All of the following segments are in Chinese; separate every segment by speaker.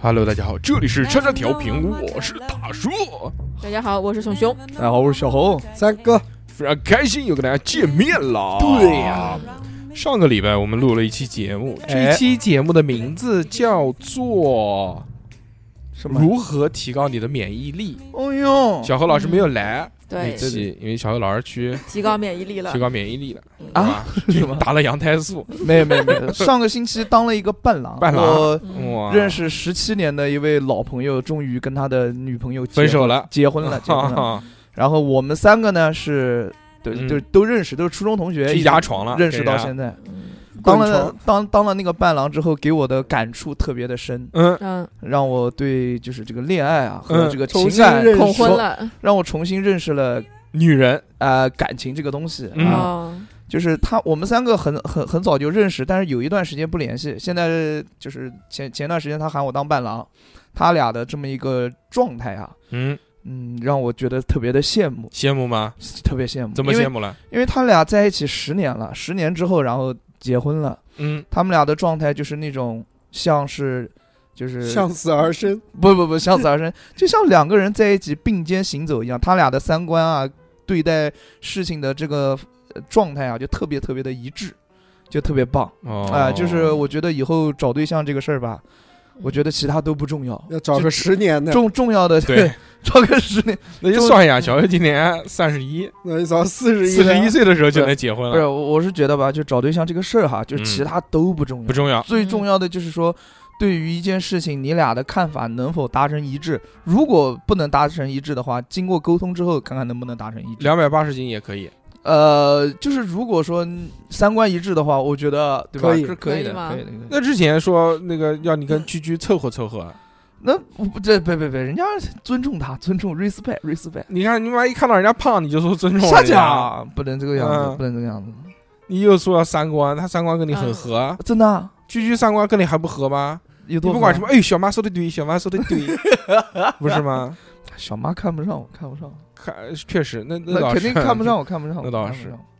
Speaker 1: Hello，大家好，这里是叉叉调频，我是大叔，
Speaker 2: 大家好，我是熊熊。
Speaker 3: 大家好，我是小侯，三哥。
Speaker 1: 非常开心又跟大家见面了。
Speaker 3: 对呀
Speaker 1: 上个礼拜我们录了一期节目，
Speaker 3: 哎
Speaker 1: 这期节目的名字叫做
Speaker 3: 什
Speaker 1: 《如何提高你的免疫力
Speaker 3: 哎呦》。，
Speaker 1: 小何老师没有来那
Speaker 3: 嗯
Speaker 2: 对，
Speaker 1: 期，因为小何老师去
Speaker 2: 提高免疫力了
Speaker 1: 提。高免疫力了
Speaker 3: 啊，
Speaker 1: 是吧打了羊胎素，
Speaker 3: 没有没有没有， 上个星期当了一个伴郎，
Speaker 1: 伴郎啊
Speaker 3: 我
Speaker 2: 嗯
Speaker 1: 哇，
Speaker 3: 认识十七年的一位老朋友，终于跟他的女朋友结
Speaker 1: 分手了，
Speaker 3: 结婚了，结 婚了。然后我们三个呢是，对，
Speaker 1: 嗯
Speaker 3: 就是都认识，都是初中同学，
Speaker 1: 去
Speaker 3: 一直
Speaker 1: 压床了，
Speaker 3: 认识
Speaker 1: 跟
Speaker 3: 到
Speaker 1: 人
Speaker 3: 现在。
Speaker 1: 滚
Speaker 3: 当了
Speaker 1: 床
Speaker 3: 当当了那个伴郎之后，给我的感触特别的深，
Speaker 1: 家嗯，
Speaker 2: 嗯，
Speaker 3: 让我对就是这个恋爱啊和
Speaker 1: 嗯
Speaker 3: 这个情
Speaker 4: 重新
Speaker 3: 感
Speaker 4: 认识
Speaker 2: 恐婚
Speaker 3: 说，
Speaker 2: 了。
Speaker 3: 让我重新认识了
Speaker 1: 女人，
Speaker 3: 呃感情这个东西
Speaker 1: 嗯
Speaker 3: 啊。
Speaker 2: 哦，
Speaker 3: 就是他，我们三个很很很早就认识，但是有一段时间不联系。现在就是前前段时间他喊我当伴郎，他俩的这么一个状态啊，
Speaker 1: 嗯，
Speaker 3: 嗯，让我觉得特别的羡慕，
Speaker 1: 羡慕吗？
Speaker 3: 特别羡慕。
Speaker 1: 怎么羡
Speaker 3: 因为？
Speaker 1: 慕了？
Speaker 3: 因为他俩在一起十年了，十年之后然后结婚了，
Speaker 1: 嗯，
Speaker 3: 他们俩的状态就是那种像是。就是
Speaker 4: 向死而生，
Speaker 3: 不不不，向死而生，就像两个人在一起并肩行走一样，他俩的三观啊，对待事情的这个呃状态啊，就特别特别的一致，就特别棒
Speaker 1: 哦
Speaker 3: 啊、就是我觉得以后找对象这个事儿吧，我觉得其他都不重要，
Speaker 4: 要找个十年的，
Speaker 3: 重重要的
Speaker 1: 对，
Speaker 3: 找个十年
Speaker 1: 那就算一下，小何今年三十一，
Speaker 4: 那你找四十一，
Speaker 1: 四十一，岁的时候就能结婚
Speaker 3: 不是，
Speaker 1: 了，
Speaker 3: 我我是觉得吧，就找对象这个事儿哈，就是
Speaker 1: 嗯
Speaker 3: 其他都不重要，
Speaker 1: 不重要。
Speaker 3: 最重要的就是说，对于一件事情，你俩的看法能否达成一致？如果不能达成一致的话，经过沟通之后，看看能不能达成一致。
Speaker 1: 两百八十斤也可以，
Speaker 3: 呃，就是如果说三观一致的话，我觉得对吧？
Speaker 4: 可以
Speaker 3: 是可以的，
Speaker 2: 可以吗
Speaker 3: 可以的。可以的
Speaker 1: 那之前说那个要你跟居居凑合凑合，
Speaker 3: 那不不这别别别，人家尊重他，尊重 respect respect。
Speaker 1: 你看你妈一看到人家胖你就说尊重
Speaker 3: 下
Speaker 1: 人家，
Speaker 3: 架，不能这个样子，
Speaker 1: 嗯
Speaker 3: 不能这个样子，
Speaker 1: 你又说要三观，他三观跟你很合，
Speaker 3: 真的啊
Speaker 1: 居居三观跟你还不合吗？
Speaker 3: 有
Speaker 1: 你
Speaker 3: 多
Speaker 1: 不管
Speaker 3: 狠
Speaker 1: 什
Speaker 3: 啊
Speaker 1: 么，，哎，小妈说的对，小妈说的对， 不是吗？
Speaker 3: 小妈看不上我，看不上我，
Speaker 1: 看，确实，那那
Speaker 3: 那
Speaker 1: 倒是
Speaker 3: 肯定看不上。我，看不上我，
Speaker 1: 那倒
Speaker 3: 看不
Speaker 1: 是
Speaker 3: 上我。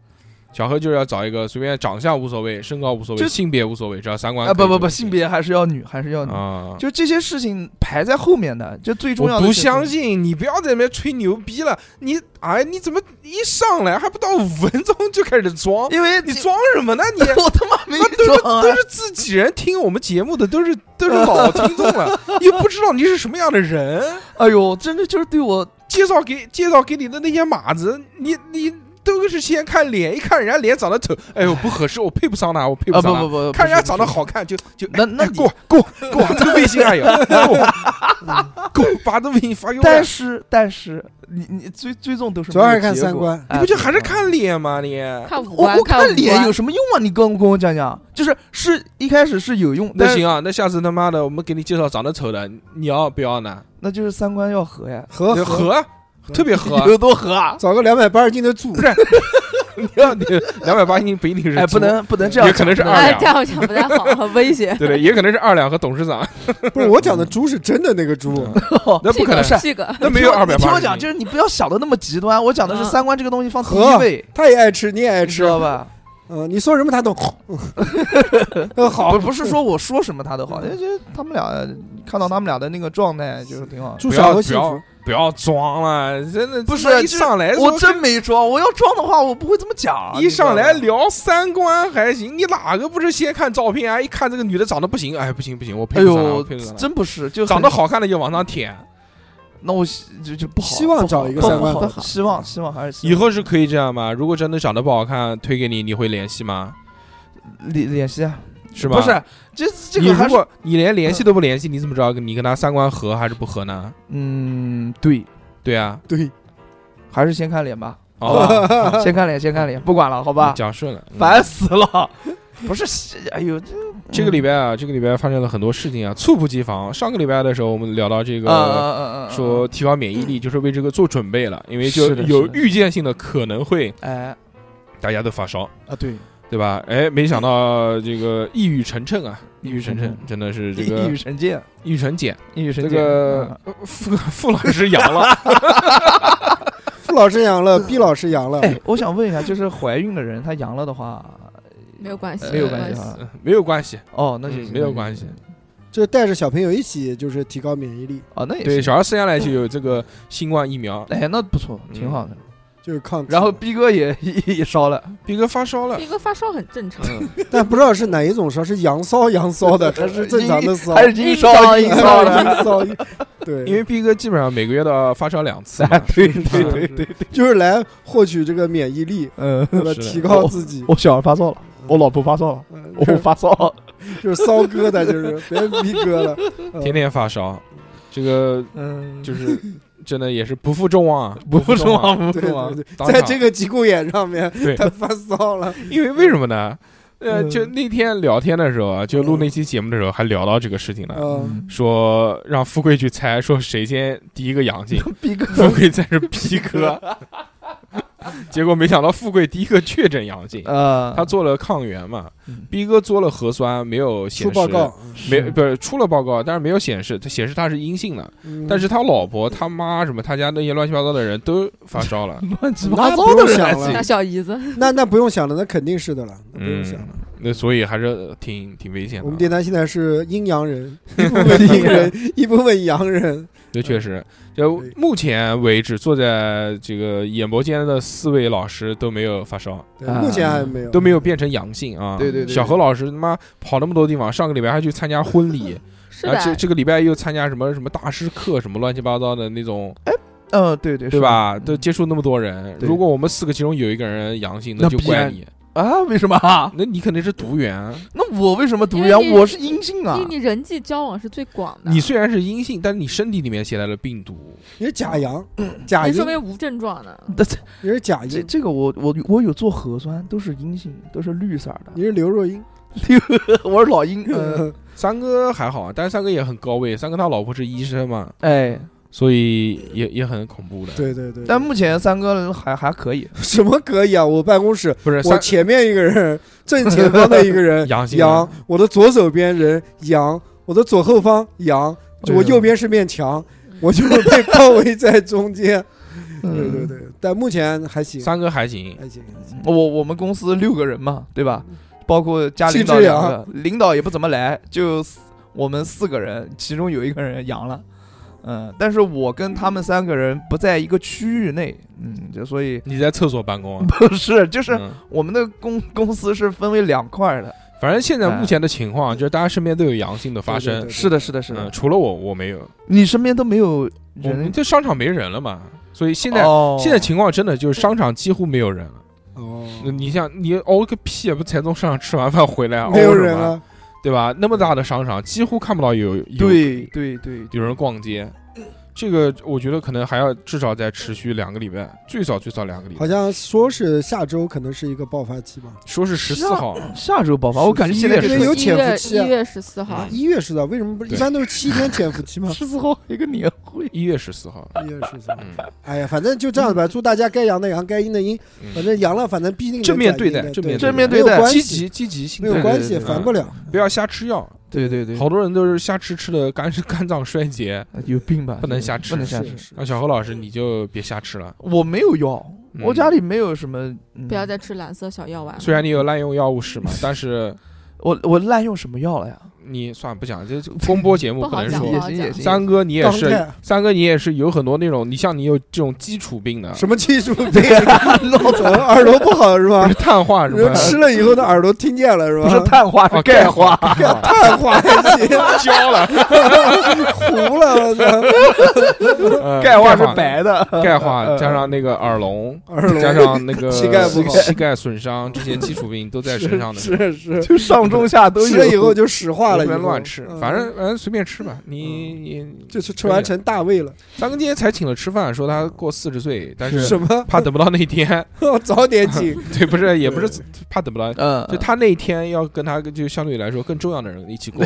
Speaker 1: 小何就是要找一个随便长相无所谓，身高无所谓，
Speaker 3: 就
Speaker 1: 性别无所谓，只要三观
Speaker 3: 啊，不
Speaker 1: 可以
Speaker 3: 不
Speaker 1: 就
Speaker 3: 不，
Speaker 1: 行
Speaker 3: 性别还是要女，还是要女。
Speaker 1: 啊，
Speaker 3: 就这些事情排在后面的，就最重要
Speaker 1: 我
Speaker 3: 的。
Speaker 1: 不相，信你，不要在那边吹牛逼了。你哎，你怎么一上来还不到五分钟就开始装？
Speaker 3: 因为
Speaker 1: 你装什么呢？ 你
Speaker 3: 我他妈没
Speaker 1: 那都是
Speaker 3: 装啊
Speaker 1: 都是自己人听我们节目的，都是都是 老听众了，也不知道你是什么样的人。
Speaker 3: 哎呦，真的就是对我，
Speaker 1: 介绍给介绍给你的那些马子，你你都是先看脸，一看人家脸长得丑，哎呦不合适，我配不上他，我配
Speaker 3: 啊
Speaker 1: 不上
Speaker 3: 不
Speaker 1: 他。
Speaker 3: 不不，
Speaker 1: 看人
Speaker 3: 不
Speaker 1: 家
Speaker 3: 是
Speaker 1: 长得，好看就就
Speaker 3: 不是那那
Speaker 1: 哎
Speaker 3: 你
Speaker 1: 给我给我给我这个微信哎呀，给我给我把这微信发给我。啊
Speaker 3: 但是但是你你最最终都是
Speaker 4: 主要
Speaker 3: 没有
Speaker 4: 是看
Speaker 3: 结
Speaker 4: 三
Speaker 3: 果，
Speaker 4: 观，
Speaker 3: 哎
Speaker 1: 你不就还是？
Speaker 3: 对
Speaker 1: 看脸吗？你
Speaker 2: 看五
Speaker 3: 我
Speaker 2: 官，
Speaker 3: 我看
Speaker 2: 五
Speaker 3: 脸
Speaker 2: 官
Speaker 3: 有什么用啊？你跟我跟我讲讲，就是是一开始是有用，
Speaker 1: 那
Speaker 3: 但是，
Speaker 1: 行啊，那下次他妈的我们给你介绍长得丑的，你要不要呢？
Speaker 3: 那就是三观要合呀，
Speaker 4: 和
Speaker 1: 那
Speaker 4: 和，
Speaker 1: 合啊特别合啊，
Speaker 3: 有多合啊？
Speaker 4: 找个两百八十斤的猪，
Speaker 1: 你要你两百八斤不一定是猪，
Speaker 3: 哎，不能不能这样
Speaker 1: 也
Speaker 3: 讲，
Speaker 1: 可能是二
Speaker 2: 哎，
Speaker 1: 两
Speaker 2: 这样讲不太好，很危险。
Speaker 1: 对对，也可能是二两和董事长，
Speaker 4: 不是我讲的猪是真的那个猪，
Speaker 1: 那不可能
Speaker 3: 这，个
Speaker 2: 这个
Speaker 1: 那没有二百
Speaker 3: 你听
Speaker 1: 八
Speaker 3: 我
Speaker 1: 十
Speaker 3: 讲，就是你不要想的那么极端，我讲的是
Speaker 2: 嗯
Speaker 3: 三观这个东西放第一
Speaker 4: 合
Speaker 3: 位，
Speaker 4: 他也爱吃，你也爱
Speaker 3: 你
Speaker 4: 吃
Speaker 3: 知，道吧？
Speaker 4: 嗯，你说什么他都，嗯好
Speaker 3: 不，不是 说我说什么他都好，就就他们俩看到他们俩的那个状态就是挺好。
Speaker 4: 祝
Speaker 1: 不
Speaker 4: 小
Speaker 1: 要
Speaker 4: 何
Speaker 1: 不
Speaker 4: 幸福
Speaker 1: 要。不要装了，真的
Speaker 3: 不是
Speaker 1: 他妈一
Speaker 3: 就是
Speaker 1: 上来哎说
Speaker 3: 我真没装，我要装的话，我不会这么讲。啊
Speaker 1: 一上来
Speaker 3: 你知道吧
Speaker 1: 聊三观还行，你哪个不是先看照片啊？一看这个女的长得不行，哎不行不行，我配
Speaker 3: 哎
Speaker 1: 不上她，我
Speaker 3: 呦
Speaker 1: 配不上，她。
Speaker 3: 真不是，就很
Speaker 1: 长得，好看的就往上舔，
Speaker 3: 那我就就不好。
Speaker 4: 希望
Speaker 3: 不好
Speaker 4: 找一个
Speaker 3: 不好
Speaker 4: 三观
Speaker 3: 不
Speaker 2: 好的
Speaker 3: 好希望希望还是
Speaker 1: 嗯
Speaker 3: 希
Speaker 1: 以
Speaker 3: 望
Speaker 1: 后是可以这样吗？如果真的长得不好看，推给你，你会联系吗？
Speaker 3: 联联系啊，
Speaker 1: 是吧？
Speaker 3: 不是这这
Speaker 1: 你
Speaker 3: 个
Speaker 1: 如
Speaker 3: 还是
Speaker 1: 果你连联系都不联系，你怎么知道你跟他三观合还是不合呢？
Speaker 3: 嗯对，
Speaker 1: 对啊，
Speaker 4: 对，
Speaker 3: 还是先看脸吧，
Speaker 1: 哦，
Speaker 3: 先看脸先看脸，不管了，好
Speaker 1: 你
Speaker 3: 吧，
Speaker 1: 讲顺了，嗯
Speaker 3: 烦死了。不是，哎呦，这
Speaker 1: 这个礼拜啊，这个礼拜发生了很多事情啊，猝不及防。上个礼拜的时候，我们聊到这
Speaker 3: 嗯嗯
Speaker 1: 个，
Speaker 3: 嗯嗯嗯，
Speaker 1: 说提高免疫力，就是为这个做准备了，因为就是
Speaker 3: 的
Speaker 1: 有
Speaker 3: 是的
Speaker 1: 预见性的可能会
Speaker 3: 哎
Speaker 1: 大家都发烧，
Speaker 3: 啊对，
Speaker 1: 对吧？哎，没想到这个一语成谶啊，一语成谶
Speaker 3: 嗯，
Speaker 1: 真的是这
Speaker 3: 一
Speaker 1: 个
Speaker 3: 语成谶，
Speaker 1: 一语成茧。
Speaker 3: 一语成
Speaker 1: 这
Speaker 3: 谶。嗯
Speaker 1: 个呃傅傅老师阳了，
Speaker 4: 付老师阳了，毕老师阳了，
Speaker 3: 哎，我想问一下，就是怀孕的人，她阳了的话，
Speaker 2: 呃没有关系，
Speaker 3: 没有
Speaker 1: 关
Speaker 3: 系
Speaker 2: 系
Speaker 3: 啊。
Speaker 1: 嗯没有关系，
Speaker 3: 哦，那就
Speaker 1: 嗯
Speaker 3: 行
Speaker 1: 没有关系。。
Speaker 4: 就带着小朋友一起就是提高免疫力，
Speaker 3: 啊，那也
Speaker 1: 对，
Speaker 3: 行
Speaker 1: 小孩生下来就有这个新冠疫苗。
Speaker 3: 哎，那不错，挺好的。
Speaker 4: 就是抗体。
Speaker 3: 然后逼哥也也烧了，
Speaker 1: 逼哥发烧了，
Speaker 2: 一个发烧很正常，
Speaker 4: 但不知道是哪一种烧，是羊烧羊 烧的，还是正常的烧？
Speaker 3: 还是阴烧阴烧的。
Speaker 4: 羊烧？对，
Speaker 1: 因为逼哥基本上每个月都要发烧两次嘛
Speaker 3: 哎， 对对
Speaker 1: 对
Speaker 3: 对
Speaker 1: 对
Speaker 3: 对，
Speaker 4: 就是来获取这个免疫力，
Speaker 3: 嗯，
Speaker 4: 为了
Speaker 1: 是的
Speaker 4: 提高自己。
Speaker 3: 我小孩发烧了，我老婆发烧了，
Speaker 4: 嗯
Speaker 3: 我发烧了，
Speaker 4: 就是骚哥的，就是别逼哥 了。嗯
Speaker 1: 天天发烧，这个
Speaker 3: 嗯，
Speaker 1: 就是 是真的也是不负众望啊，
Speaker 3: 不
Speaker 1: 众
Speaker 3: 中
Speaker 1: 望。
Speaker 3: 啊，不
Speaker 4: 对
Speaker 3: 中啊
Speaker 4: 对，对，
Speaker 1: 当
Speaker 4: 在
Speaker 1: 场
Speaker 4: 这个节骨眼上面，
Speaker 1: 对
Speaker 4: 他发烧了。
Speaker 1: 因为为什么呢？呃，
Speaker 3: 嗯
Speaker 1: 就那天聊天的时候啊，就录那期节目的时候还聊到这个事情了，
Speaker 4: 嗯，
Speaker 1: 说让富贵去猜，说谁先第一个阳 性，
Speaker 3: 逼哥
Speaker 1: 富贵猜是逼哥， 结果没想到富贵第一个确诊阳 性，
Speaker 3: 啊，
Speaker 1: 嗯他做了抗原嘛
Speaker 3: 嗯，
Speaker 1: 逼哥做了核酸没有显
Speaker 4: 出
Speaker 1: 示，
Speaker 4: 报告，
Speaker 3: 呃
Speaker 1: 没不是出了报告，但是没有显示，他显示他是阴性的，
Speaker 4: 嗯
Speaker 1: 但是他老婆、他妈什么他家那些乱七八糟的人都发烧了，
Speaker 3: 乱七八
Speaker 4: 那
Speaker 3: 糟
Speaker 4: 不
Speaker 3: 的
Speaker 4: 用
Speaker 3: 人还
Speaker 4: 想
Speaker 3: 行
Speaker 2: 那
Speaker 4: 了，
Speaker 2: 小姨子
Speaker 4: 那那不用想了，那肯定是的了， 那不用
Speaker 1: 嗯
Speaker 4: 想了。
Speaker 1: 那所以还是挺挺危险的啊。
Speaker 4: 我们电台现在是阴阳人， 一部分阴人，一部分阳人。
Speaker 1: 这确实，
Speaker 4: 嗯
Speaker 1: 就
Speaker 4: 对
Speaker 1: 目前为止，坐在这个演播间的四位老师都没有发烧，
Speaker 4: 对
Speaker 3: 啊
Speaker 4: 目前还没有，
Speaker 1: 都没有变成阳性啊。
Speaker 3: 对对对
Speaker 1: 小何老师他妈跑那么多地方，上个礼拜还去参加婚礼，
Speaker 2: 是
Speaker 1: 然后这
Speaker 2: 的，
Speaker 1: 这个礼拜又参加什么什么大师课，什么乱七八糟的那种，
Speaker 3: 嗯，对对
Speaker 1: 对吧？都
Speaker 3: 对
Speaker 1: 接触那么多人，
Speaker 3: 对
Speaker 1: 如果我们四个其中有一个人阳性，
Speaker 3: 那
Speaker 1: 就
Speaker 3: 必
Speaker 1: 怪
Speaker 3: 然
Speaker 1: 你，
Speaker 3: 啊，为什么啊？
Speaker 1: 那你肯定是毒源。啊
Speaker 3: 那我为什么读
Speaker 2: 因为
Speaker 3: 研？
Speaker 2: 你
Speaker 3: 我是阴性啊
Speaker 2: 因为，你人际交往是最广的，
Speaker 1: 你虽然是阴性，但是你身体里面携带了病毒，
Speaker 4: 你是假阳，假
Speaker 2: 那
Speaker 4: 阴
Speaker 2: 哎说，明无症状的。
Speaker 3: 那这
Speaker 4: 你是假
Speaker 3: 这
Speaker 4: 阴，
Speaker 3: 这个我我我有做核酸，都是阴性，都是绿色的
Speaker 4: 你。是刘若英。
Speaker 3: 我是老 阴，呃，
Speaker 1: 三哥还好，啊但是三哥也很高危，三哥他老婆是医生嘛，
Speaker 3: 哎，
Speaker 1: 所以也也很恐怖的。
Speaker 4: 对对对，
Speaker 3: 但目前三哥还还可以，
Speaker 4: 什么可以啊？我办公室
Speaker 1: 不是呃
Speaker 4: 我
Speaker 1: 三
Speaker 4: 前面一个人，正前方的一个人
Speaker 1: 阳性
Speaker 4: 阳，我的左手边人阳，我的左后方阳，就我
Speaker 3: 哎呦
Speaker 4: 右边是面墙，我就被包围在中间。对对
Speaker 3: 嗯，
Speaker 4: 对，但目前还行，
Speaker 1: 三哥还行，
Speaker 4: 还行，还行
Speaker 3: 我我们公司六个人嘛，对吧？包括家
Speaker 4: 七
Speaker 3: 领导
Speaker 4: 只
Speaker 3: 两个，领嗯导也不怎么来，就四我们四个人，其中有一个人阳了。嗯，但是我跟他们三个人不在一个区域内， 嗯，就所以
Speaker 1: 你在厕所办公啊？
Speaker 3: 不是，就是
Speaker 1: 嗯
Speaker 3: 我们的公公司是分为两块儿的。
Speaker 1: 反正现在
Speaker 3: 哎
Speaker 1: 目前的情况就是大家身边都有阳性的发
Speaker 4: 对
Speaker 1: 生
Speaker 4: 对，
Speaker 3: 是的，是的，是
Speaker 1: 嗯，
Speaker 3: 的。
Speaker 1: 除了我我没有，
Speaker 3: 你身边都没有
Speaker 1: 我们
Speaker 3: 人，
Speaker 1: 这商场没人了嘛，所以现在
Speaker 3: 哦
Speaker 1: 现在情况真的就是商场几乎没有人了。
Speaker 4: 哦，
Speaker 1: 那你像你熬个屁，不才从商场吃完饭回来，啊
Speaker 4: 没有
Speaker 1: 熬什么
Speaker 4: 人，啊了，
Speaker 1: 对吧？那么大的商场几乎看不到有有
Speaker 3: 对对对，
Speaker 1: 有人逛街。这个我觉得可能还要至少再持续两个礼拜，最少最少两个礼
Speaker 4: 好
Speaker 1: 拜，
Speaker 4: 像说是下周可能是一个爆发期吧。
Speaker 1: 说是十四号，
Speaker 3: 下周爆发，我感觉现在
Speaker 1: 是因
Speaker 3: 这个
Speaker 1: 为
Speaker 4: 有
Speaker 2: 一
Speaker 4: 潜伏
Speaker 2: 月
Speaker 4: 期啊
Speaker 2: 一月十四号
Speaker 4: 啊，，一月是的，为什么不是？
Speaker 1: 对
Speaker 4: 一般都是七天潜伏期吗？
Speaker 3: 十四号一个年会，
Speaker 1: 一月十四号。
Speaker 4: 一月十三。
Speaker 1: 嗯，
Speaker 4: 哎呀，反正就这样吧，祝大家该阳的阳，该阴的阴，
Speaker 1: 嗯
Speaker 4: 反正阳了，反正必定能
Speaker 1: 正面
Speaker 4: 转阴
Speaker 1: 对待
Speaker 4: 的
Speaker 1: 正面
Speaker 3: 正面对
Speaker 4: 没有
Speaker 3: 待
Speaker 4: 关
Speaker 1: 积
Speaker 4: 系，
Speaker 1: 极积极心
Speaker 4: 没
Speaker 1: 态，
Speaker 4: 有关
Speaker 3: 对
Speaker 4: 系，
Speaker 3: 对对
Speaker 4: 烦不了。
Speaker 1: 不要瞎吃药。
Speaker 3: 对对对，
Speaker 1: 好多人都是瞎 吃吃的肝肝脏衰竭。
Speaker 3: 有病吧？
Speaker 1: 不能
Speaker 3: 这个
Speaker 1: 瞎吃
Speaker 3: 不能瞎
Speaker 4: 是
Speaker 3: 吃。
Speaker 4: 是
Speaker 1: 那小何老师你就别瞎吃了，
Speaker 3: 我没有药，
Speaker 1: 嗯
Speaker 3: 我家里没有什么。嗯
Speaker 2: 不要再吃蓝色小药丸了。
Speaker 1: 虽然你有滥用药物史嘛，但是
Speaker 3: 我我滥用什么药了呀？
Speaker 1: 你算了不讲，这这风波节目
Speaker 2: 不好
Speaker 1: 能
Speaker 2: 讲
Speaker 1: 说
Speaker 3: 也
Speaker 2: 不。好
Speaker 3: 行
Speaker 2: 讲
Speaker 3: 也行。
Speaker 1: 三哥你也
Speaker 4: 钢
Speaker 1: 是
Speaker 4: 铁，
Speaker 1: 三哥你也是有很多那种，你像你有这种基础病的，
Speaker 4: 什么技术病？
Speaker 3: 老子
Speaker 4: 耳朵不好是
Speaker 1: 不
Speaker 4: 吧
Speaker 1: 是？碳化什
Speaker 4: 你说
Speaker 1: 么
Speaker 4: 吃了以后的耳朵听见了是吧？
Speaker 3: 不是碳化，
Speaker 1: 哦
Speaker 3: 是钙化。
Speaker 4: 碳化剂
Speaker 1: 胶了，
Speaker 4: 糊了，我操！
Speaker 1: 呃
Speaker 3: 钙化是，白的，
Speaker 1: 钙化
Speaker 3: 嗯
Speaker 1: 加上那个耳聋，
Speaker 4: 耳聋
Speaker 1: 加上那个
Speaker 4: 膝盖不好
Speaker 1: 膝盖损伤，这些基础病都在身上的。
Speaker 4: 是是，
Speaker 3: 就上中下都有。
Speaker 4: 吃了以后就石化了，
Speaker 1: 不
Speaker 4: 以
Speaker 1: 能
Speaker 4: 后
Speaker 1: 乱吃，
Speaker 4: 嗯
Speaker 1: 反正反正随便吃吧。你你啊
Speaker 4: 就是吃完成大胃了。
Speaker 1: 三哥今天才请了吃饭，说他过四十岁，但是
Speaker 4: 什么？
Speaker 1: 怕等不到那 天。
Speaker 4: 早点 请，
Speaker 1: 对，不是也不是怕等不到，
Speaker 3: 嗯，
Speaker 1: 就他那天要跟他就相对来说更重要的人一起 过，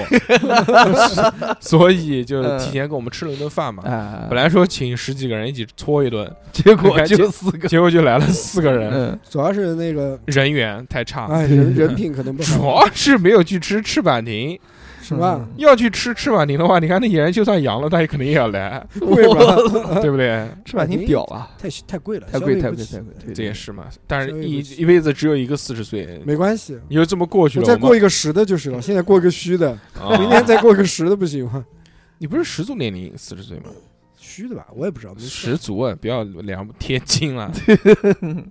Speaker 1: 所以就
Speaker 4: 嗯
Speaker 1: 提前跟我们吃了一顿饭嘛。
Speaker 3: 哎，
Speaker 1: 本来说请十几个人一起搓一顿，
Speaker 3: 结果就四个。
Speaker 1: 结果就来了四个人，
Speaker 3: 嗯，
Speaker 4: 主要是那个，
Speaker 1: 人缘太差，
Speaker 4: 哎 哎，人人品可能不
Speaker 1: 主
Speaker 4: 好。
Speaker 1: 要是没有去吃赤坂亭，
Speaker 3: 是
Speaker 4: 吧？
Speaker 1: 要去吃赤马亭的话，你看那演员就算阳了，他也肯定也要 来，
Speaker 4: 为什么？
Speaker 1: 对不对？
Speaker 3: 赤马亭屌啊，
Speaker 4: 太太贵了，
Speaker 3: 太贵
Speaker 4: 消
Speaker 3: 太
Speaker 4: 哎费不
Speaker 3: 贵
Speaker 4: 起
Speaker 3: 太贵，对
Speaker 1: 这也
Speaker 3: 对
Speaker 1: 是嘛。但
Speaker 4: 稍
Speaker 1: 是
Speaker 4: 微
Speaker 1: 一
Speaker 4: 不行
Speaker 1: 一辈子只有一个四十岁，
Speaker 4: 没关系，
Speaker 1: 你就这么过去
Speaker 4: 我
Speaker 1: 了。
Speaker 4: 再
Speaker 1: 我
Speaker 4: 过一个十的就是了，现在过一个虚的，
Speaker 1: 们
Speaker 4: 明年再过一个十的不行吗？
Speaker 1: 你不是十足年龄四十岁吗？
Speaker 4: 虚的吧，我也不知道。没事
Speaker 1: 十足啊，不要量贴金 了，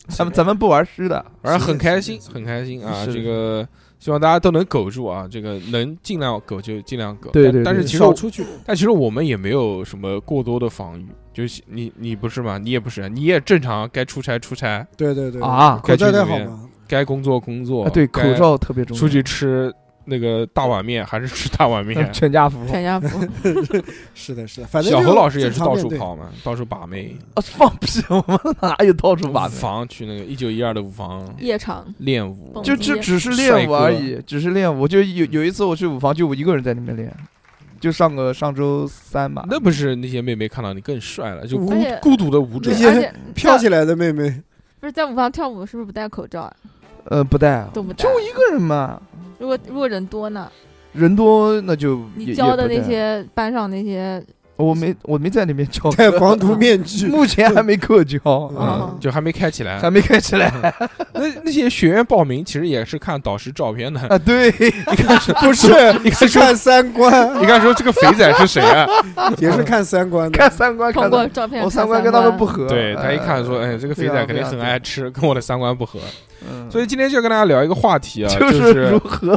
Speaker 3: 咱们咱们不玩虚的，
Speaker 1: 反正很开心，很开心啊！
Speaker 3: 是
Speaker 1: 这个希望大家都能苟住啊，这个能尽量苟就尽量苟。
Speaker 3: 对
Speaker 1: 但
Speaker 3: 对
Speaker 1: 但是
Speaker 3: 对
Speaker 1: 其实
Speaker 4: 少
Speaker 1: 我
Speaker 4: 出去，
Speaker 1: 但其实我们也没有什么过多的防御，就是你你不是嘛，你也不是，啊你也正常该出差出差，
Speaker 4: 对对对，
Speaker 3: 啊
Speaker 4: 口罩
Speaker 1: 该去
Speaker 4: 戴
Speaker 1: 里
Speaker 4: 好
Speaker 1: 面
Speaker 4: 吗？
Speaker 1: 该工作工作
Speaker 3: 啊，对，口
Speaker 1: 该
Speaker 3: 罩特别重要，。
Speaker 1: 出去吃那个大碗面还是吃大碗面
Speaker 3: 全家福
Speaker 2: 全家福，
Speaker 4: 是的，是的，反正
Speaker 1: 小
Speaker 4: 就
Speaker 1: 何老师也是
Speaker 4: 正常
Speaker 1: 到
Speaker 4: 面
Speaker 1: 处
Speaker 4: 对，
Speaker 1: 跑嘛，到处把妹，
Speaker 3: 啊，放屁，我们哪有到处 把
Speaker 1: 舞房去那个一九一二的舞房
Speaker 2: 夜场
Speaker 1: 练舞，
Speaker 3: 就就只是练舞而已，只是练舞。就有
Speaker 1: 嗯
Speaker 3: 有一次我去舞房，就我一个人在那边练，就上个上周三吧。
Speaker 1: 那不是那些妹妹看到你更帅了，就孤
Speaker 2: 而且
Speaker 1: 孤独的舞者
Speaker 4: 那
Speaker 2: 而
Speaker 4: 些
Speaker 2: 且
Speaker 4: 飘起
Speaker 2: 来
Speaker 4: 来的妹妹，
Speaker 2: 不是在舞房跳舞是不是不戴口罩啊？
Speaker 3: 呃，不带啊，
Speaker 2: 都不戴
Speaker 3: 就。一个人嘛，
Speaker 2: 如果如果人多呢？
Speaker 3: 人多那就也
Speaker 2: 你教的
Speaker 3: 也
Speaker 2: 那
Speaker 3: 不带
Speaker 2: 些班上那些
Speaker 3: 我没我没在那边教，
Speaker 4: 戴防毒面具，
Speaker 3: 目前还没课教，
Speaker 2: 哦
Speaker 3: 嗯，
Speaker 1: 就还没开 起来。
Speaker 3: 还没开起来
Speaker 1: 那那些学员报名其实也是看导师照片的，
Speaker 3: 啊。 对，
Speaker 4: 不是
Speaker 1: 你看
Speaker 4: 是
Speaker 1: 说，
Speaker 4: 看 三观，
Speaker 1: 你看说这个肥仔是谁 啊？
Speaker 4: 也是看三观的
Speaker 3: 看。三观
Speaker 2: 通
Speaker 3: 看
Speaker 2: 过
Speaker 3: 的，
Speaker 2: 照片
Speaker 3: 我
Speaker 2: 看
Speaker 3: 三
Speaker 2: 三
Speaker 3: 观
Speaker 2: 观
Speaker 3: 跟他们不合。
Speaker 1: 对
Speaker 3: 呃
Speaker 1: 他一看说，哎，这个肥
Speaker 3: 对啊
Speaker 1: 仔肯定很爱吃，跟我的三观不合。
Speaker 3: 嗯
Speaker 1: 所以今天就跟大家聊一个话题啊，
Speaker 3: 就
Speaker 1: 就是
Speaker 3: 如何，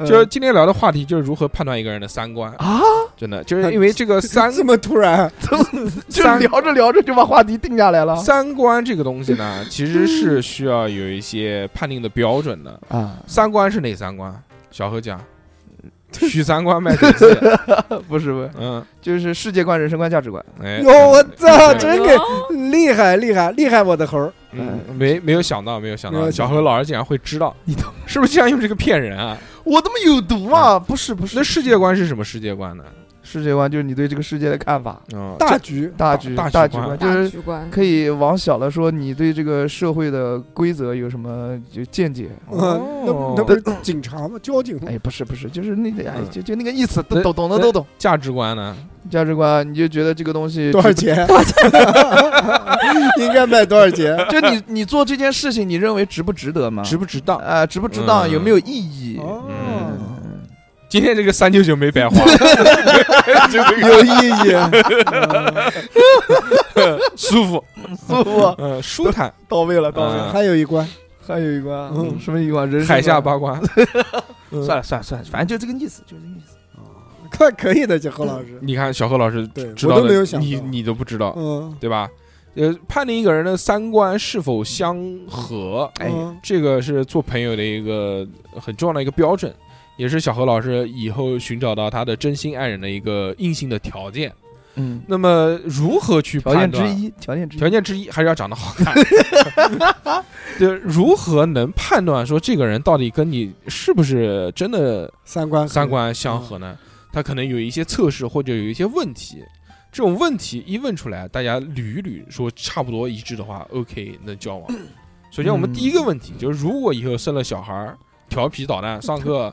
Speaker 1: 就是
Speaker 3: 嗯
Speaker 1: 今天聊的话题就是如何判断一个人的三观，
Speaker 3: 啊，
Speaker 1: 真的就是因为这个三
Speaker 4: 这么突然，
Speaker 3: 怎么 就
Speaker 1: 三
Speaker 3: 聊啊着聊着就把话题定下来了
Speaker 1: 三观这个东西呢，其实
Speaker 3: 嗯
Speaker 1: 是需要有一些判定的标准的。
Speaker 3: 啊？
Speaker 1: 三观是哪三观？小何讲，许三观卖血记，
Speaker 3: 不是不是，
Speaker 1: 嗯，
Speaker 3: 就是世界观、人生观、价值观。
Speaker 1: 哎，
Speaker 4: 哟，我操，
Speaker 1: 对
Speaker 4: 真给厉害厉害厉害，我的猴儿！
Speaker 1: 嗯，没没有想到，没有想
Speaker 4: 没
Speaker 1: 到，
Speaker 4: 有
Speaker 1: 小
Speaker 4: 想
Speaker 1: 何老师竟然会知道，
Speaker 3: 你懂
Speaker 1: 是不是经常用这个骗人啊？
Speaker 3: 我他妈有毒啊！不是不是，
Speaker 1: 那世界观是什么世界观呢？
Speaker 3: 世界观就是你对这个世界的看法，
Speaker 1: 嗯，
Speaker 4: 大局，
Speaker 3: 大局
Speaker 1: 大
Speaker 3: 大
Speaker 1: 局
Speaker 3: 局
Speaker 1: 观
Speaker 3: 观，就
Speaker 2: 大
Speaker 3: 是
Speaker 2: 局观，
Speaker 3: 可以往小了说，你对这个社会的规则有什么就见解？
Speaker 1: 哦
Speaker 4: 嗯，那不那不是警察吗？交警吗
Speaker 3: 哎，不是不是，就是那个哎
Speaker 1: 嗯，
Speaker 3: 就就那个意思，
Speaker 1: 那
Speaker 3: 都懂懂的都懂。
Speaker 1: 价值观呢？
Speaker 3: 价值观，你就觉得这个东西
Speaker 4: 多少？钱？ 应该卖多少钱？
Speaker 3: 就你你做这件事情，你认为值不值得吗？
Speaker 1: 值不值当？
Speaker 3: 啊，值不值当？
Speaker 1: 嗯
Speaker 3: 有没有意义？嗯
Speaker 4: 哦，
Speaker 1: 今天这个三九九没白花，就这个
Speaker 4: 有意义。啊嗯
Speaker 1: 舒服，
Speaker 3: 舒服，
Speaker 1: 嗯，舒坦，
Speaker 3: 哦到位了，到位
Speaker 1: 嗯
Speaker 3: 了。
Speaker 4: 还有一关，
Speaker 3: 还有一关，
Speaker 4: 嗯
Speaker 3: 什么一关？人生
Speaker 1: 海下
Speaker 3: 观
Speaker 1: 八卦，
Speaker 4: 嗯
Speaker 3: 算了算了算了，反正就这个意思，就这个意思。
Speaker 4: 看可以的，这何老师。
Speaker 1: 你看小何老师
Speaker 4: 对
Speaker 1: 嗯知
Speaker 4: 我
Speaker 1: 道
Speaker 4: 都没有
Speaker 1: 的，
Speaker 4: 想
Speaker 1: 你
Speaker 4: 到
Speaker 1: 你都不知道，
Speaker 4: 嗯，
Speaker 1: 对吧？呃，判定一个人的三观是否相合，
Speaker 3: 哎
Speaker 4: 嗯
Speaker 1: 这个是做朋友的一个很重要的一个标准，也是小何老师以后寻找到他的真心爱人的一个硬性的条件。
Speaker 3: 嗯，
Speaker 1: 那么如何去
Speaker 3: 条
Speaker 1: 判
Speaker 3: 件之
Speaker 1: 断？
Speaker 3: 一，条件之一，
Speaker 1: 条件之一还是要长得好 看，就是如何能判断说这个人到底跟你是不是真的
Speaker 4: 三观
Speaker 1: 三观相合呢？他可能有一些测试或者有一些问题，这种问题一问出来，大家捋一捋，说差不多一致的话，OK，能交往。首先，我们
Speaker 3: 嗯
Speaker 1: 第一个问题就是，如果以后生了小孩儿，调皮捣蛋，上 课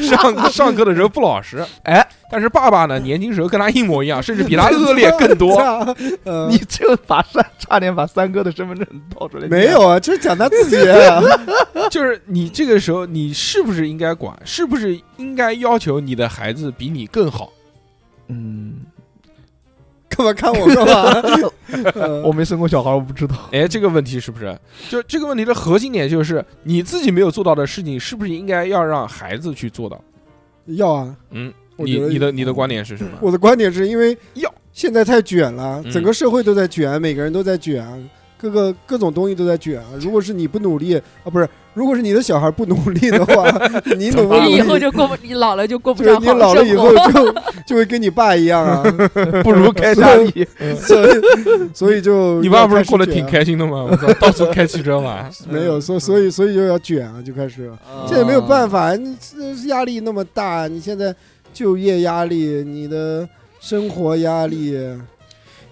Speaker 1: 上上上课的时候不老实，
Speaker 3: 哎，
Speaker 1: 但是爸爸呢，年轻时候跟他一模一样，甚至比他恶劣更多。
Speaker 4: 多。嗯
Speaker 3: 呃你就把三差点把三哥的身份证掏出来。
Speaker 4: 没有啊，这是讲他自己。啊
Speaker 1: 就是你这个时候，你是不是应该管？是不是应该要求你的孩子比你更好？
Speaker 3: 嗯，
Speaker 4: 干嘛看我干嘛？ 嗯
Speaker 3: 我没生过小孩，我不知道。
Speaker 1: 哎，这个问题是不是？就这个问题的核心点就是你自己没有做到的事情，是不是应该要让孩子去做到？
Speaker 4: 要啊，
Speaker 1: 嗯，
Speaker 4: 我
Speaker 1: 你
Speaker 4: 觉得
Speaker 1: 你的你的观点是什么？
Speaker 4: 我的观点是因为
Speaker 1: 要
Speaker 4: 现在太卷了，
Speaker 1: 嗯
Speaker 4: 整个社会都在卷，每个人都在卷，啊各个各种东西都在卷。啊如果是你不努力啊，不是，如果是你的小孩不努力的 话，你努不努
Speaker 2: 你以后
Speaker 4: 力？
Speaker 2: 就过不， 你老了就过不
Speaker 4: 就是
Speaker 2: 上
Speaker 4: 你
Speaker 2: 好
Speaker 4: 老了
Speaker 2: 生
Speaker 4: 以
Speaker 2: 活
Speaker 4: 后就就会跟你爸一样啊，
Speaker 3: 不如开夏 利，
Speaker 2: 嗯
Speaker 4: 所以所以就
Speaker 1: 你爸
Speaker 4: 要
Speaker 1: 不是
Speaker 4: 开始
Speaker 1: 过得
Speaker 4: 卷
Speaker 1: 挺
Speaker 4: 啊
Speaker 1: 开心的吗？我操，到处开汽车玩。
Speaker 4: 没有，所所以所以就要卷啊，就开始。
Speaker 3: 这
Speaker 4: 这也没有
Speaker 3: 嗯
Speaker 4: 办法，你这压力那么大，你现在就业压力，你的生活压力，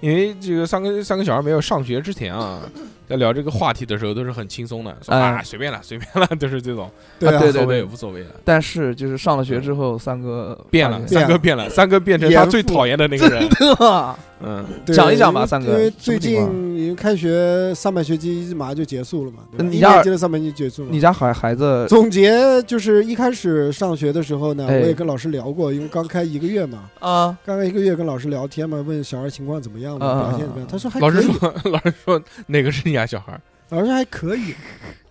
Speaker 1: 因为这个三个三个小孩没有上学之前啊，在聊这个话题的时候都是很轻松的，说
Speaker 3: 哎
Speaker 1: 啊随便了随便了， 都是这种，
Speaker 4: 对啊
Speaker 3: 啊，对
Speaker 1: 无所谓无所谓了。
Speaker 3: 但是就是上了学之后，三哥
Speaker 1: 变了，
Speaker 3: 发现
Speaker 1: 三哥变了，三哥变成他最讨厌的那个人。
Speaker 3: 真的啊，
Speaker 1: 嗯，
Speaker 4: 对
Speaker 3: 讲一讲吧三哥
Speaker 4: 因为
Speaker 3: 什么
Speaker 4: 最
Speaker 3: 情
Speaker 4: 近因为开学上半学期马上就结束了嘛，对吧
Speaker 3: 嗯你
Speaker 4: 一
Speaker 3: 家
Speaker 4: 年级的上半学期结束了。
Speaker 3: 你家孩孩子
Speaker 4: 总结就是一开始上学的时候呢，
Speaker 3: 哎
Speaker 4: 我也跟老师聊过，因为刚开一个月嘛，
Speaker 3: 啊，
Speaker 4: 刚开一个月跟老师聊天嘛，问小孩情况怎么样嘛，
Speaker 3: 啊
Speaker 4: 表现怎么样？他说还
Speaker 1: 老
Speaker 4: 可
Speaker 1: 师
Speaker 4: 以，
Speaker 1: 说，老师说哪个是你家小孩儿
Speaker 4: 老师还可以，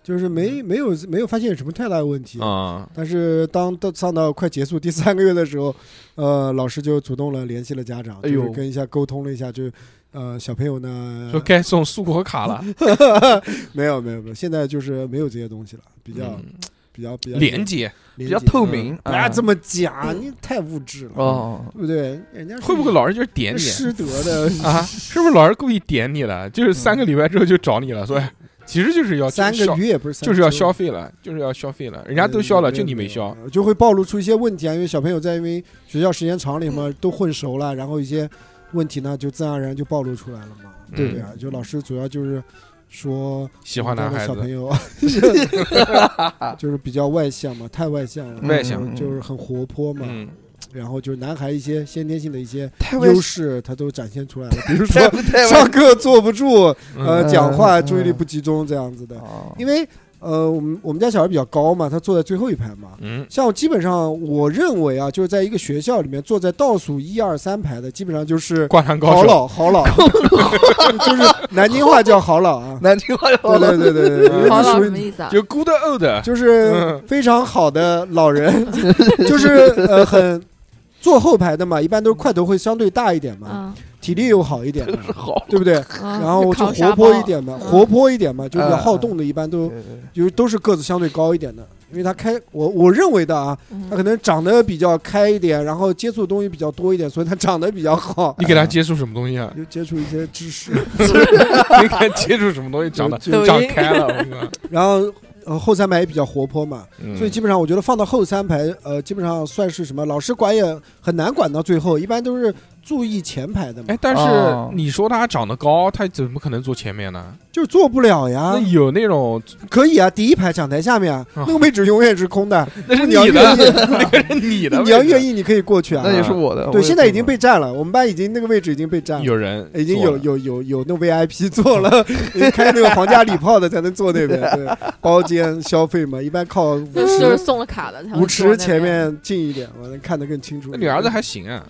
Speaker 4: 就是
Speaker 3: 嗯
Speaker 4: 没没有没有发现有什么太大的问题。
Speaker 1: 啊？
Speaker 4: 但是当到上到快结束第三个月的时候， 呃，老师就主动了联系了家长，
Speaker 3: 哎
Speaker 4: 就
Speaker 3: 呦
Speaker 4: 是跟一下沟通了一下，就呃小朋友呢
Speaker 1: 说该送素果卡了，
Speaker 4: 没有没有没有，现在就是没有这些东西了，比较、
Speaker 1: 嗯
Speaker 4: 比较比较
Speaker 1: 廉洁
Speaker 4: 比
Speaker 3: 比较透明
Speaker 4: 不要
Speaker 3: 啊
Speaker 4: 嗯哎这么讲，你太物质了，
Speaker 3: 哦，
Speaker 4: 对不对？人 家
Speaker 1: 嗯
Speaker 4: 是
Speaker 1: 会不会老师就是点你
Speaker 4: 失德 的？
Speaker 1: 啊？是不是老师故意点你了？就是三个礼拜之后就找你了，说哎其实就是要
Speaker 4: 嗯三个
Speaker 1: 消
Speaker 4: 月也不是三
Speaker 1: 就是要
Speaker 4: 周
Speaker 1: 消，费了，就是要消费了，人家都消了，
Speaker 4: 嗯
Speaker 1: 就你没消，，
Speaker 4: 就会暴露出一些问题啊。因为小朋友在因为学校时间长了以后嘛，都混熟了，然后一些问题呢就自然而然就暴露出来了嘛。
Speaker 1: 嗯
Speaker 4: 对啊，就老师主要就是说
Speaker 1: 喜欢
Speaker 4: 我
Speaker 1: 男
Speaker 4: 们家的
Speaker 1: 孩
Speaker 4: 小朋
Speaker 1: 子，
Speaker 4: 友，就是比较外向嘛，太外向了，
Speaker 1: 外向
Speaker 4: 嗯就是很活泼嘛。
Speaker 1: 嗯，
Speaker 4: 然后就是男孩一些先天性的一些
Speaker 3: 太外
Speaker 4: 优势，他都展现出来了，比如说
Speaker 3: 太太外
Speaker 4: 上课坐不住，呃，
Speaker 1: 嗯
Speaker 3: 嗯
Speaker 4: 讲话
Speaker 3: 嗯
Speaker 4: 注意力不集中这样子的。
Speaker 3: 哦。
Speaker 4: 因为呃，我们我们家小孩比较高嘛，他坐在最后一排嘛。
Speaker 1: 嗯，
Speaker 4: 像我基本上我认为啊，就是在一个学校里面坐在倒数一二三排的，基本上就是
Speaker 1: 灌篮高
Speaker 4: 好
Speaker 1: 手，
Speaker 4: 老好老，就是南京话叫好老啊
Speaker 3: 南京话叫
Speaker 4: 对对对对对对，
Speaker 2: 好老
Speaker 4: 就
Speaker 2: 什
Speaker 4: 属
Speaker 2: 么
Speaker 4: 于
Speaker 2: 意思啊？
Speaker 1: 就 good old，
Speaker 4: 就是
Speaker 1: 嗯
Speaker 4: 非常好的 老人， 就是呃很坐后排的嘛，一般都是块头会相对大一点嘛，
Speaker 2: 嗯，
Speaker 4: 体力又好一点嘛，
Speaker 3: 好，
Speaker 4: 对不对？
Speaker 2: 然
Speaker 4: 然后就活泼一，点嘛，
Speaker 2: 嗯
Speaker 4: 活泼一点嘛，就比较
Speaker 3: 嗯
Speaker 4: 好动的，一般都
Speaker 3: 对对
Speaker 4: 就是都是个子相对高一点的，因为他开我我认为的啊，
Speaker 2: 嗯
Speaker 4: 他可能长得比较开一点，然后接触的东西比较多一点，所以他长得比较好，
Speaker 1: 你给他接触什么东西 啊？
Speaker 4: 就接触一些知识，
Speaker 1: 你给他接触什么东西？长得
Speaker 4: 就
Speaker 2: 抖
Speaker 1: 长
Speaker 2: 音
Speaker 1: 开了，我跟你 说
Speaker 4: 然后。呃，后三排也比较活泼嘛，
Speaker 1: 嗯
Speaker 4: 所以基本上我觉得放到后三排，呃，基本上算是什么，老师管也很难管到最后，一般都是注意前排的嘛
Speaker 1: 哎，，但
Speaker 3: 哦
Speaker 1: 是你说他长得高，他怎么可能坐前面呢？
Speaker 4: 就是坐不了呀
Speaker 1: 那。有那种
Speaker 4: 可以啊，第一排讲台下面啊，
Speaker 1: 啊
Speaker 4: 那个位置永远是空的，
Speaker 1: 那是
Speaker 4: 你
Speaker 1: 你的，
Speaker 4: 要愿意，
Speaker 1: 那个是你的，
Speaker 4: 你要愿。意你可以过去啊
Speaker 3: 那。也是我的。我
Speaker 4: 对，
Speaker 3: 也
Speaker 4: 现在
Speaker 3: 是
Speaker 4: 已经
Speaker 3: 我
Speaker 4: 被占了，我们班已经那个位置已经被占了。
Speaker 1: 有人
Speaker 4: 啊已经
Speaker 1: 做
Speaker 4: 有
Speaker 1: 了
Speaker 4: 有有有那 VIP 坐了，开那个皇家礼炮的才能坐那边，对，包间消费嘛，一般靠舞
Speaker 2: 就是
Speaker 4: 池
Speaker 2: 送了卡的，才会
Speaker 4: 舞
Speaker 2: 坐
Speaker 4: 池
Speaker 2: 那
Speaker 4: 前
Speaker 2: 边。
Speaker 4: 面近一点，我能看得更清楚。
Speaker 1: 那你儿子还行啊，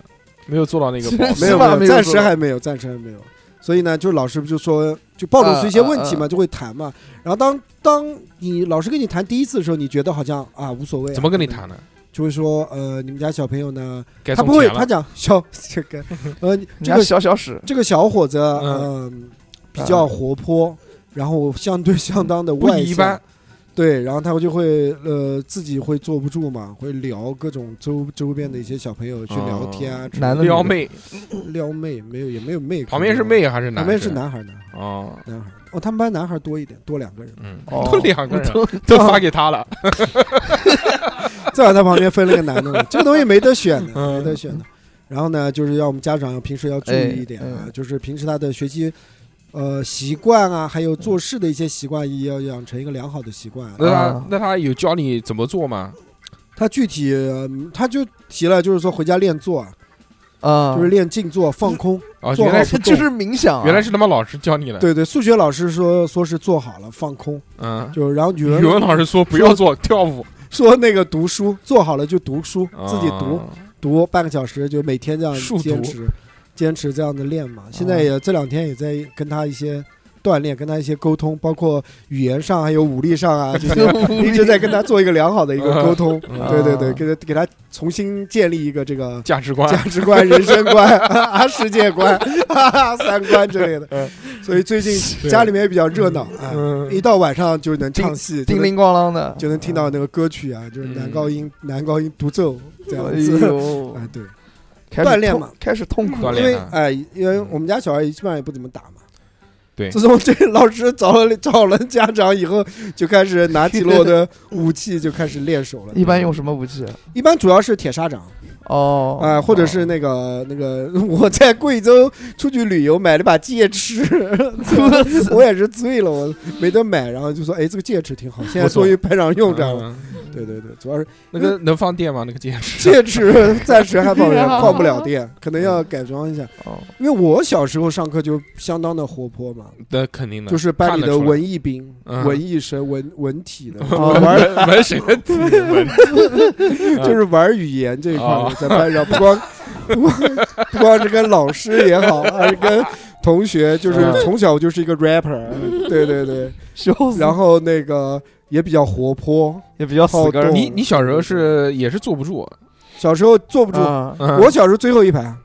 Speaker 1: 没有做到那个保姆。
Speaker 4: 没有
Speaker 3: 是吧
Speaker 4: 没
Speaker 3: 没有
Speaker 4: 有，暂
Speaker 3: 坐
Speaker 4: 时还没有，暂时还没有。所以呢，就老师就说，就暴露出一些问题嘛，
Speaker 3: 啊啊
Speaker 4: 就会谈
Speaker 1: 嗯
Speaker 4: 嘛。然后当当你老师跟你谈第一次的时候，你觉得好像啊无所谓啊、
Speaker 1: 怎么跟你
Speaker 4: 对吧？
Speaker 1: 谈呢？
Speaker 4: 就会说呃，你们家小朋友呢，
Speaker 1: 该
Speaker 4: 他
Speaker 1: 送
Speaker 4: 不会，
Speaker 1: 钱
Speaker 4: 他
Speaker 1: 了。
Speaker 4: 讲小这个呃
Speaker 3: 人
Speaker 4: 这
Speaker 3: 家
Speaker 4: 个
Speaker 3: 小小史，
Speaker 4: 这个小伙子，嗯、
Speaker 1: 嗯
Speaker 4: 比较活泼，然后相对相当的
Speaker 1: 不
Speaker 4: 外
Speaker 1: 一般
Speaker 4: 向，对，然后他就会呃自己会坐不住嘛，会聊各种周周边的一些小朋友去聊天
Speaker 1: 哦
Speaker 4: 啊，
Speaker 3: 男的
Speaker 1: 撩
Speaker 3: 女的
Speaker 1: 妹，
Speaker 4: 撩妹没有也没有妹，
Speaker 1: 旁边是，妹还是男？
Speaker 4: 旁边是。男孩男孩
Speaker 1: 哦，，
Speaker 4: 男孩，哦，他们班男孩多一点，多两个人
Speaker 1: 嗯，
Speaker 3: 哦
Speaker 1: 都两个人
Speaker 3: 都
Speaker 1: 都发给他了。
Speaker 4: 啊正好他旁边分了个男的嘛，这个东西没得选的，
Speaker 1: 嗯
Speaker 4: 没得选的。然后呢，就是要我们家长要平时要注意一点啊，
Speaker 3: 哎哎
Speaker 4: 就是平时他的学习。呃，习惯啊，还有做事的一些习惯，也要养成一个良好的习惯啊。
Speaker 1: 那
Speaker 3: 啊
Speaker 1: 他那他有教你怎么做吗？
Speaker 4: 他具体、嗯他就提了，就是说回家练坐，啊，
Speaker 3: 啊，
Speaker 4: 就是练静坐、放空。
Speaker 1: 啊，
Speaker 4: 做
Speaker 1: 原
Speaker 4: 好
Speaker 1: 来
Speaker 4: 不动
Speaker 3: 就是冥想啊，
Speaker 1: 原来 是他妈老师教你的。，
Speaker 4: 对对，数学老师说说是做好了放空，
Speaker 1: 嗯，
Speaker 4: 就然后语
Speaker 1: 语
Speaker 4: 文
Speaker 1: 文老师说不要做跳舞，
Speaker 4: 说那个读书做好了就读书，自己读
Speaker 1: 啊。
Speaker 4: 读半个小时，就每天这
Speaker 1: 数
Speaker 4: 样
Speaker 1: 独
Speaker 4: 坚持坚持这样的练嘛。现在也、这两天也在跟他一些锻炼，跟他一些沟通，包括语言上还有武力上啊，这些 一直在跟他做一个良好的一个沟通。
Speaker 1: 嗯
Speaker 4: 对对对，
Speaker 3: 啊
Speaker 4: 给他给他重新建立一个这个
Speaker 1: 价值观
Speaker 4: 价值观、人生观、啊世界观、 啊三观之类的
Speaker 1: 嗯。
Speaker 4: 所以最近
Speaker 1: 是
Speaker 4: 家里面也比较热闹啊，
Speaker 1: 嗯
Speaker 4: 一到晚上就能唱戏，就
Speaker 3: 叮
Speaker 4: 能
Speaker 3: 铃咣啷的，
Speaker 4: 就能听到那个歌曲啊，就是男高音、男高音独奏这样
Speaker 3: 哎
Speaker 4: 子。
Speaker 3: 呦，
Speaker 4: 啊，对，
Speaker 3: 开始
Speaker 4: 锻炼
Speaker 3: 痛
Speaker 4: 嘛，
Speaker 3: 开始痛苦
Speaker 1: 锻
Speaker 3: 了，
Speaker 4: 因
Speaker 1: 炼
Speaker 4: 为
Speaker 1: 啊
Speaker 4: 哎，因为我们家小孩基本上也不怎么打嘛。
Speaker 1: 对
Speaker 4: 自从这个老师找了找了家长以后，就开始拿起了我的武器，就开始练手了。
Speaker 3: 一般用什么武器？啊
Speaker 4: 一般主要是铁砂掌，
Speaker 3: 哦，
Speaker 4: 啊、或者是那个那个，我在贵州出去旅游买了把 戒指，我也是醉了，我没得买，然后就说，哎，这个戒指挺好，现在
Speaker 1: 不错
Speaker 4: 终于派上用场了。
Speaker 1: 嗯
Speaker 4: 对对对， 主要是
Speaker 1: 那个能放电吗？那个戒指？
Speaker 4: 戒指暂时还放
Speaker 2: 好
Speaker 4: 放不了电，可能要改装一下。
Speaker 3: 哦，
Speaker 4: 因为我小时候上课就相当的活泼嘛，
Speaker 1: 那肯定的，
Speaker 4: 就是班
Speaker 1: 嗯
Speaker 4: 里
Speaker 1: 看得
Speaker 4: 的
Speaker 1: 出来
Speaker 4: 文艺兵、
Speaker 1: 嗯
Speaker 4: 文艺生、文文体 的，
Speaker 3: 哦
Speaker 1: 玩儿玩谁的体温？
Speaker 4: 就是玩语言这一块
Speaker 1: 哦
Speaker 4: 的，在班上不光 不光不光是跟老师也好， 还是跟同学，就是
Speaker 3: 啊
Speaker 1: 嗯
Speaker 4: 从小就是一个 rapper，对对对，
Speaker 3: 笑死，
Speaker 4: 然后那个也比较活泼，
Speaker 3: 也比较死根儿
Speaker 4: 好动
Speaker 1: 你你小时候是也是坐不住，
Speaker 4: 小时候坐不住，
Speaker 3: 啊
Speaker 1: 嗯
Speaker 4: 我小时候最后 一排。啊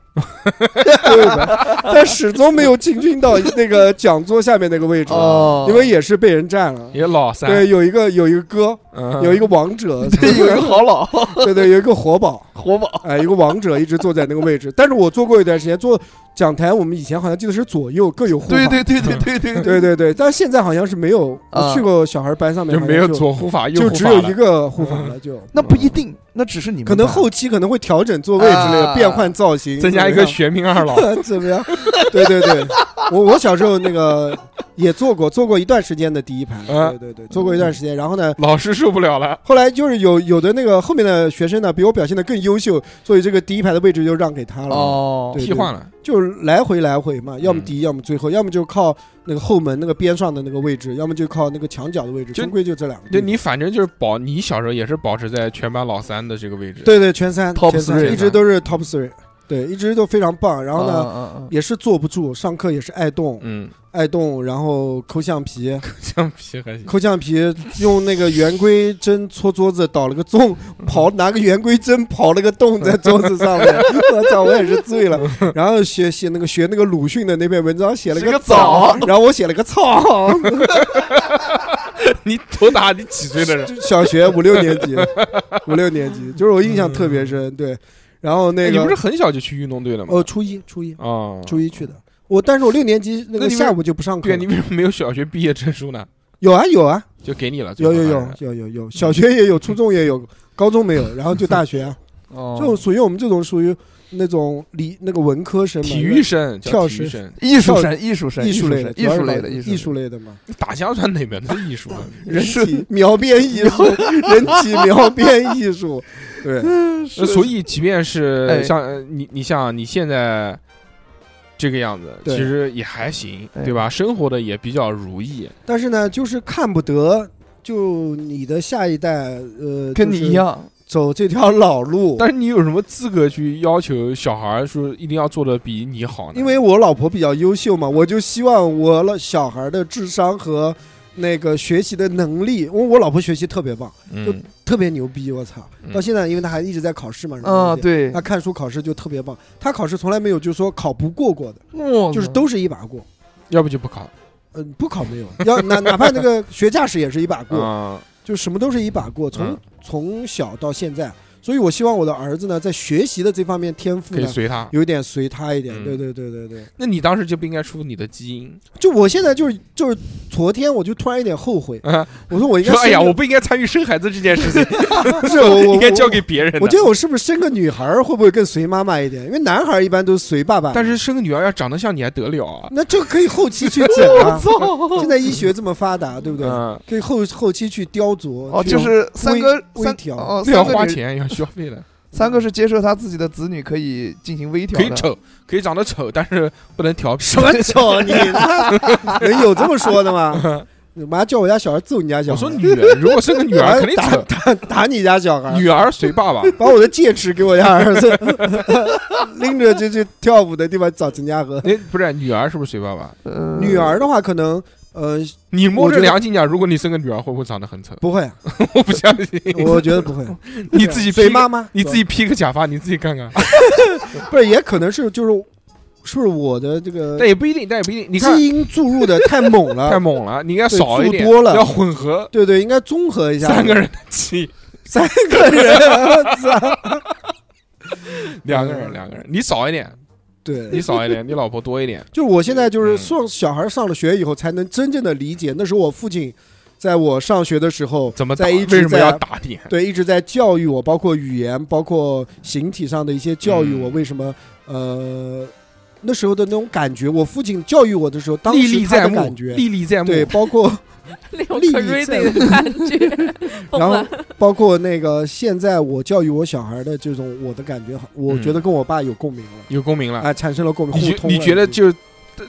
Speaker 4: 最后一排，但始终没有进军到那个讲桌下面那个位置，啊
Speaker 3: 哦，
Speaker 4: 因为也是被人占了。
Speaker 1: 也老三，
Speaker 4: 对，有一个有一个哥，
Speaker 1: 嗯
Speaker 4: 有一个王者，
Speaker 3: 这有人好老
Speaker 4: 对对，有一个 活宝，
Speaker 3: 活 宝
Speaker 4: 哎，一个王者一直坐在那个位置。但是我坐过一段时间，坐讲台，我们以前好像记得是左右各有护法。
Speaker 3: 对对对对对对
Speaker 4: 对对对但是现在好像是没有。
Speaker 3: 啊
Speaker 4: 我去过小孩班上面
Speaker 1: 就
Speaker 4: 好像
Speaker 1: 没有左护法右
Speaker 4: 就
Speaker 1: 护
Speaker 4: 只
Speaker 1: 法
Speaker 4: 有
Speaker 1: 了嗯
Speaker 4: 一个护法了，就
Speaker 3: 那不一定，那只是你们
Speaker 4: 可能
Speaker 3: 班
Speaker 4: 后期可能会调整座位之类的，
Speaker 3: 啊
Speaker 4: 变换造型，
Speaker 1: 增加一
Speaker 4: 怎
Speaker 1: 个
Speaker 4: 么样
Speaker 1: 玄冥二 老，
Speaker 4: 怎么样？对对对，我我小时候那个也坐过，坐过一段时间的第一排，
Speaker 1: 啊
Speaker 4: 对对对，坐过一段时间。然后呢，
Speaker 1: 老师受不了了。
Speaker 4: 后来就是有有的那个后面的学生呢，比我表现的更优秀，所以这个第一排的位置就让给他了。
Speaker 3: 哦
Speaker 4: 对
Speaker 1: 替换了，
Speaker 4: 就是来回来回嘛，要么
Speaker 1: 嗯
Speaker 4: 第一，要么最后，要么就靠那个后门那个边上的那个位置，要么就靠那个墙角的位置，
Speaker 1: 就
Speaker 4: 终归就这两个。
Speaker 1: 就，你反正就是保，你小时候也是保持在全班老三的这个位置。，
Speaker 4: 对对，全三
Speaker 3: Top
Speaker 4: 全三
Speaker 3: three 啊
Speaker 4: 一直都是 top three，对，一直都非常棒。然后呢，
Speaker 3: 呢，
Speaker 4: 也是坐不住，上课也是爱动，
Speaker 1: 嗯，
Speaker 4: 爱动，然后抠橡 皮，
Speaker 1: 橡皮还行。
Speaker 4: 抠橡皮，用那个圆规针戳桌子，倒了个洞，
Speaker 3: 嗯
Speaker 4: 刨拿个圆规针刨了个洞在桌子上 面，我操，我也是醉了。然后写写那个学那个鲁迅的那篇文章，写了
Speaker 3: 写个啊
Speaker 4: 枣，然后我写了个 草，
Speaker 1: 你多大？你几岁的人？
Speaker 4: 就小学五六年级，五六年级，就是我印象特别深，对。然后 那
Speaker 1: 哎你不是
Speaker 4: 个
Speaker 1: 很小就去运动队了吗？
Speaker 4: 哦，初一初一
Speaker 1: 哦，
Speaker 4: 初一去的。我但是我六年级那
Speaker 1: 那
Speaker 4: 个
Speaker 1: 你为
Speaker 4: 下午就不上课
Speaker 1: 对，啊
Speaker 4: 了，
Speaker 1: 你为什么没有小学毕业证书呢？
Speaker 4: 有啊有啊
Speaker 1: 就给你了，
Speaker 4: 有有
Speaker 1: 最后
Speaker 4: 有
Speaker 1: 当然
Speaker 4: 有有有，小学也有，初中也有，高中没有，然后就大学啊。就
Speaker 3: 就
Speaker 4: 属于我们这种属于那种理那个文科生嘛，
Speaker 1: 体育生，叫
Speaker 4: 跳
Speaker 1: 体育
Speaker 4: 绳
Speaker 1: 生，
Speaker 3: 艺术生，艺术生，
Speaker 4: 艺术类的
Speaker 3: 生，艺术类
Speaker 4: 主
Speaker 3: 的，
Speaker 4: 要是
Speaker 3: 艺
Speaker 4: 艺
Speaker 3: 术
Speaker 4: 术
Speaker 3: 类
Speaker 4: 类的嘛，
Speaker 1: 你打架算哪门子艺术啊？
Speaker 4: 人体描边艺术，人体描边艺术，对，
Speaker 1: 呃所以，即便是
Speaker 3: 哎
Speaker 1: 像呃你，你像你现在这个样子，其
Speaker 4: 对
Speaker 1: 实也还行，
Speaker 3: 哎
Speaker 1: 对吧？生活的也比较如意。
Speaker 4: 但是呢，就是看不得。就你的下一代，呃，
Speaker 3: 跟你一，样，
Speaker 4: 走这条老路。
Speaker 1: 但是你有什么资格去要求小孩儿说一定要做的比你好呢？
Speaker 4: 因为我老婆比较优秀嘛，我就希望我老小孩的智商和那个学习的能力，因为我老婆学习特别棒，就
Speaker 1: 嗯，
Speaker 4: 特别牛逼，我操！
Speaker 1: 嗯啊
Speaker 4: 到现在，因为她还一直在考试嘛，什么东
Speaker 3: 嗯，
Speaker 4: 西
Speaker 3: 对，
Speaker 4: 他看书考试就特别棒，他考试从来没有就是说考不过过的，
Speaker 1: 嗯
Speaker 3: 哇。
Speaker 4: 就是都是一把过。
Speaker 1: 要不就不考
Speaker 4: 嗯、不考 没有，要哪哪怕那个学驾驶也是一把过，
Speaker 1: 啊。
Speaker 4: 就什么都是一把过，从、
Speaker 1: 嗯
Speaker 4: 从小到现在。所以我希望我的儿子呢，在学习的这方面天赋
Speaker 1: 可以
Speaker 4: 呢，
Speaker 1: 随他。
Speaker 4: 有点随他一点。
Speaker 1: 嗯
Speaker 4: 对对对对对，
Speaker 1: 那你当时就不应该出你的基因
Speaker 4: 就我现在就是就是昨天我就突然有点后悔，
Speaker 1: 啊！
Speaker 4: 我说我应该
Speaker 1: 说哎呀，
Speaker 4: 生
Speaker 1: 我
Speaker 4: 个
Speaker 1: 不应该参与生孩子这件事情，
Speaker 4: 不 是我我
Speaker 1: 应该交
Speaker 4: 我
Speaker 1: 给别人的。
Speaker 4: 我觉得我是不是生个女孩儿会不会更随妈妈一点？因为男孩儿一般都随爸爸，
Speaker 1: 但是生个女儿要长得像你还得了啊？
Speaker 4: 那这个可以后期去整 啊
Speaker 3: 操，
Speaker 4: 现在医学这么发达，对不对？
Speaker 1: 嗯，
Speaker 4: 可以后后期去雕琢。
Speaker 3: 哦，
Speaker 4: 去
Speaker 3: 就是三个
Speaker 4: 微
Speaker 3: 三
Speaker 4: 微调
Speaker 3: 哦，
Speaker 1: 那
Speaker 3: 三
Speaker 1: 要
Speaker 3: 个
Speaker 1: 花
Speaker 3: 女，
Speaker 1: 钱，要消费的。
Speaker 3: 三个是接受他自己的子女可以进行微调
Speaker 1: 可以
Speaker 3: 的，
Speaker 1: 丑，可以长得丑，但是不能调皮。
Speaker 4: 什么丑你？ 能有这么说的 吗？你妈叫我家小孩揍你家小
Speaker 1: 我
Speaker 4: 孩，
Speaker 1: 说女人如果生个女 儿肯定
Speaker 4: 哎打
Speaker 1: 丑，
Speaker 4: 打打你家小孩，
Speaker 1: 女儿随爸爸。
Speaker 4: 把我的戒指给我家儿子， 拎着就去跳舞的地方找陈家和。
Speaker 1: 哎，不是女儿是不是随爸爸？
Speaker 3: 呃
Speaker 4: 女儿的话，可能呃
Speaker 1: 你摸
Speaker 4: 我
Speaker 1: 着
Speaker 4: 觉得？
Speaker 1: 良心讲，如果你生个女儿，会不会长得很丑
Speaker 4: 不会，
Speaker 1: 我不相信，
Speaker 4: 我觉得不会。
Speaker 1: 你自己
Speaker 4: 随
Speaker 1: 披个，
Speaker 4: 妈妈，
Speaker 1: 你自己披个假发，你自己看看。啊
Speaker 4: 不是也可能是就是是不是我的这个
Speaker 1: 但也不一定，但也不一定。你看
Speaker 4: 基因注入的太猛
Speaker 1: 太
Speaker 4: 了。
Speaker 1: 猛了，你应该
Speaker 4: 对
Speaker 1: 少一
Speaker 4: 做
Speaker 1: 点，
Speaker 4: 多了
Speaker 1: 要混合
Speaker 4: 对对，应该综合一下
Speaker 1: 三个人的 气，
Speaker 4: 三个人，我操
Speaker 1: 两个人两个人，你少一点，
Speaker 4: 对，
Speaker 1: 你少一点，你老婆多一点。
Speaker 4: 就我现在就是
Speaker 1: 嗯
Speaker 4: 上小孩上了学以后，才能真正的理解，那时候我父亲在我上学的时候，
Speaker 1: 怎么打？
Speaker 4: 在一
Speaker 1: 为
Speaker 4: 直
Speaker 1: 什么
Speaker 4: 在
Speaker 1: 要打你？
Speaker 4: 对，一直在教育我，包括语言，包括形体上的一些教育
Speaker 1: 嗯
Speaker 4: 我。为什么？呃，那时候的那种感觉，我父亲教育我的时候，当
Speaker 1: 历
Speaker 4: 时
Speaker 1: 历
Speaker 4: 他
Speaker 1: 在
Speaker 4: 的
Speaker 1: 目，
Speaker 4: 感觉，
Speaker 1: 历历在目。
Speaker 4: 对，包括
Speaker 2: 那种
Speaker 4: 历历
Speaker 2: crazy 的感 觉，疯
Speaker 4: 然后
Speaker 2: 了。
Speaker 4: 包括那个现在我教育我小孩的这种我的感觉，我
Speaker 1: 嗯
Speaker 4: 觉得跟我爸有共鸣了，
Speaker 1: 有共鸣
Speaker 4: 哎、
Speaker 1: 了。
Speaker 4: 产生了共鸣，
Speaker 1: 你
Speaker 4: 互
Speaker 1: 觉
Speaker 4: 通
Speaker 1: 你
Speaker 4: 了
Speaker 1: 觉得就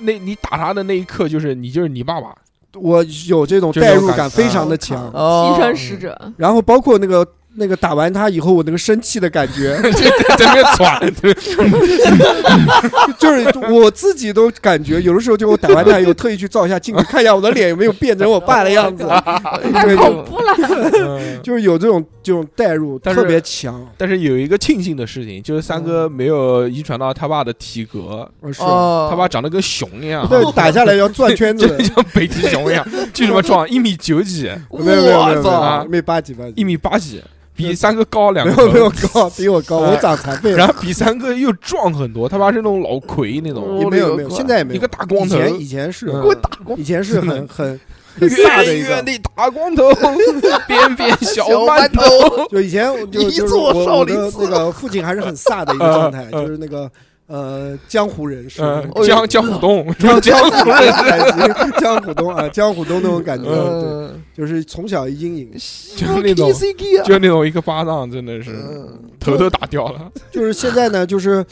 Speaker 1: 那你打他的那一刻，就是你就是你爸爸，
Speaker 4: 我有这种
Speaker 1: 就那
Speaker 4: 代
Speaker 1: 种
Speaker 4: 入
Speaker 1: 感
Speaker 4: 感啊
Speaker 1: 觉
Speaker 4: 非常的
Speaker 2: 我
Speaker 4: 强，
Speaker 3: 哦
Speaker 2: 牺牲使者，
Speaker 4: 然后包括那个那个打完他以后，我那个生气的感觉，
Speaker 1: 在那边喘，对
Speaker 4: 就是我自己都感觉，有的时候就我打完他以后，特意去照一下镜子，看一下我的脸有没有变成我爸的样子，
Speaker 2: 太
Speaker 4: 嗯对，
Speaker 2: 恐怖了。
Speaker 1: 嗯
Speaker 4: 就是有这种这种代入
Speaker 1: 但是
Speaker 4: 特别强，
Speaker 1: 但是有一个庆幸的事情，就是三
Speaker 4: 嗯
Speaker 1: 哥没有遗传到他爸的体格，
Speaker 4: 呃是。
Speaker 3: 哦，
Speaker 1: 他爸长得跟熊一样，啊
Speaker 4: 对，打下来要转圈子
Speaker 1: 就，像北极熊一样，巨他妈壮，一米九几，
Speaker 4: 没有没有没啊有
Speaker 3: 哦我
Speaker 4: 没
Speaker 3: 操
Speaker 4: 有，没八几八几，
Speaker 1: 一米八几，比三哥高两
Speaker 4: 嗯没
Speaker 1: 个头，
Speaker 4: 有没有高，比我高，我长残废
Speaker 1: 然
Speaker 4: 了，
Speaker 1: 后比三哥又壮很多，他爸是那种老魁那种，
Speaker 4: 也没有没
Speaker 3: 我的个
Speaker 4: 有，
Speaker 3: 乖
Speaker 4: 现在也没
Speaker 1: 一
Speaker 4: 有
Speaker 1: 个，大光
Speaker 4: 以
Speaker 1: 头，
Speaker 4: 前以前是
Speaker 1: 嗯给我
Speaker 4: 打光，以嗯前是很很 很飒的
Speaker 1: 远
Speaker 4: 一
Speaker 1: 远
Speaker 4: 个，
Speaker 1: 的大光 头，扁扁小馒头，
Speaker 3: 头，
Speaker 4: 就以前我就
Speaker 3: 一
Speaker 4: 就是
Speaker 3: 座
Speaker 4: 我
Speaker 3: 少
Speaker 4: 我
Speaker 3: 林
Speaker 4: 的
Speaker 3: 寺
Speaker 4: 那个父亲还是很 飒的一个状态，就是那个呃江湖人士，
Speaker 1: 嗯
Speaker 3: 哎，呦
Speaker 1: 江江虎东，
Speaker 4: 江江湖人士， 江湖东啊，江湖东那种感觉，对，
Speaker 3: 嗯，
Speaker 4: 就是从小阴影，
Speaker 1: 就是那种
Speaker 3: K 嗯 C K 啊，
Speaker 1: 就那种一个巴掌，真的是
Speaker 3: 嗯
Speaker 1: 头都打掉了。
Speaker 4: 就是现在呢，就是。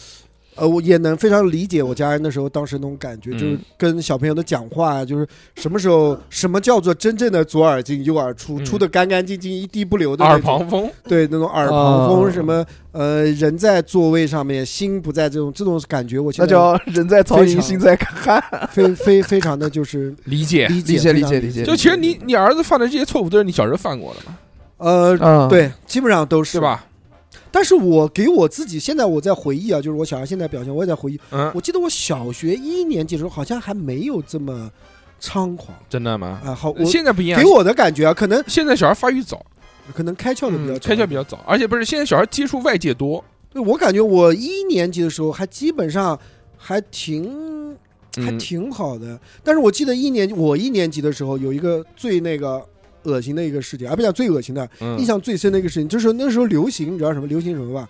Speaker 4: 呃，我也能非常理解我家人那时候当时那种感觉，
Speaker 1: 嗯
Speaker 4: 就是跟小朋友的讲话，就是什么时候什么叫做真正的左耳进右耳出，
Speaker 1: 嗯
Speaker 4: 出的干干净净一滴不留的那
Speaker 1: 耳
Speaker 4: 种
Speaker 1: 旁风，
Speaker 4: 对那种耳旁风
Speaker 3: 哦
Speaker 4: 什么，呃，人在座位上面，心不在这种这种感觉，我现
Speaker 3: 那
Speaker 4: 在
Speaker 3: 叫人在曹营心在汉。
Speaker 4: 非非非常的就是
Speaker 1: 理解。
Speaker 4: 理
Speaker 3: 理解
Speaker 4: 非常
Speaker 3: 理解理解
Speaker 1: 就其实你你儿子犯的这些错误都是你小时候犯过的嘛，
Speaker 4: 呃。
Speaker 3: 嗯，
Speaker 4: 对，基本上都是
Speaker 1: 对？吧？
Speaker 4: 但是我给我自己，现在我在回忆啊，就是我小孩现在表现，我也在回忆。
Speaker 1: 嗯，
Speaker 4: 我记得我小学一年级的时候，好像还没有这么猖狂
Speaker 1: 真的吗？
Speaker 4: 啊。好，我
Speaker 1: 呃现在不一样
Speaker 4: 给，我的感觉啊，可能
Speaker 1: 现在小孩发育早，
Speaker 4: 可能开窍的比较
Speaker 1: 嗯
Speaker 4: 早
Speaker 1: 开窍比较早，而且不是现在小孩接触外界多，
Speaker 4: 对我感觉我一年级的时候还基本上还挺还
Speaker 1: 嗯
Speaker 4: 挺好的，但是我记得一年我一年级的时候有一个最那个恶心的一个事情，啊，不讲最恶心的，
Speaker 1: 嗯
Speaker 4: 印象最深的一个事情，就是那时候流行，你知道什么流行什么吧？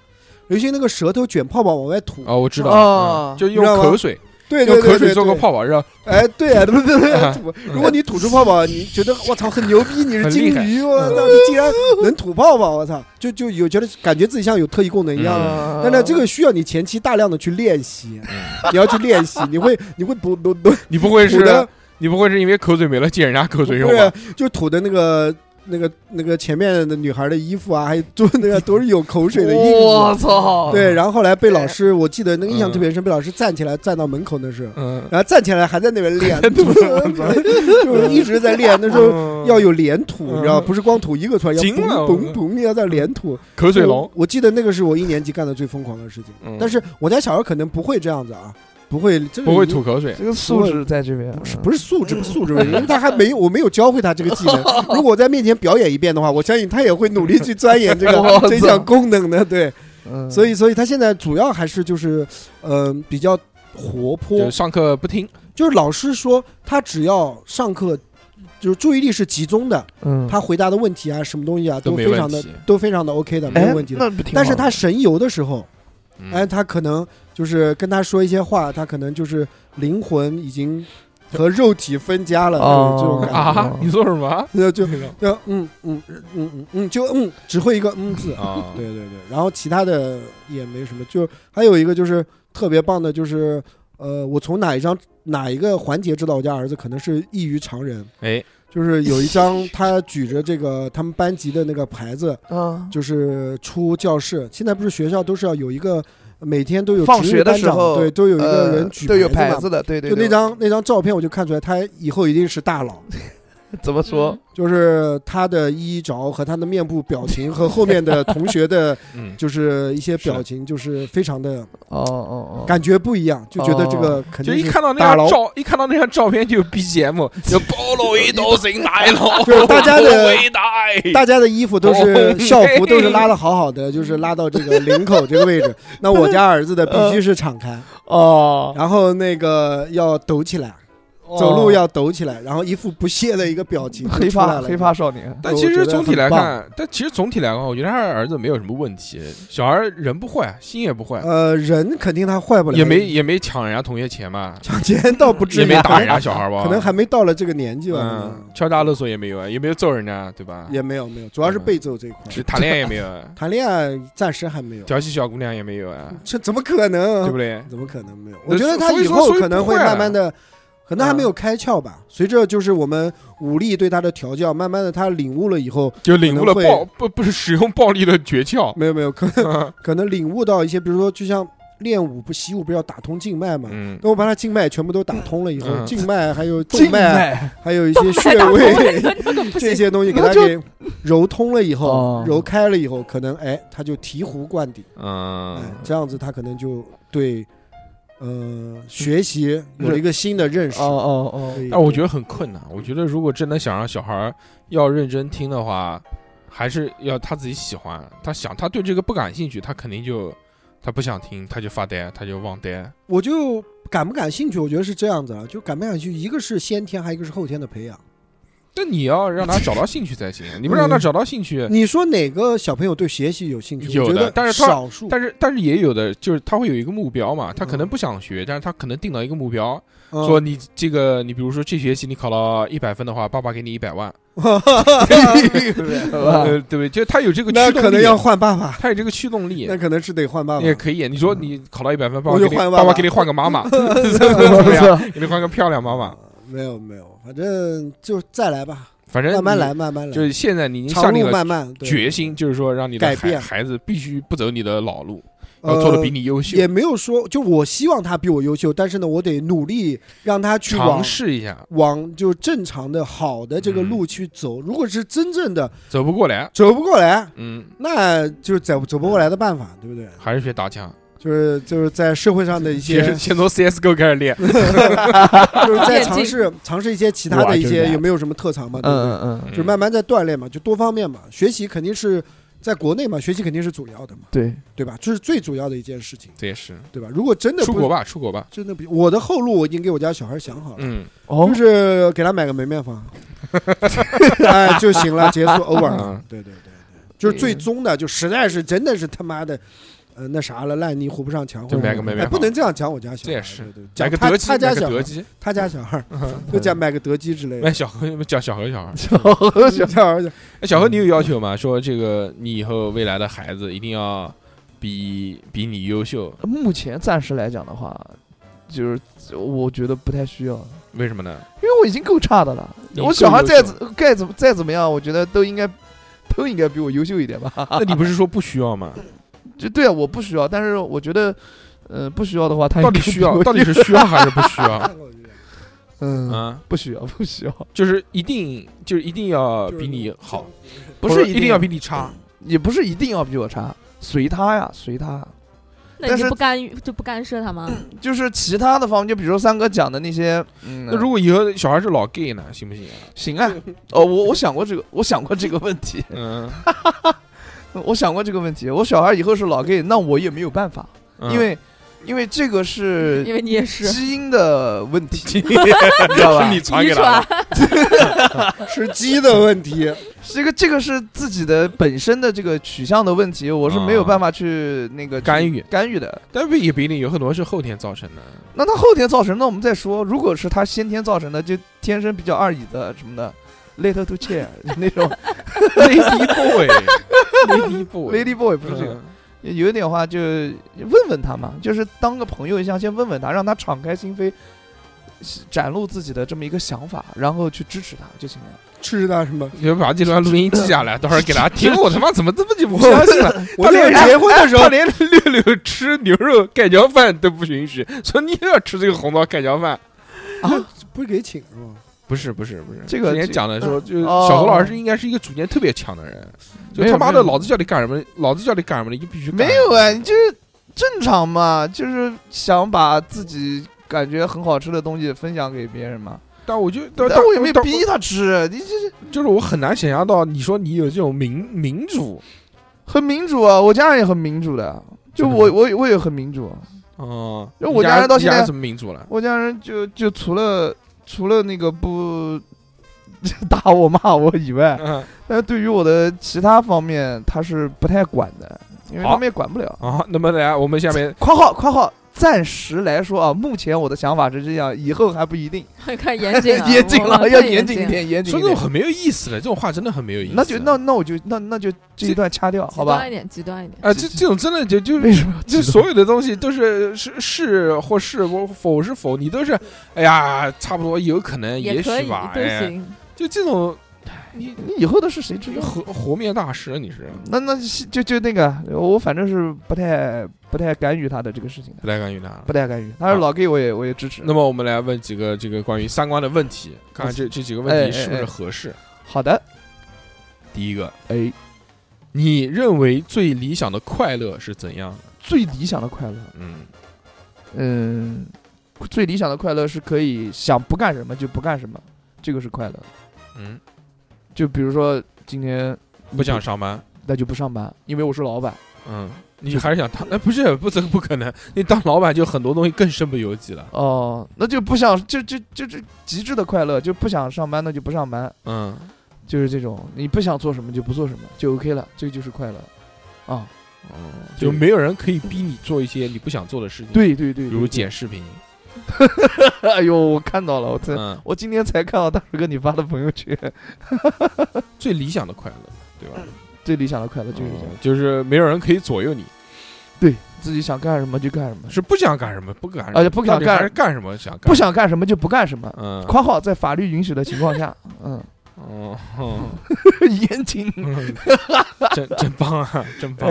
Speaker 4: 流行那个舌头卷泡泡往外吐，
Speaker 1: 哦，我知道，
Speaker 3: 哦
Speaker 1: 嗯就用
Speaker 4: 知道吗
Speaker 1: 口水，
Speaker 4: 对
Speaker 1: 用
Speaker 4: 对
Speaker 1: 口
Speaker 4: 对对
Speaker 1: 水做个
Speaker 4: 对，
Speaker 1: 泡泡，然后
Speaker 4: 哎，对啊，对对对
Speaker 1: 啊
Speaker 4: 吐如果你吐出泡泡，你觉得我操很牛逼，你是
Speaker 1: 很
Speaker 4: 金
Speaker 1: 厉害嗯
Speaker 4: 鱼，我操，你竟然能吐泡泡，我操，就就有觉得感觉自己像有特异功能一样的。
Speaker 1: 嗯
Speaker 4: 但呢，这个需要你前期大量的去练习，
Speaker 1: 嗯
Speaker 4: 你要去练习，你会你会不不不
Speaker 1: 你不会
Speaker 4: 吐的
Speaker 1: 是，你不会是因为口水没了借人家口 水用
Speaker 4: 对
Speaker 1: 吧
Speaker 4: 啊？，就吐的那个那个那个前面的女孩的衣服啊，还有就那个 都是有口水的印
Speaker 3: 我
Speaker 4: 子。
Speaker 3: 操，
Speaker 4: 对，然后后来被老师，我记得那个印象
Speaker 1: 嗯
Speaker 4: 特别深，被老师站起来站到门口那是，
Speaker 1: 嗯，
Speaker 4: 然后站起来还在那边练， 就是一直在练。那时候
Speaker 1: 嗯
Speaker 4: 要有连吐，
Speaker 1: 嗯
Speaker 4: 你知道，不是光吐一个出来，要
Speaker 1: 惊
Speaker 4: 嘣
Speaker 1: 了
Speaker 4: 嘣嘣，要在连吐。
Speaker 1: 口水龙，
Speaker 4: 我记得那个是我一年级干的最疯狂的事情，
Speaker 1: 嗯
Speaker 4: 但是我家小孩可能不会这样子啊，不会，这个
Speaker 1: 不会吐口水，
Speaker 3: 这个素质在这边
Speaker 4: 不是不是素
Speaker 3: 嗯
Speaker 4: 质素质问题，因为他还 没有我没有教会他这个技能。如果我在面前表演一遍的话，我相信他也会努力去钻研 这
Speaker 3: 我
Speaker 4: 个
Speaker 3: 操嗯
Speaker 4: 这项功能的。对，
Speaker 3: 是
Speaker 4: 所
Speaker 3: 以
Speaker 4: 以所以他现在主要还是就是，嗯、比较活
Speaker 1: 就
Speaker 4: 泼，
Speaker 1: 上课不听，
Speaker 4: 就是老师说他只要上课。就是注意力是集中的，
Speaker 3: 嗯，
Speaker 4: 他回答的问题啊，什么东西啊，
Speaker 1: 都
Speaker 4: 都
Speaker 1: 没
Speaker 4: 非常的
Speaker 1: 问题
Speaker 4: 都非常的 OK 的，没
Speaker 3: 哎
Speaker 4: 有问题，的。
Speaker 3: 那不挺好
Speaker 4: 但是他神游的时候，
Speaker 1: 嗯
Speaker 4: 哎，他可能就是跟他说一些话，他可能就是灵魂已经和肉体分家了，
Speaker 3: 哦
Speaker 4: 这种感觉。
Speaker 1: 啊，你说什么？
Speaker 4: 就就
Speaker 1: 那种
Speaker 4: 就嗯嗯嗯嗯嗯，就嗯，只会一个嗯字。
Speaker 1: 啊，
Speaker 4: 对对对，然后其他的也没什么。就还有一个就是特别棒的，就是呃，我从哪一张哪一个环节知道我家儿子可能是异于常人，
Speaker 1: 哎，
Speaker 4: 就是有一张他举着这个他们班级的那个牌子，
Speaker 3: 嗯，
Speaker 4: 就是出教室。现在不是学校都是要有一个每天都有
Speaker 3: 放
Speaker 4: 值日
Speaker 3: 学的
Speaker 4: 班
Speaker 3: 时
Speaker 4: 长
Speaker 3: 候
Speaker 4: 对，都有一个
Speaker 3: 呃
Speaker 4: 人举
Speaker 3: 都有
Speaker 4: 牌
Speaker 3: 牌
Speaker 4: 嘛
Speaker 3: 子的，对对，
Speaker 4: 就
Speaker 3: 对
Speaker 4: 那张那张照片，我就看出来他以后一定是大佬。
Speaker 3: 怎么说？
Speaker 4: 就是他的衣着和他的面部表情和后面的同学的，
Speaker 1: 嗯，
Speaker 4: 就是一些表情，就是非常的
Speaker 3: 哦哦哦，哦
Speaker 4: 感觉不一样，就觉得这个肯
Speaker 1: 就
Speaker 4: 定
Speaker 1: 一
Speaker 4: 是
Speaker 1: 看到那张
Speaker 4: 大佬
Speaker 1: 照，一看到那张照片就有 BGM，就暴露一道神来了，
Speaker 4: 就是大家的
Speaker 1: 伟大，
Speaker 4: 大家的衣服都
Speaker 3: 哦
Speaker 4: 是 校服都是拉的好好的，就是拉到这个领口这个位置。那 我家儿子的必须是敞开，
Speaker 3: 哦
Speaker 4: 然后那个要抖起来，走
Speaker 1: 哦
Speaker 4: 路要抖起来，然后一副不屑的一个表情，
Speaker 3: 黑
Speaker 4: 就出
Speaker 3: 发
Speaker 4: 来了
Speaker 3: 黑发少年，
Speaker 1: 但
Speaker 4: 我
Speaker 1: 其
Speaker 4: 觉
Speaker 1: 实
Speaker 4: 得
Speaker 1: 总体
Speaker 4: 很
Speaker 1: 来
Speaker 4: 棒
Speaker 1: 看，但其实总体来看，我觉得他儿子没有什么问题。小孩人不坏，心也不坏，
Speaker 4: 呃，人肯定他坏不了，
Speaker 1: 也没也没抢人家同学钱嘛，
Speaker 4: 抢钱 倒不至
Speaker 1: 也
Speaker 4: 于啊
Speaker 1: 没打人家小孩吧？
Speaker 4: 可能还没到了这个年纪吧，
Speaker 1: 嗯，
Speaker 4: 可
Speaker 1: 敲诈勒索也没有啊，也没有揍人家，对吧
Speaker 4: 能？也没有没有，主要
Speaker 1: 嗯
Speaker 4: 是被揍这一块。
Speaker 1: 谈恋爱也没有 啊，
Speaker 4: 谈恋爱暂时还没有，
Speaker 1: 调戏小姑娘也没有啊，
Speaker 4: 这怎么可
Speaker 1: 对
Speaker 4: 能
Speaker 1: 不？对？
Speaker 4: 怎么可能没有？
Speaker 1: 那
Speaker 4: 我觉得他
Speaker 1: 所以
Speaker 4: 以
Speaker 1: 说
Speaker 4: 后
Speaker 1: 所以
Speaker 4: 可能
Speaker 1: 不
Speaker 4: 会
Speaker 1: 坏啊嗯
Speaker 4: 慢慢的，可能还没有开窍吧。随着就是我们武力对他的调教，慢慢的他领悟了以后，
Speaker 1: 就领悟了
Speaker 4: 可能
Speaker 1: 暴
Speaker 4: 会
Speaker 1: 不不是使用暴力的诀窍。
Speaker 4: 没有没有，可
Speaker 1: 嗯
Speaker 4: 可能领悟到一些，比如说就像练武不习武，不是要打通静脉嘛？
Speaker 1: 嗯，
Speaker 4: 那我把他静脉全部都打通了以后，
Speaker 1: 嗯
Speaker 4: 静脉还有动
Speaker 3: 静
Speaker 4: 脉，
Speaker 3: 脉
Speaker 4: 还有一些
Speaker 2: 太
Speaker 4: 穴
Speaker 2: 大头
Speaker 4: 位，
Speaker 2: 了嗯那个不
Speaker 4: 这
Speaker 2: 行，
Speaker 4: 些东西给
Speaker 3: 那
Speaker 4: 他
Speaker 3: 就
Speaker 4: 给揉通了以后
Speaker 3: 哦，
Speaker 4: 揉开了以后，可能哎，他就醍醐灌顶，哎
Speaker 1: 嗯，
Speaker 4: 这样子他可能就对，呃，学习有了一个新的认识
Speaker 3: 哦。哦哦，
Speaker 1: 哎但我觉
Speaker 4: 得
Speaker 1: 得很困难。我觉得如果真的想让小孩儿要认真听的话，还是要他自己喜欢。他想他对这个不感兴趣，他肯定就他不想听，他就发呆，他就忘呆。
Speaker 4: 我就感不感兴趣，我觉得是这样子啊，就感不感兴趣，一个是先天，还有一个是后天的培养。
Speaker 1: 但你要让他找到兴趣才行，你不让
Speaker 4: 嗯
Speaker 1: 他找到兴趣，
Speaker 4: 你说哪个小朋友对学习有兴趣？
Speaker 1: 有
Speaker 4: 我觉
Speaker 1: 的
Speaker 4: 得
Speaker 1: 但是他
Speaker 4: 少数，
Speaker 1: 但是但是也有的就是他会有一个目标嘛，他可能不想学，但是他可能定到一个目标，
Speaker 4: 嗯
Speaker 1: 说你这个你比如说这学期你考到一百分的话，爸爸给你一百万， 呃，对不对？就他有这个驱
Speaker 4: 那
Speaker 1: 动力，啊
Speaker 4: 可能要换爸爸，
Speaker 1: 他有这个驱动力
Speaker 4: 那。可能是得换爸爸
Speaker 1: 也。可以，你说你考到一百分，爸爸
Speaker 4: 嗯我
Speaker 1: 给
Speaker 4: 就
Speaker 1: 你
Speaker 4: 换
Speaker 1: 爸
Speaker 4: 爸
Speaker 1: 爸
Speaker 4: 爸
Speaker 1: 给你换个妈 妈，怎么样？
Speaker 3: 我操，
Speaker 1: 给你换个漂亮妈妈。
Speaker 4: 呃没有没有，反正就再来吧，
Speaker 1: 反正
Speaker 4: 慢慢
Speaker 1: 你，
Speaker 4: 来，慢慢来，
Speaker 1: 就是现在你已经
Speaker 4: 长
Speaker 1: 下定
Speaker 4: 路
Speaker 1: 了
Speaker 4: 漫漫，对
Speaker 1: 决心，就是说让你的
Speaker 4: 改
Speaker 1: 孩
Speaker 4: 变
Speaker 1: 孩子必须不走你的老路，要做的比
Speaker 4: 呃
Speaker 1: 你优秀
Speaker 4: 也，没有说，就我希望他比我优秀，但是呢，我得努力让他去
Speaker 1: 尝
Speaker 4: 往
Speaker 1: 试一下，
Speaker 4: 往就正常的好的这个
Speaker 1: 嗯
Speaker 4: 路去走。如果是真正的
Speaker 1: 走不过来，
Speaker 4: 走不过来，
Speaker 1: 嗯，
Speaker 4: 那就是走走不过来的办法，对不对？
Speaker 1: 还是学打枪，
Speaker 4: 就是就是在社会上的 一些
Speaker 1: 先先从 CSGO 开始练，
Speaker 4: 就是在
Speaker 2: 电竞
Speaker 4: 尝试尝试一些其他
Speaker 3: 哇
Speaker 4: 的一
Speaker 3: 真的
Speaker 4: 些有没有什么特长嘛？对不对
Speaker 3: 嗯嗯嗯，
Speaker 4: 就慢慢在锻炼嘛，就多方面嘛。学习肯定是在国内嘛，学习肯定是主要的嘛，
Speaker 3: 对，
Speaker 4: 对吧？这是最主要的一件事情，
Speaker 1: 这也是
Speaker 4: 对吧？如果真的
Speaker 1: 出国
Speaker 4: 不
Speaker 1: 吧，出国吧，
Speaker 4: 真的不，我的后路我已经给我家小孩想好了，
Speaker 1: 嗯，
Speaker 3: 哦
Speaker 4: 就，是给他买个门面 房，哎就行了，结束 over 了。
Speaker 1: 嗯
Speaker 4: 对对对对，就是最终的，就实在是真的是他妈的，呃，那啥了，烂泥扶不上墙，
Speaker 1: 就
Speaker 4: 或者
Speaker 1: 买个门面
Speaker 4: 哎，
Speaker 1: 房
Speaker 4: 不能这样讲我家小
Speaker 1: 这
Speaker 4: 孩，
Speaker 1: 也是
Speaker 4: 对对对
Speaker 1: 买
Speaker 4: 讲
Speaker 1: 个
Speaker 4: 他
Speaker 1: 德基，
Speaker 4: 他
Speaker 1: 买
Speaker 4: 家
Speaker 1: 个
Speaker 4: 小
Speaker 1: 德
Speaker 4: 孩，
Speaker 1: 基，
Speaker 4: 他家小孩
Speaker 1: 嗯
Speaker 4: 就讲买个德基之类
Speaker 1: 买
Speaker 4: 的，
Speaker 1: 小何叫小何小孩。
Speaker 4: 小孩儿
Speaker 1: 哎，小何，
Speaker 3: 嗯
Speaker 1: 你有要求吗？说这个你以后未来的孩子一定要比比你优秀，
Speaker 3: 目前暂时来讲的话，就是我觉得不太需要，因
Speaker 1: 为什么呢？
Speaker 3: 为我已经够差的了。
Speaker 1: 你
Speaker 3: 我小孩
Speaker 1: 够
Speaker 3: 再
Speaker 1: 优秀
Speaker 3: 怎该怎么再怎么样，我觉得都应该都应该比我优秀一点吧。
Speaker 1: 那你不是说不需要吗？
Speaker 3: 就对啊，我不需要，但是我觉得，呃，不需要的话，他
Speaker 1: 到底
Speaker 3: 应该
Speaker 1: 需
Speaker 3: 比
Speaker 1: 要，
Speaker 3: 我
Speaker 1: 到底是需要还是不需 要？
Speaker 3: 嗯，
Speaker 1: 啊，
Speaker 3: 不需要，不需要，
Speaker 1: 就是一定，就是一定要比你好，，
Speaker 3: 不
Speaker 1: 或者
Speaker 3: 是
Speaker 1: 一
Speaker 3: 定
Speaker 1: 要比，你差。
Speaker 3: 也不是一定要比我差，随他呀，随他。
Speaker 2: 那
Speaker 3: 但
Speaker 2: 你
Speaker 3: 是
Speaker 2: 就不干预就不干涉他吗？
Speaker 3: 就是其他的方面，就比如三哥讲的那些，嗯，
Speaker 1: 那如果以后小孩是老 gay 呢，行 不行啊？
Speaker 3: 行啊，哦，我我想过这个，我想过这个问题，
Speaker 1: 嗯，
Speaker 3: 我想过这个问题，我小孩以后是老 gay，那我也没有办法，
Speaker 1: 嗯
Speaker 3: 因为因为这个是
Speaker 4: 嗯
Speaker 2: 因为你也是
Speaker 3: 基因的问 题，
Speaker 1: 你
Speaker 3: 知道吧
Speaker 1: 你传
Speaker 2: 遗
Speaker 1: 给他
Speaker 2: 传
Speaker 1: 的，，
Speaker 4: 是鸡的问题，
Speaker 3: 这个这个是自己的本身的这个取向的问题，我是没有办法去那个去
Speaker 1: 哦干预
Speaker 3: 干预的。
Speaker 1: 但不也不一定，有很多是后天造成的。
Speaker 3: 那他后天造成，那我们再说。如果是他先天造成的，就天生比较二椅子什么的，later to chair 那 种
Speaker 1: Lady boy，Lady boy，Lady
Speaker 3: lady boy 不是这
Speaker 4: 嗯
Speaker 1: 嗯
Speaker 3: 个，有一点话就问问他嘛，就是当个朋友一样，先问问他，让他敞开心扉，展露自己的这么一个想法，然后去支持他就行了。
Speaker 4: 吃的什么？
Speaker 1: 你就把这段录音记下来，到时候给他听。 我他妈怎么这么就不相信了？
Speaker 4: 我那会儿结婚的时候
Speaker 1: 他， 连 六六吃牛肉盖浇饭都不允许，说你又要吃这个红烧盖浇饭。
Speaker 4: 啊不是给请是吧？
Speaker 1: 不是不是不是，
Speaker 3: 这个
Speaker 1: 之前
Speaker 3: 这
Speaker 1: 讲的说，就是
Speaker 3: 哦
Speaker 1: 小何老师应该是一个主见特别强的人，就
Speaker 3: 没有
Speaker 1: 他妈
Speaker 3: 没
Speaker 1: 的
Speaker 3: 有
Speaker 1: 老子叫你干什么，老子叫你干什么你就必须干
Speaker 3: 没有啊，你就是正常嘛，就是想把自己感觉很好吃的东西分享给别人嘛。
Speaker 1: 但我就但
Speaker 3: 但我也没
Speaker 1: 但
Speaker 3: 逼他吃，你这
Speaker 1: 就是我很难想象到你说你有这种民民主
Speaker 3: 很民主啊，我家人也很民主的，就
Speaker 1: 真的
Speaker 3: 我我我也很民主啊，
Speaker 1: 哦，
Speaker 3: 因为我
Speaker 1: 你
Speaker 3: 家人到
Speaker 1: 你
Speaker 3: 现在
Speaker 1: 怎么民主了？
Speaker 3: 我家人就就除了除了那个不 打我骂我以外，
Speaker 1: 嗯
Speaker 3: 但是对于我的其他方面，他是不太管的，因为他
Speaker 1: 好
Speaker 3: 们也管不了。
Speaker 1: 啊，那么来我们下面
Speaker 3: 括号括号，暂时来说啊，目前我的想法是这样，以后还不一定。
Speaker 2: 看严谨了，
Speaker 3: 严谨
Speaker 2: 啊我
Speaker 3: 了，
Speaker 2: 们
Speaker 3: 要
Speaker 2: 更
Speaker 3: 严谨一，点，严谨
Speaker 1: 说
Speaker 3: 一
Speaker 1: 这种
Speaker 3: 点。
Speaker 1: 很没有意思的，这种话真的很没有意思。
Speaker 3: 那就那那我就那那就这一段掐掉，
Speaker 2: 极
Speaker 3: 好吧
Speaker 2: 端一？点，极端一点。
Speaker 1: 啊，这这种真的就就
Speaker 3: 为什么要
Speaker 1: 就
Speaker 3: 激动
Speaker 1: 所有的东西都是是是或是不否是否，你都是哎呀，差不多有可能，也
Speaker 2: 可
Speaker 1: 许
Speaker 2: 以
Speaker 1: 吧，
Speaker 2: 都
Speaker 1: 哎，
Speaker 2: 行，
Speaker 1: 就这种，你
Speaker 3: 你以后的事谁知
Speaker 1: 你
Speaker 3: 道？
Speaker 1: 和和面大师你是
Speaker 3: 那那就就那个，我反正是不太不太干预他的这个事情的，
Speaker 1: 不太敢与他。
Speaker 3: 不太干预。他是老 gay，我也我也支持。
Speaker 1: 那么我们来问几个这个关于三观的问题，看看这这几个问题
Speaker 3: 哎哎
Speaker 1: 是不是
Speaker 3: 哎
Speaker 1: 合适。
Speaker 3: 好的，
Speaker 1: 第一个，
Speaker 3: 哎，
Speaker 1: 你认为最理想的快乐是怎样的？
Speaker 3: 最理想的快乐，
Speaker 1: 嗯，
Speaker 3: 嗯，最理想的快乐是可以想不干什么就不干什么，这个是快乐。
Speaker 1: 嗯，
Speaker 3: 就比如说今天
Speaker 1: 不想上班。
Speaker 3: 那就不上班，因为我是老板。
Speaker 1: 嗯，你还是想当？哎，不是，不，这个不可能。你当老板就很多东西更身不由己了。
Speaker 3: 哦，那就不想，就就就就极致的快乐，就不想上班，那就不上班，
Speaker 1: 嗯，
Speaker 3: 就是这种，你不想做什么就不做什么，就 OK 了，这个就是快乐，啊，
Speaker 1: 哦，就没有人可以逼你做一些你不想做的事情。，
Speaker 3: 对对对，
Speaker 1: 比
Speaker 3: 对
Speaker 1: 如，剪视频。
Speaker 3: 对 哎呦，我看到了，我真，
Speaker 1: 嗯，
Speaker 3: 我今天才看到大叔哥你发的朋友圈，
Speaker 1: 最理想的快乐，对
Speaker 3: 嗯
Speaker 1: 吧？
Speaker 3: 最理想的快乐就是这样，
Speaker 1: 嗯就是没有人可以左右你，
Speaker 3: 对自己想干什么就干什么，
Speaker 1: 是不想干什么不干什么，
Speaker 3: 而且嗯啊不想
Speaker 1: 到底还
Speaker 3: 干
Speaker 1: 是干什么想干，
Speaker 3: 不。想干什么就不干什么。
Speaker 1: 嗯，
Speaker 3: 括号在法律允许的情况下，嗯，
Speaker 1: 哦， 哦
Speaker 3: 严谨。
Speaker 1: 嗯真真棒啊，真棒，
Speaker 3: 哎哎
Speaker 1: 真棒！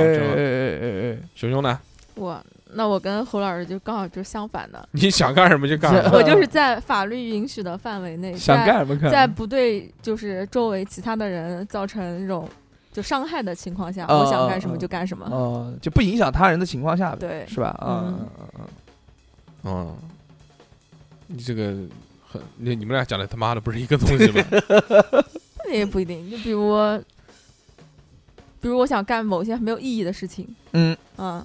Speaker 3: 哎哎
Speaker 1: 熊熊呢？
Speaker 2: 我那我跟侯老师就刚好就相反的，
Speaker 1: 你想干什么就干
Speaker 3: 呃
Speaker 1: 什么。
Speaker 2: 我就是在法律允许的范围内，
Speaker 3: 哎，想
Speaker 2: 在
Speaker 3: 干什么干
Speaker 2: 在
Speaker 3: 什么。
Speaker 2: 不对就是周围其他的人造成这种就伤害的情况下，
Speaker 3: 啊
Speaker 2: 我想干什么就干什么。
Speaker 3: 哦，就不影响他人的情况下，
Speaker 2: 嗯对
Speaker 3: 是吧？啊
Speaker 2: 嗯，
Speaker 1: 嗯，你这个很，你你们俩讲的他妈的不是一个东西吧？
Speaker 2: 那也不一定，就比如我，比如我想干某些没有意义的事情，
Speaker 3: 嗯，
Speaker 2: 嗯，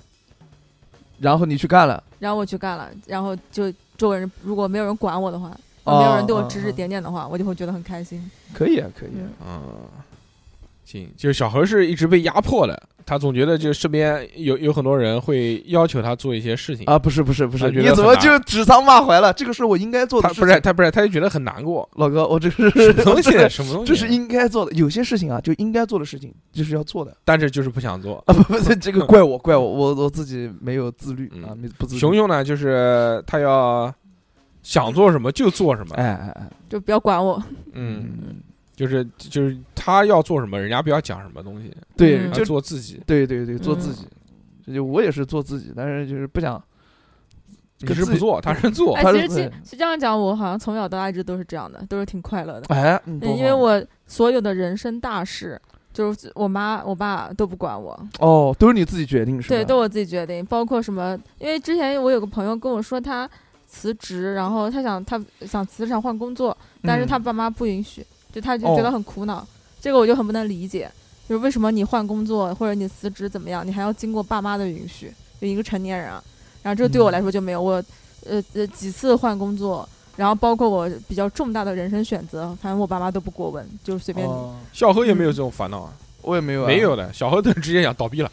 Speaker 3: 然后你去干了，
Speaker 2: 然后我去干了，然后就周围人如果没有人管我的话，
Speaker 3: 哦
Speaker 2: 没有人对我指
Speaker 3: 哦
Speaker 2: 指
Speaker 3: 哦
Speaker 2: 点点的话，我就会觉得很开心。
Speaker 3: 可以啊，可以啊。
Speaker 2: 嗯
Speaker 1: 嗯，行，就是小何是一直被压迫的，他总觉得就身边有有很多人会要求他做一些事情，
Speaker 3: 啊，不是不是不
Speaker 1: 他
Speaker 3: 是，
Speaker 1: 觉得
Speaker 3: 你
Speaker 1: 很
Speaker 3: 怎么
Speaker 1: 难
Speaker 3: 就指桑骂槐了？这个是我应该做的
Speaker 1: 他
Speaker 3: 事
Speaker 1: 不
Speaker 3: 情。
Speaker 1: 是他不是他就觉得很难过，
Speaker 3: 老哥，我这 是
Speaker 1: 什么东西
Speaker 3: 这
Speaker 1: 什么东西，
Speaker 3: 这是应该做的，有些事情啊，就应该做的事情，就是要做的
Speaker 1: 但是就是不想 做。
Speaker 3: 啊！不不是，这个怪我，怪我，我我自己没有自律啊，
Speaker 1: 嗯
Speaker 3: 没不自律。
Speaker 1: 熊熊呢，就是他要想做什么就做什么，
Speaker 3: 哎哎哎，
Speaker 2: 就不要管我，
Speaker 1: 嗯，
Speaker 3: 嗯，
Speaker 1: 就是就是他要做什么，人家不要讲什么东西，
Speaker 3: 对，
Speaker 2: 嗯
Speaker 1: 他
Speaker 3: 就
Speaker 1: 做自己。
Speaker 3: 对对对，做
Speaker 2: 嗯
Speaker 3: 自己。这就我也是做自己，但是就是不想。
Speaker 1: 你是不做，他是做
Speaker 2: 哎，，
Speaker 3: 他
Speaker 2: 其
Speaker 3: 是
Speaker 2: 实其
Speaker 3: 会
Speaker 2: 实这样讲，我好像从小到大一直都是这样的，都是挺快乐的。
Speaker 3: 哎，嗯
Speaker 2: 嗯，因为我所有的人生大事，就是我妈我爸都不管我，
Speaker 3: 哦，都是你自己决定是吧？
Speaker 2: 对，都我自己决定，包括什么？因为之前我有个朋友跟我说他辞职，然后他想他想辞职想换工作，但是他
Speaker 3: 嗯
Speaker 2: 爸妈不允许，就他就
Speaker 3: 哦
Speaker 2: 觉得很苦恼。这个我就很不能理解，就是为什么你换工作或者你辞职怎么样，你还要经过爸妈的允许？就一个成年人啊，然后这个对我
Speaker 3: 嗯
Speaker 2: 来说就没有，我呃呃几次换工作。然后包括我比较重大的人生选择，反正我爸妈都不过问，就是随便你。
Speaker 3: 哦
Speaker 1: 小何也没有这种烦恼啊，
Speaker 3: 我也没有啊，
Speaker 1: 没有的，小何都直接想倒闭了，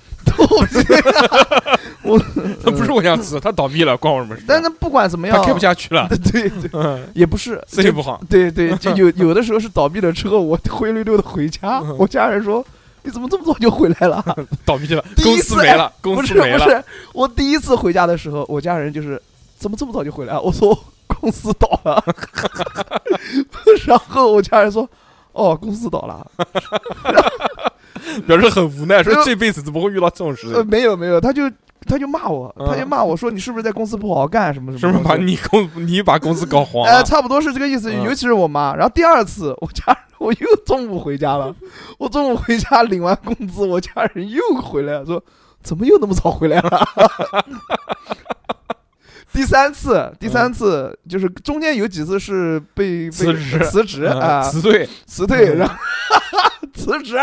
Speaker 3: 我
Speaker 1: 不是我想辞，他倒闭了，关我什么事？
Speaker 3: 呃
Speaker 1: 啊
Speaker 3: 但是不管怎么样，
Speaker 1: 他开不下去了，
Speaker 3: 对对，
Speaker 1: 嗯，
Speaker 3: 也不是
Speaker 1: 生意
Speaker 3: 就
Speaker 1: 不好，
Speaker 3: 对对，就有有的时候是倒闭了之后，我灰溜溜的回家，
Speaker 1: 嗯
Speaker 3: 我家人说。你怎么这么早就回来了？
Speaker 1: 倒闭了，
Speaker 3: 第
Speaker 1: 公
Speaker 3: 一次
Speaker 1: 司没了， 公
Speaker 3: 不
Speaker 1: 司
Speaker 3: 是
Speaker 1: 没
Speaker 3: 不
Speaker 1: 了，
Speaker 3: 是，我第一次回家的时候，我家人就是怎么这么早就回来啊？我说公司倒 了， 然后我家人说哦公司倒了，
Speaker 1: 表示很无奈，说
Speaker 3: 呃
Speaker 1: 这辈子怎么会遇到这种 事
Speaker 3: 呃
Speaker 1: 情？
Speaker 3: 没有没有，他就他就骂我，
Speaker 1: 嗯
Speaker 3: 他就骂我说你是不是在公司不好好干什么
Speaker 1: 是
Speaker 3: 什
Speaker 1: 不
Speaker 3: 么
Speaker 1: 是把
Speaker 3: 东西？
Speaker 1: 你公你把公司搞黄
Speaker 3: 哎，
Speaker 1: 了？
Speaker 3: 差不多是这个意思，
Speaker 1: 啊嗯
Speaker 3: 尤其是我妈。然后第二次，我家人 我又中午回家了，我中午回家领完工资，我家人又回来了，说怎么又那么早回来了？ 第三次，第三次、就是中间有几次是被被
Speaker 1: 辞职
Speaker 3: 辞职
Speaker 1: 嗯
Speaker 3: 啊、
Speaker 1: 辞退，
Speaker 3: 辞退，
Speaker 1: 嗯
Speaker 3: 然后 辞职，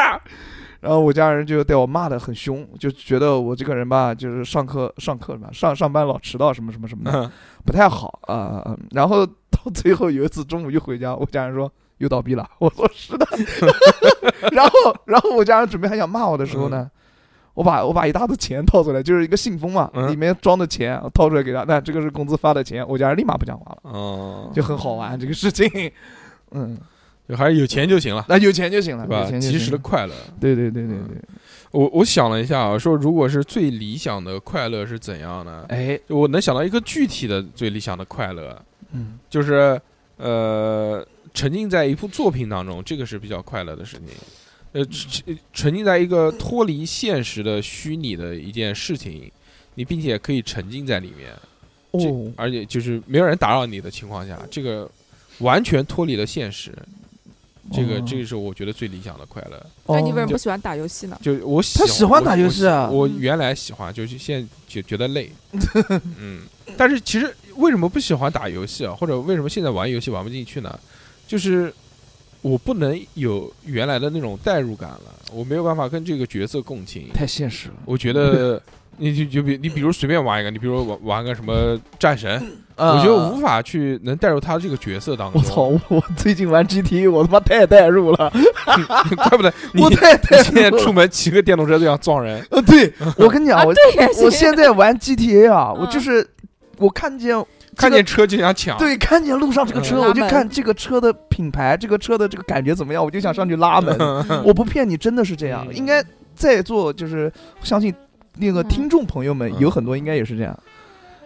Speaker 3: 然后我家人就对我骂的很凶，就觉得我这个人吧，就是上课上课什么上上班老迟到什么什么什么的，
Speaker 1: 嗯
Speaker 3: 不太好啊、呃然后到 后最后有一次中午一回家，我家人说又倒闭了， 我说是的。然后然后我家人准备还想骂我的时候
Speaker 1: 嗯
Speaker 3: 呢，我把我把一沓子钱掏出来，就是一个信封嘛，
Speaker 1: 嗯
Speaker 3: 里面装的钱我掏出来给他，那这个是工资发的钱，我家人立马不讲话了，
Speaker 1: 哦，
Speaker 3: 嗯就很好玩这个事情。 嗯，
Speaker 1: 就还是有钱就行了，
Speaker 3: 那有钱就行了，
Speaker 1: 对
Speaker 3: 啊有
Speaker 1: 吧？
Speaker 3: 钱就
Speaker 1: 及时
Speaker 3: 行
Speaker 1: 的
Speaker 3: 了
Speaker 1: 快乐。
Speaker 3: 对对对对
Speaker 1: 嗯
Speaker 3: 对，
Speaker 1: 我我想了一下啊，说如果是最理想的快乐是怎样呢？
Speaker 3: 哎，
Speaker 1: 我能想到一个具体的最理想的快乐，啊
Speaker 3: 嗯，
Speaker 1: 就是呃，沉浸在一部作品当中，这个是比较快乐的事情。呃，沉沉浸在一个脱离现实的虚拟的一件事情，你并且可以沉浸在里面，这
Speaker 3: 哦，
Speaker 1: 而且就是没有人打扰你的情况下，这个完全脱离了现实，这个
Speaker 3: 哦
Speaker 1: 这个是我觉得最理想的快乐。
Speaker 2: 那哎你为什
Speaker 3: 哦
Speaker 2: 么不喜欢打游戏呢？
Speaker 1: 就我喜
Speaker 3: 他喜欢打游戏啊
Speaker 1: 我我喜我原来喜欢，就是现在觉觉得 累，嗯，但是其实为什么不喜欢打游戏啊？或者为什么现在玩游戏玩不进去呢？就是我不能有原来的那种代入感了，我没有办法跟这个角色共情。
Speaker 3: 太现实了
Speaker 1: 我觉 得你就就比你比如随便玩一个，你比如玩玩个什么战神，我觉得我无法去能带入他这个角色当
Speaker 3: 嗯啊我
Speaker 1: 中。
Speaker 3: 操！我我最近玩 GT，我他妈太代入了，
Speaker 1: 怪不得你
Speaker 3: 我太代
Speaker 1: 现在
Speaker 3: 入了
Speaker 1: 出。门骑个电动车都想撞人。
Speaker 3: 呃，对，我跟你讲，
Speaker 2: 啊
Speaker 3: 我
Speaker 2: 对呀
Speaker 3: 我现在玩 GTA 啊，
Speaker 2: 嗯
Speaker 3: 我就是我看见
Speaker 1: 看
Speaker 3: 这个
Speaker 1: 见车就想抢，
Speaker 3: 对看见路上这个车，
Speaker 2: 嗯
Speaker 3: 我就
Speaker 2: 拉门
Speaker 3: 看这个车的品牌，这个车的这个感觉怎么样，我就想上去拉门。
Speaker 2: 嗯
Speaker 3: 我不骗你，真的是这样。
Speaker 1: 嗯
Speaker 3: 应该在座就是相信那个
Speaker 2: 嗯
Speaker 3: 听众朋友们
Speaker 1: 嗯
Speaker 3: 有很多应该也是这样。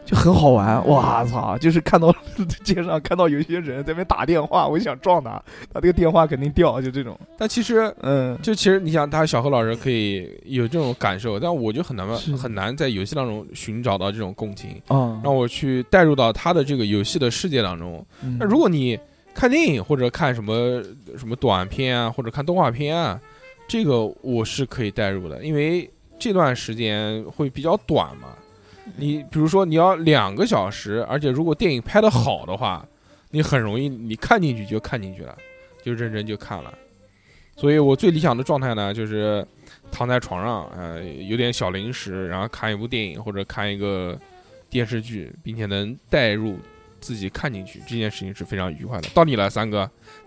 Speaker 3: 就很好玩，哇操！就是看到 街上看到有一些人在那边打电话，我就想撞他，他这个电话肯定掉，就这种。
Speaker 1: 但其实
Speaker 3: 嗯，
Speaker 1: 就其实你想，他小何老师可以有这种感受，但我就很难
Speaker 3: 是
Speaker 1: 很难在游戏当中寻找到这种共情，
Speaker 3: 啊
Speaker 1: 让我去带入到他的这个游戏的世界当中。
Speaker 3: 嗯
Speaker 1: 那如果你看电影或者看什么什么短片啊，或者看动画片啊，这个我是可以带入的，因为这段时间会比较短嘛。你比如说你要两个小时，而且如果电影拍得好的话，你很容易你看进去就看进去了，就认真就看了。所以我最理想的状态呢，就是躺在床上，呃，有点小零食，然后看一部电影或者看一个电视剧，并且能带入自己看进去，这件事情是非常愉快的。到你了，三哥，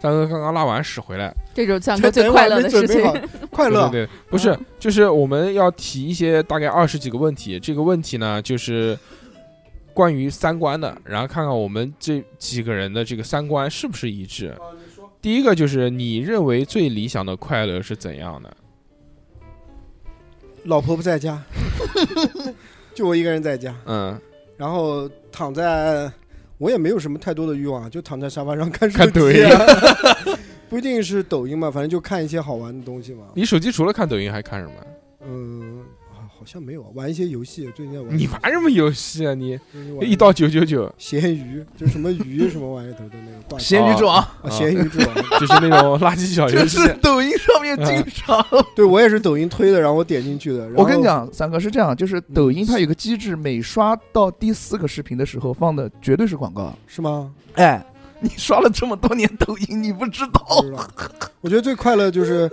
Speaker 1: 三哥刚刚拉完屎回来，
Speaker 2: 这就是三
Speaker 4: 这
Speaker 2: 哥最快乐的事情。，
Speaker 4: 快
Speaker 1: 对
Speaker 4: 乐。
Speaker 1: 对对，不是
Speaker 2: 嗯，
Speaker 1: 就是我们要提一些大概二十几个问题，这个问题呢就是。关于三观的，然后看看我们这几个人的这个三观是不是一致。第一个就是你认为最理想的快乐是怎样的？
Speaker 4: 老婆不在家， 就我一个人在家，
Speaker 1: 嗯，
Speaker 4: 然后躺在，我也没有什么太多的欲望，啊就躺在沙发上看手机、啊
Speaker 1: 看抖音，
Speaker 4: 不一定是抖音嘛，反正就看一些好玩的东西嘛。
Speaker 1: 你手机除了看抖音还看什么？
Speaker 4: 嗯，啊好像没有啊，玩一些游戏，最近在玩
Speaker 1: 你玩什么游戏啊？你
Speaker 4: 最近玩
Speaker 1: 一刀九九 九，
Speaker 4: 咸鱼，就是什么鱼什么玩意儿头的那个挂
Speaker 3: 咸
Speaker 1: 哦
Speaker 3: 鱼撞，
Speaker 4: 啊咸鱼之王。
Speaker 1: 就是那种垃圾小游
Speaker 3: 就
Speaker 1: 戏。
Speaker 3: 是抖音
Speaker 1: 嗯
Speaker 3: 上面经常。
Speaker 4: 对我也是抖音推的，然后我点进去的。然后
Speaker 3: 我跟你，讲，三哥是这样，就是抖音它有个机制，每刷到第四个视频的时候放的绝对是广告。
Speaker 4: 是吗？
Speaker 3: 哎，你刷了这么多年抖音，你不知道
Speaker 4: 不知道。我觉得最快乐就是，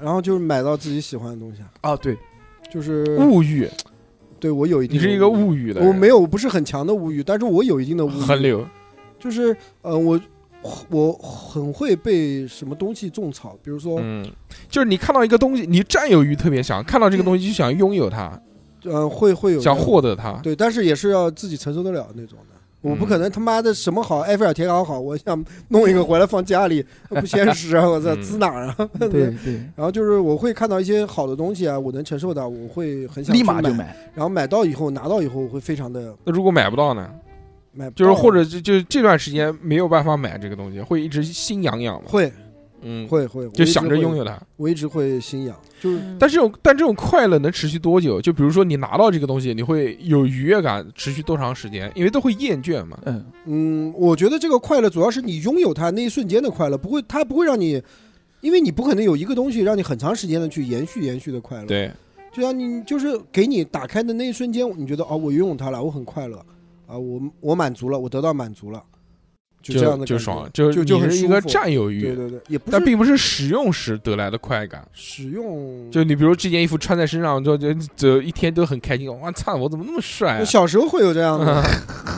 Speaker 4: 然后就是买到自己喜欢的东西 啊，
Speaker 3: 啊？对，
Speaker 4: 就是
Speaker 1: 物欲，
Speaker 4: 对我有一
Speaker 1: 哦
Speaker 4: 定，
Speaker 1: 你是一个，物欲的人，
Speaker 4: 我没有我不是很强的物欲，但是我有一定的物欲，
Speaker 1: 横流。
Speaker 4: 就是呃，我我很会被什么东西种草，比如说、
Speaker 1: 嗯，就是你看到一个东西，你占有欲特别强，看到这个东西就想拥有它，
Speaker 4: 呃，会会嗯有
Speaker 1: 想
Speaker 4: 那种
Speaker 1: 获得它。
Speaker 4: 对，但是也是要自己承受得了那种的。我不可
Speaker 1: 嗯
Speaker 4: 能他妈的什么好，埃菲尔铁塔好，我想弄一个回来放家里， 那不现实啊！我操，
Speaker 1: 嗯
Speaker 4: 滋哪儿啊？
Speaker 3: 对对，
Speaker 4: 然后就是我会看到一些好的东西啊，我能承受的，我会很想
Speaker 3: 立马
Speaker 4: 去
Speaker 3: 就
Speaker 4: 买。
Speaker 3: 买。
Speaker 4: 然后买到以后，拿到以后，我会非常的
Speaker 1: 那如果买不到呢？
Speaker 4: 买不到，
Speaker 1: 就是或者就就这段时间没有办法买这个东西，会一直心痒痒嘛。
Speaker 4: 会
Speaker 1: 嗯，
Speaker 4: 会会，嗯
Speaker 1: 就想着拥有
Speaker 4: 有，
Speaker 1: 它。
Speaker 4: 我一直会心痒，就是
Speaker 2: 嗯
Speaker 1: 但是这种但这种快乐能持续多久？就比如说你拿到这个东西，你会有愉悦感，持续多长时间？因为都会厌倦嘛。
Speaker 3: 嗯，
Speaker 4: 嗯，我觉得这个快乐主要是你拥有它那一瞬间的快乐，不会，它不会让你，因为你不可能有一个东西让你很长时间的去延续延续的快乐。
Speaker 1: 对，
Speaker 4: 就像你就是给你打开的那一瞬间，你觉得哦，我拥有它了，我很快乐啊，我我满足了，我得到满足了，就这样的
Speaker 1: 就
Speaker 4: 感觉
Speaker 1: 爽，就
Speaker 4: 就
Speaker 1: 你
Speaker 4: 就很
Speaker 1: 是一
Speaker 4: 舒
Speaker 1: 个
Speaker 4: 服
Speaker 1: 占有
Speaker 4: 对
Speaker 1: 欲，
Speaker 4: 对嗯对，也不
Speaker 1: 但
Speaker 4: 是
Speaker 1: 并不是使用时得来的快感。
Speaker 4: 使用。
Speaker 1: 就你比如这件衣服穿在身上，就就就一天都很开心。哇操，我怎么那么帅啊
Speaker 4: 就？小时候会有这 样的，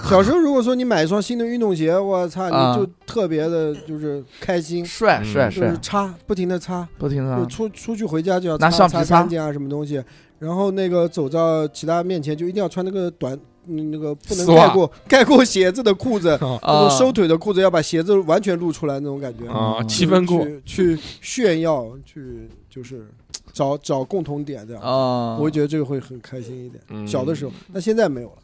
Speaker 4: 小时候如果说你买一双新的运动鞋，我操，
Speaker 3: 啊
Speaker 4: 你就特别的就是开心，
Speaker 3: 帅
Speaker 1: 嗯
Speaker 3: 帅
Speaker 4: 就
Speaker 3: 帅
Speaker 4: 是，擦，不停的擦，
Speaker 3: 不听
Speaker 4: 就
Speaker 3: 啊，
Speaker 4: 出出去回家就要
Speaker 3: 拿橡
Speaker 4: 擦
Speaker 3: 皮
Speaker 4: 擦
Speaker 3: 擦
Speaker 4: 干净啊，什么东西。然后那个走到其他面前就一定要穿那个短，嗯那个不能
Speaker 1: 丝袜
Speaker 4: 盖过盖过鞋子的 裤 子，那
Speaker 3: 啊
Speaker 4: 种收腿的裤子要把鞋子完全露出来那种感觉，
Speaker 1: 啊，
Speaker 3: 嗯
Speaker 1: 七分裤，
Speaker 4: 去去炫耀，去就是找找共同点这样。
Speaker 3: 啊，
Speaker 4: 我会觉得这个会很开心一点。
Speaker 1: 嗯
Speaker 4: 小的时候，但现在没有了。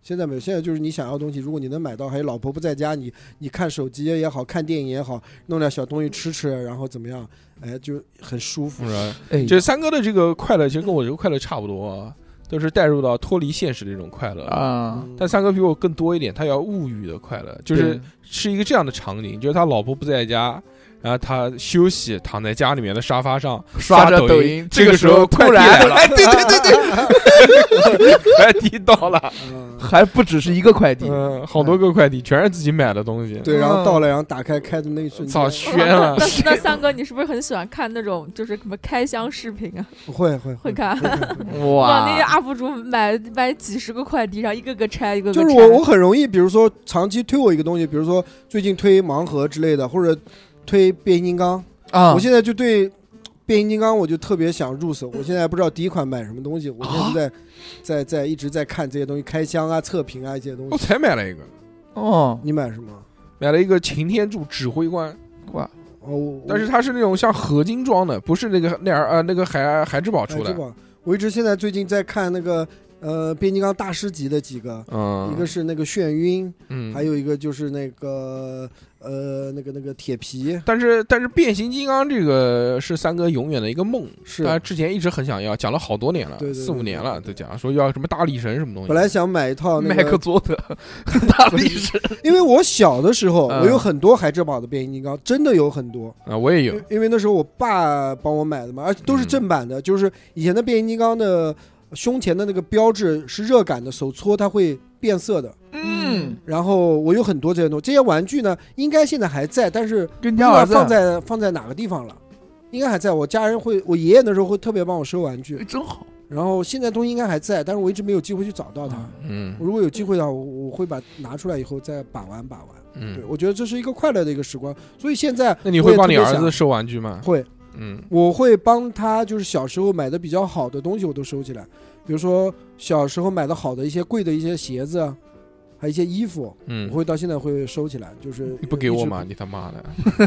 Speaker 4: 现在没有，现在就是你想要的东西，如果你能买到，还有老婆不在家，你你看手机也好看电影也好，弄点小东西吃吃，然后怎么样？哎，就很舒服
Speaker 1: 是。吧
Speaker 3: 哎
Speaker 1: 这三哥的这个快乐，其实跟我这个快乐差不多啊，都是带入到脱离现实的一种快乐。
Speaker 3: 啊，
Speaker 4: 嗯
Speaker 1: 但三哥比我更多一点，他要物欲的快乐，就是是一个这样的场景，就是他老婆不在家，然后他休息，躺在家里面的沙发上
Speaker 3: 刷着抖
Speaker 1: 抖
Speaker 3: 音，
Speaker 1: 这
Speaker 3: 这个
Speaker 1: 个
Speaker 3: 时
Speaker 1: 时
Speaker 3: 候
Speaker 1: 候
Speaker 3: 突
Speaker 1: 快递
Speaker 3: 然
Speaker 1: 来，了，
Speaker 3: 哎，对对对对，
Speaker 1: 快递到了，
Speaker 4: 嗯
Speaker 3: 还不只是一个快递，
Speaker 1: 嗯，好多个快递全是自己买的东西，
Speaker 4: 对，然后
Speaker 3: 嗯
Speaker 4: 到了，然后打开开的那一瞬
Speaker 1: 操，啊
Speaker 4: 间，
Speaker 1: 宣 了，
Speaker 2: 但是那三哥，你是不是很喜欢看那种就是什么开箱视频
Speaker 4: 嗯
Speaker 2: 啊？
Speaker 4: 会会
Speaker 2: 会看
Speaker 4: 会会
Speaker 3: 嗯
Speaker 2: 哇，那些
Speaker 3: 哇，
Speaker 2: UP 主买买几十个快递，然后一个个拆，一个个
Speaker 4: 就是我我很容易，比如说长期推我一个东西，比如说最近推盲盒之类的，或者推变形金刚，
Speaker 3: 啊，
Speaker 4: 我现在就对变形金刚，我就特别想入手。我现在不知道第一款买什么东西，我现在就
Speaker 1: 啊
Speaker 4: 在、在在一直在看这些东西，开箱啊、测评啊一些东
Speaker 1: 我
Speaker 4: 西。
Speaker 1: 才买了一个，
Speaker 3: 哦，
Speaker 4: 你买什么？
Speaker 1: 买了一个擎天柱指挥官，
Speaker 3: 哇，
Speaker 4: 哦，我
Speaker 1: 但是它是那种像合金装的，不是那个那儿呃那个海海之宝
Speaker 4: 我
Speaker 1: 出
Speaker 4: 哎
Speaker 1: 的
Speaker 4: 这，个我一直现在最近在看那个呃变形金刚大师级的几个，
Speaker 1: 嗯，
Speaker 4: 一个是那个眩晕，
Speaker 1: 嗯，
Speaker 4: 还有一个就是那个呃那个那个铁皮，
Speaker 1: 但是但是变形金刚这个是三哥永远的一个梦，
Speaker 4: 是
Speaker 1: 他之前一直很想要，讲了好多年了，
Speaker 4: 对对对
Speaker 1: 四五年了都讲说要什么大力神什么东西，
Speaker 4: 本来想买一套那
Speaker 3: 麦克
Speaker 4: 个，
Speaker 3: 佐德， 大力士，
Speaker 4: 因为我小的时候
Speaker 3: 嗯
Speaker 4: 我有很多海之宝的变形金刚，真的有很多。
Speaker 1: 啊我也有
Speaker 4: 因，因为那时候我爸帮我买的嘛，而且
Speaker 1: 嗯
Speaker 4: 都是正版的，就是以前的变形金刚的胸前的那个标志是热感的，手搓它会变色的。
Speaker 3: 嗯，
Speaker 4: 然后我有很多这些东西，这些玩具呢，应该现在还在，但是不
Speaker 3: 跟你
Speaker 4: 知
Speaker 3: 家
Speaker 4: 道
Speaker 3: 儿子啊
Speaker 4: 放在放在哪个地方了。应该还在，我家人会，我爷爷那时候会特别帮我收玩具
Speaker 3: 哎，
Speaker 1: 嗯
Speaker 3: 真好，
Speaker 4: 然后现在东西应该还在，但是我一直没有机会去找到它。
Speaker 3: 啊
Speaker 1: 嗯
Speaker 4: 如果有机会的话，我我会把拿出来以后再把玩把玩。
Speaker 1: 嗯，
Speaker 4: 对，我觉得这是一个快乐的一个时光。所以现在
Speaker 1: 那你
Speaker 4: 我
Speaker 1: 会
Speaker 4: 也
Speaker 1: 帮
Speaker 4: 特
Speaker 1: 你
Speaker 4: 别
Speaker 1: 儿
Speaker 4: 想
Speaker 1: 子收玩具吗？
Speaker 4: 会
Speaker 1: 嗯
Speaker 4: 我会帮他，就是小时候买的比较好的东西，我都收起来。比如说小时候买的好的一些贵的一些鞋子，啊还有一些衣服，我
Speaker 1: 嗯，
Speaker 4: 会到现在会收起来，就是
Speaker 1: 你不给我吗？你他妈的，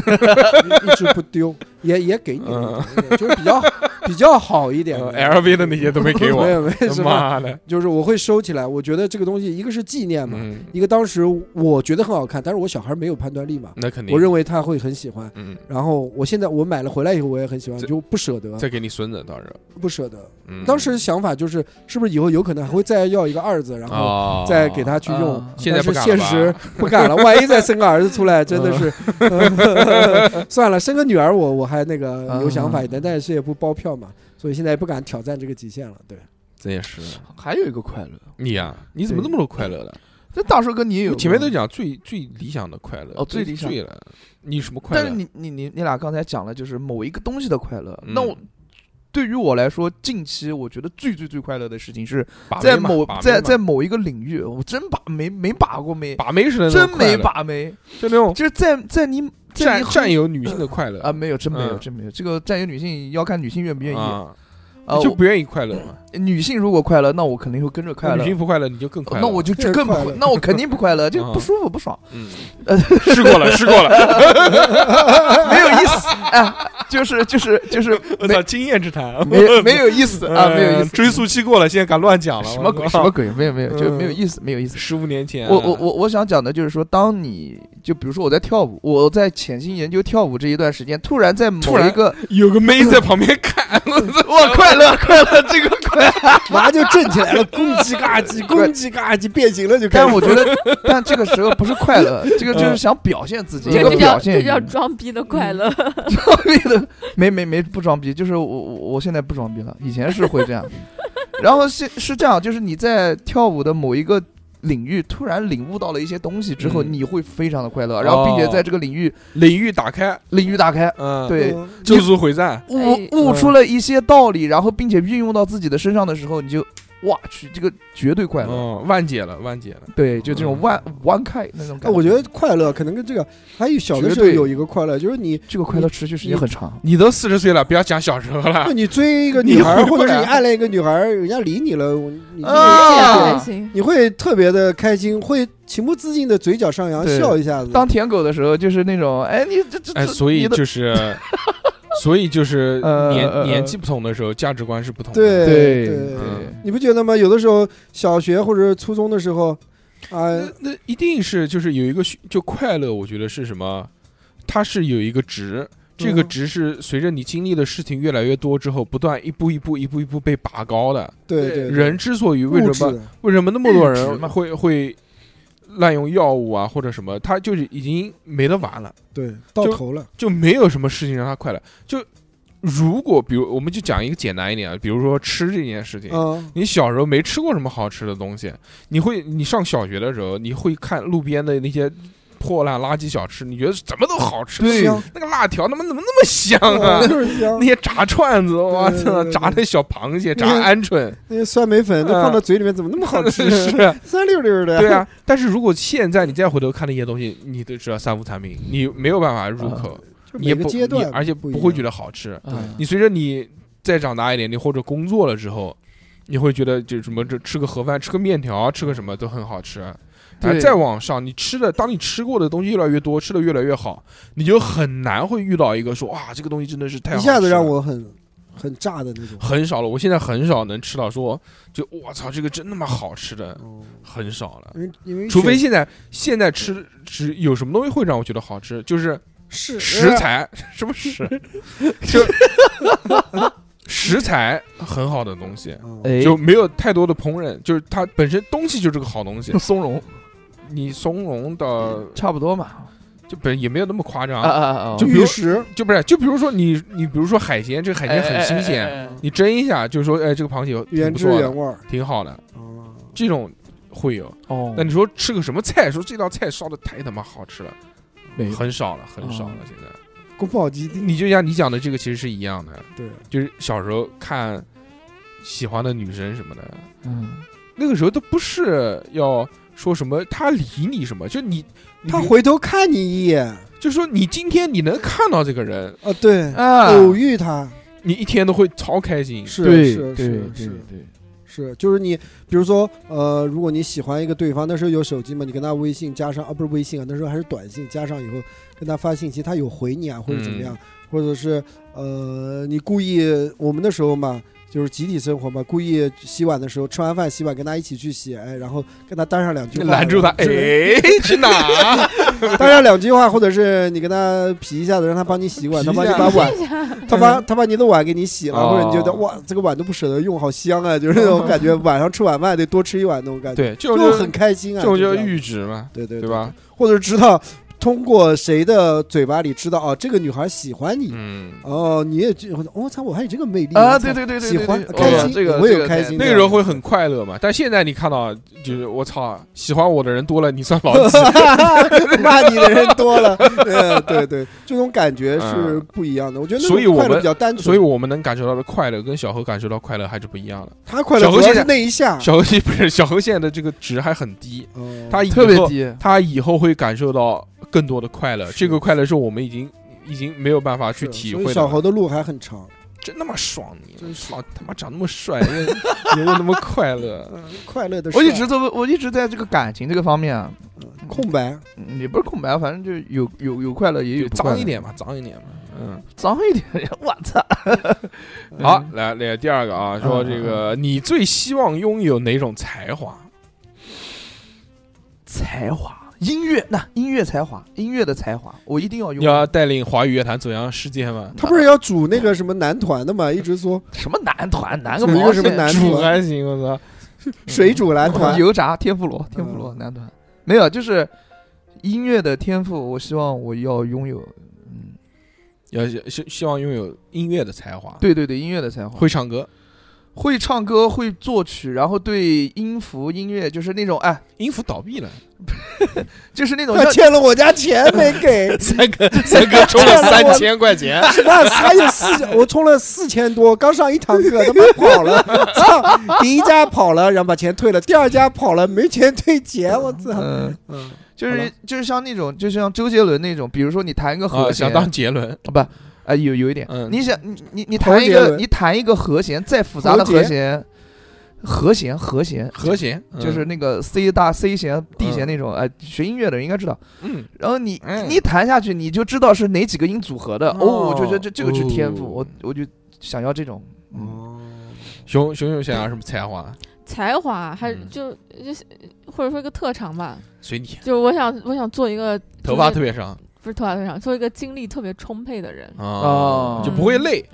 Speaker 4: 一直不？一直不丢， 也也给你了，就是比较比较好 一点的
Speaker 1: 嗯呃 LV 的那些都没给我
Speaker 4: 没，有没有什么，
Speaker 1: 妈 的，
Speaker 4: 就是我会收起来。我觉得这个东西，一个是纪念嘛，
Speaker 1: 嗯，
Speaker 4: 一个当时我觉得很好看，但是我小孩没有判断力嘛，
Speaker 1: 那肯定，
Speaker 4: 我认为他会很喜欢。
Speaker 1: 嗯，
Speaker 4: 然后我现在我买了回来以后，我也很喜欢，
Speaker 1: 这
Speaker 4: 就不舍得，
Speaker 1: 再给你孙子到时候，
Speaker 4: 不舍得。
Speaker 1: 嗯，
Speaker 4: 当时想法就是，是不是以后有可能还会再要一个儿子，然后
Speaker 1: 哦
Speaker 4: 再给他去用
Speaker 3: 啊？
Speaker 1: 现在不敢
Speaker 4: 但是
Speaker 1: 了
Speaker 4: 现
Speaker 1: 吧
Speaker 4: 实 不敢了，万一再生个儿子出来，真的是 算了，生个女儿我我还那个有想法一点，但是也不包票嘛，所以现在也不敢挑战这个极限了。对，
Speaker 1: 这也是
Speaker 3: 还有一个快乐，
Speaker 1: 你呀，你怎么那么多快乐的？
Speaker 3: 这大叔哥你也有
Speaker 1: 我
Speaker 3: 过，
Speaker 1: 前面都讲最最理想的快乐
Speaker 3: 哎哦最理想
Speaker 1: 最了，你什么快
Speaker 3: 但
Speaker 1: 乐
Speaker 3: 是？你你你你俩刚才讲了，就是某一个东西的快乐。
Speaker 1: 嗯
Speaker 3: 那我对于我来说，近期我觉得最最最快乐的事情是
Speaker 1: 把妹
Speaker 3: 在
Speaker 1: 嘛
Speaker 3: 某
Speaker 1: 把妹
Speaker 3: 在
Speaker 1: 嘛
Speaker 3: 在某一个领域，我真把没没把过没，
Speaker 1: 把妹似的那种
Speaker 3: 真
Speaker 1: 快
Speaker 3: 没
Speaker 1: 乐，
Speaker 3: 把没，
Speaker 1: 就那种
Speaker 3: 就是在在你在
Speaker 1: 占
Speaker 3: 你
Speaker 1: 占
Speaker 3: 有
Speaker 1: 有女性的快乐
Speaker 3: 啊，没有，真没有，
Speaker 1: 嗯
Speaker 3: 真没有。这个占有女性要看女性愿不愿意啊。
Speaker 1: 啊，你就
Speaker 3: 我
Speaker 1: 不愿意快乐嘛？
Speaker 3: 女性如果快乐，那我肯定会跟着快乐哦
Speaker 1: 女。性不快乐，你就更快乐。
Speaker 3: 那我就
Speaker 4: 这
Speaker 3: 更不
Speaker 4: 快乐
Speaker 3: 会，那我肯定不快乐，就
Speaker 1: 啊
Speaker 3: 不舒服不爽，
Speaker 1: 嗯，试过了，试过了，
Speaker 3: 没有意思，哎，就是就是就是
Speaker 1: 我操，经验之谈，
Speaker 3: 没没有意思啊，没有意
Speaker 1: 呃
Speaker 3: 思，
Speaker 1: 追溯期过了，现在敢乱讲了，
Speaker 3: 什么鬼什么鬼，没有没有，就没有
Speaker 1: 嗯啊
Speaker 3: 意思，没有意思。
Speaker 1: 十五年前，
Speaker 3: 我我我我想讲的就是说，当你就比如说我在跳舞，我在潜心研究跳舞这一段时间，突然在某
Speaker 1: 突然
Speaker 3: 一个，
Speaker 1: 有个妹在旁边 看，我操
Speaker 3: 哇，快乐快乐，这 个快乐。
Speaker 4: 马上就震起来了，公鸡嘎 叽，公鸡嘎叽变形了就开
Speaker 3: 但
Speaker 4: 始。
Speaker 3: 我觉得，但这个时候不是快乐，这个就是想表现自己，一
Speaker 2: 这
Speaker 3: 个
Speaker 2: 就
Speaker 3: 表
Speaker 2: 叫
Speaker 3: 现
Speaker 2: 这
Speaker 3: 欲。
Speaker 2: 叫装逼的快乐。
Speaker 3: 装逼的，没没没不装逼，就是我我我现在不装逼了，以前是会这样。然后是是这样，就是你在跳舞的某一个领域突然领悟到了一些东西之后，
Speaker 1: 嗯
Speaker 3: 你会非常的快乐，然后并且在这个领域
Speaker 1: 领域打开，
Speaker 3: 领域打开，
Speaker 1: 嗯，，
Speaker 3: 对，
Speaker 4: 嗯
Speaker 1: 咒术回战，
Speaker 3: 悟
Speaker 2: 哎
Speaker 3: 悟出了一些道理，然后并且运用到自己的身上的时候，你就哇去，这个绝对快乐，
Speaker 1: 嗯，万解了，万解了，
Speaker 3: 对，就这种
Speaker 1: 嗯
Speaker 3: 万万开那种
Speaker 4: 哎，
Speaker 3: 感
Speaker 4: 我觉得快乐可能跟这个，还有小的
Speaker 3: 绝
Speaker 4: 时候
Speaker 3: 对
Speaker 4: 有一个快乐，就是你，
Speaker 3: 这个快乐持续时间很长，
Speaker 1: 你都四十岁了，不要讲小时候了
Speaker 4: 那，你追一个
Speaker 1: 你
Speaker 4: 女孩儿，
Speaker 1: 回不
Speaker 4: 或者是
Speaker 1: 来
Speaker 4: 你暗恋一个女孩儿，人家理你了，我你就
Speaker 3: 啊
Speaker 2: 开心，
Speaker 4: 你会特别的开心，会情不自禁的嘴角上扬，
Speaker 3: 对
Speaker 4: 笑一下子。
Speaker 3: 当舔狗的时候就是那种，哎，你这这
Speaker 1: 哎，
Speaker 3: 这，
Speaker 1: 所以
Speaker 3: 你的
Speaker 1: 就是， 所以就是
Speaker 3: 呃
Speaker 1: 年
Speaker 3: 呃
Speaker 1: 年纪不同的时候，价值观是不同的，
Speaker 4: 对
Speaker 3: 对
Speaker 4: 对
Speaker 1: 嗯
Speaker 4: 你不觉得吗？有的时候小学或者初中的时候，啊、
Speaker 1: 那一定是就是有一个需就快乐，我觉得是什么？它是有一个值，这个
Speaker 4: 嗯
Speaker 1: 值是随着你经历的事情越来越多之后，不断一步一步一步一步被拔高的。
Speaker 4: 对对，对
Speaker 1: 人之所以为什
Speaker 4: 物质
Speaker 1: 么
Speaker 4: 的
Speaker 1: 为什么那么多
Speaker 3: 物质嘛
Speaker 1: 人会会滥用药物啊或者什么，他就是已经没得玩了，
Speaker 4: 对到
Speaker 1: 就
Speaker 4: 头了，
Speaker 1: 就没有什么事情让他快乐。就如果比如我们就讲一个简单一点啊，比如说吃这件事情，
Speaker 4: 嗯，
Speaker 1: 你小时候没吃过什么好吃的东西，你会你上小学的时候，你会看路边的那些破烂垃圾小吃，你觉得怎么都好吃，
Speaker 3: 对
Speaker 4: 香，
Speaker 1: 那个辣条他妈怎么那么香啊
Speaker 4: 哇？就是香
Speaker 1: 那，些炸串子，我
Speaker 4: 对
Speaker 1: 操，
Speaker 4: 对对
Speaker 1: 炸那小螃蟹，炸
Speaker 4: 嗯
Speaker 1: 鹌鹑，
Speaker 4: 那些酸梅粉，那
Speaker 1: 嗯
Speaker 4: 放到嘴里面怎么那么好 吃？
Speaker 1: 是，
Speaker 4: 酸溜溜的。
Speaker 1: 对，啊。但是如果现在你再回头看那些东西，你都知道三无产品，你没有办法入口，
Speaker 4: 嗯就
Speaker 1: 你也
Speaker 4: 每个
Speaker 1: 不，
Speaker 4: 阶
Speaker 1: 你
Speaker 4: 段，
Speaker 1: 而且不
Speaker 4: 不一
Speaker 1: 会
Speaker 4: 样
Speaker 1: 觉得好吃。
Speaker 3: 嗯
Speaker 1: 你随着你再长大一点，你或者工作了之后，你会觉得就什么这吃个盒饭、吃个面条、啊吃个什么都很好吃。啊，
Speaker 3: 对
Speaker 1: 再往上，你吃的，当你吃过的东西越来越多，吃的越来越好，你就很难会遇到一个说哇，这个东西真的是太好
Speaker 4: 一
Speaker 1: 吃了
Speaker 4: 下子让我很很炸的那种。
Speaker 1: 很少了。我现在很少能吃到说就我操，这个真他妈好吃的，
Speaker 4: 哦
Speaker 1: 很少了。
Speaker 4: 因为因为
Speaker 1: 除非
Speaker 4: 选
Speaker 1: 现在现在吃吃有什么东西会让我觉得好吃，就是
Speaker 4: 是
Speaker 1: 食， 材什么食， 就食材很好的东西，
Speaker 4: 嗯
Speaker 3: 哎。
Speaker 1: 就没有太多的烹饪，就是它本身东西就是个好东西
Speaker 3: 松茸
Speaker 1: 你松茸的
Speaker 3: 差不多嘛，
Speaker 1: 就本也没有那么夸张
Speaker 3: 啊，啊啊，
Speaker 1: 呃就比如
Speaker 4: 玉石，
Speaker 1: 就不是就比如说你你比如说海鲜，这个海鲜很新鲜，
Speaker 3: 鲜
Speaker 1: 你蒸一下就说哎这个螃蟹挺
Speaker 4: 原
Speaker 1: 不
Speaker 4: 汁
Speaker 1: 错
Speaker 4: 原
Speaker 1: 的，
Speaker 4: 味儿。
Speaker 1: 挺好的，
Speaker 4: 哦
Speaker 1: 这种会有。
Speaker 3: 哦，
Speaker 1: 那你说吃个什么菜？说这道菜烧的太他妈好吃了，
Speaker 3: 没
Speaker 1: 很少了，很少了
Speaker 3: 哦。
Speaker 1: 现在
Speaker 4: 宫保鸡丁，
Speaker 1: 你就像你讲的这个其实是一样的，
Speaker 4: 对，
Speaker 1: 就是小时候看喜欢的女生什么的，
Speaker 3: 嗯，
Speaker 1: 那个时候都不是要说什么他理你什么，就你
Speaker 4: 他
Speaker 1: 你
Speaker 4: 回头看你一眼
Speaker 1: 就说你今天你能看到这个人，
Speaker 4: 啊，对，
Speaker 3: 啊，
Speaker 4: 偶遇他
Speaker 1: 你一天都会超开心。
Speaker 4: 是
Speaker 3: 对
Speaker 4: 是
Speaker 3: 对
Speaker 4: 是
Speaker 3: 对
Speaker 4: 是
Speaker 3: 对，
Speaker 4: 是，就是你，比如说呃，如果你喜欢一个对方，那时候有手机嘛，你跟他微信加上啊，不是微信啊，那时候还是短信，加上以后跟他发信息，他有回你啊，或者怎
Speaker 1: 嗯
Speaker 4: 么样，或者是呃，你故意我们那时候嘛。就是集体生活嘛，故意洗碗的时候，吃完饭洗碗，跟他一起去洗，哎，然后跟他搭上两句话，
Speaker 1: 拦住他，哎
Speaker 4: 之类的，
Speaker 1: 去哪？啊
Speaker 4: 搭上两句话，或者是你跟他皮一下子，让他帮你洗碗，他
Speaker 1: 皮一
Speaker 4: 帮你
Speaker 1: 下
Speaker 4: 把
Speaker 1: 子
Speaker 4: 碗，他把他把你的碗给你洗了，
Speaker 1: 哦
Speaker 4: 或者你觉得哇，这个碗都不舍得用，好香啊，就是那种感觉，晚上吃晚饭得多吃一碗那种感觉，
Speaker 1: 对，这种
Speaker 4: 就
Speaker 1: 就
Speaker 4: 很开心啊，
Speaker 1: 这种
Speaker 4: 就
Speaker 1: 叫
Speaker 4: 这样
Speaker 1: 阈值嘛，
Speaker 4: 对对
Speaker 1: 对？吧？
Speaker 4: 或者知道通过谁的嘴巴里知道哦，这个女孩喜欢你，
Speaker 1: 嗯。
Speaker 4: 哦，你也觉得哦我操，我还有这个魅力
Speaker 3: 啊，
Speaker 4: 我
Speaker 3: 对
Speaker 4: 操
Speaker 3: 对对对，
Speaker 4: 喜
Speaker 3: 对
Speaker 4: 欢
Speaker 3: 对
Speaker 1: 开
Speaker 3: 哦
Speaker 4: 心
Speaker 3: 这个
Speaker 4: 我也
Speaker 3: 这个
Speaker 4: 开
Speaker 3: 对
Speaker 4: 心
Speaker 1: 那个时候会很快乐嘛，但现在你看到就是我操，喜欢我的人多了，你算 老几？
Speaker 4: 骂你的人多了，对对对，这种感觉是
Speaker 1: 嗯
Speaker 4: 不一样的。我觉得那
Speaker 1: 所以
Speaker 4: 种快
Speaker 1: 我
Speaker 4: 乐
Speaker 1: 们
Speaker 4: 比较单纯，
Speaker 1: 所以我们能感受到的快乐跟小何感受到快乐还是不一样的。
Speaker 4: 他快乐
Speaker 1: 小何
Speaker 4: 主要
Speaker 1: 现
Speaker 4: 是
Speaker 1: 在
Speaker 4: 那一下，
Speaker 1: 小何现不是小何现在的这个值还很低，
Speaker 4: 哦
Speaker 1: 他以后
Speaker 3: 特别低，
Speaker 1: 他以后会感受到更多的快乐，
Speaker 4: 是
Speaker 1: 这个快乐是我们已经已经没有办法去
Speaker 4: 是
Speaker 1: 体
Speaker 4: 所以
Speaker 1: 会
Speaker 4: 小
Speaker 1: 的
Speaker 4: 猴
Speaker 1: 了。
Speaker 4: 的路还很长，
Speaker 1: 真他妈爽你！
Speaker 4: 真是
Speaker 1: 操他妈长那么帅，又又那么快乐，
Speaker 4: 嗯，快乐的。
Speaker 3: 我一直都我一直在这个感情这个方面啊，
Speaker 4: 嗯空白，
Speaker 3: 嗯也不是空白，反正就有有有快乐，也有
Speaker 1: 就
Speaker 3: 不快乐
Speaker 1: 脏一，点嘛，脏一点嘛。嗯，
Speaker 3: 脏一点， 我操！嗯
Speaker 1: 好，来来第二个啊，说这个你最希望拥有哪种才华？
Speaker 3: 才华，音乐那音乐才华，音乐的才华，我一定要
Speaker 1: 你
Speaker 3: 用。
Speaker 1: 要带领华语乐坛走向世界吗？
Speaker 4: 他不是要组那个什么男团的嘛？一直说
Speaker 3: 什么男团，男个
Speaker 4: 组一个
Speaker 3: 毛
Speaker 4: 什么
Speaker 3: 线
Speaker 4: 男团
Speaker 1: 主还行，我操！
Speaker 4: 水 煮男团，
Speaker 3: 油炸天妇罗，天妇罗
Speaker 4: 嗯
Speaker 3: 男团，没有，就是音乐的天赋，我希望我要拥有。嗯，
Speaker 1: 要希希望拥有音乐的才华，，
Speaker 3: 对对对，音乐的才华，
Speaker 1: 会唱歌，
Speaker 3: 会唱歌，会作曲，然后对音符、音乐就是那种哎，
Speaker 1: 音符倒闭了，，
Speaker 3: 就是那种
Speaker 4: 他
Speaker 3: 像
Speaker 4: 欠了我家钱没 给
Speaker 1: 三哥，三哥充了三千块钱，
Speaker 4: 那还有四，我充了四千多，刚上一堂课，他妈跑了，操！第一家跑了，然后把钱退了，第二家跑了，没钱退钱，我操！
Speaker 3: 嗯，
Speaker 4: 嗯，
Speaker 3: 就是就是像那种，就像周杰伦那种，比如说你弹一个
Speaker 1: 啊，
Speaker 3: 和弦，
Speaker 1: 想当杰伦，
Speaker 3: 啊不，啊有有一点，
Speaker 1: 嗯
Speaker 3: 你想你你你弹一
Speaker 4: 杰
Speaker 3: 个
Speaker 4: 伦
Speaker 3: 你弹一个和弦，再复杂的和弦，和弦和弦
Speaker 1: 和嗯弦
Speaker 3: 就是那个 C 大 C 弦 D
Speaker 1: 嗯
Speaker 3: 弦那种，哎，学音乐的人应该知道。
Speaker 1: 嗯，
Speaker 3: 然后你
Speaker 1: 嗯
Speaker 3: 你弹下去，你就知道是哪几个音组合的。哦，
Speaker 1: 哦
Speaker 3: 我就觉得这这个是天赋，
Speaker 1: 哦
Speaker 3: 我我就想要这种。嗯，
Speaker 4: 哦，
Speaker 1: 熊熊熊想要什么才华？
Speaker 2: 才华还
Speaker 1: 嗯
Speaker 2: 就就是或者说一个特长吧，
Speaker 1: 随你，
Speaker 2: 就是我想我想做一个
Speaker 1: 头发特别长
Speaker 2: 不是头发特长，做一个精力特别充沛的人。
Speaker 3: 哦
Speaker 1: 啊，就不会累，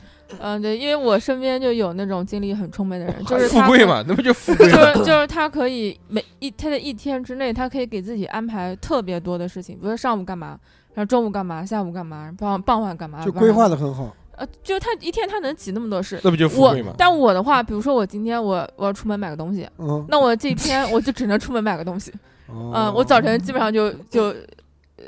Speaker 2: 嗯，对，因为我身边就有那种精力很充沛的人，就是
Speaker 1: 富
Speaker 2: 他
Speaker 1: 贵
Speaker 2: 可
Speaker 1: 嘛，那不就富
Speaker 2: 就
Speaker 1: 贵嘛？
Speaker 2: 是就是他可以每一他的一天之内，他可以给自己安排特别多的事情，比如说上午干嘛，然后中午干嘛，下午干嘛，傍傍晚干嘛，
Speaker 4: 就
Speaker 2: 晚上
Speaker 4: 规划的很好，
Speaker 2: 呃，就是他一天他能挤那么多事。
Speaker 1: 那不就富
Speaker 2: 我
Speaker 1: 贵嘛？
Speaker 2: 但我的话，比如说我今天我我要出门买个东西，
Speaker 4: 嗯，
Speaker 2: 那我这一天我就只能出门买个 东西。
Speaker 4: 嗯
Speaker 2: 嗯，我早晨基本上就就呃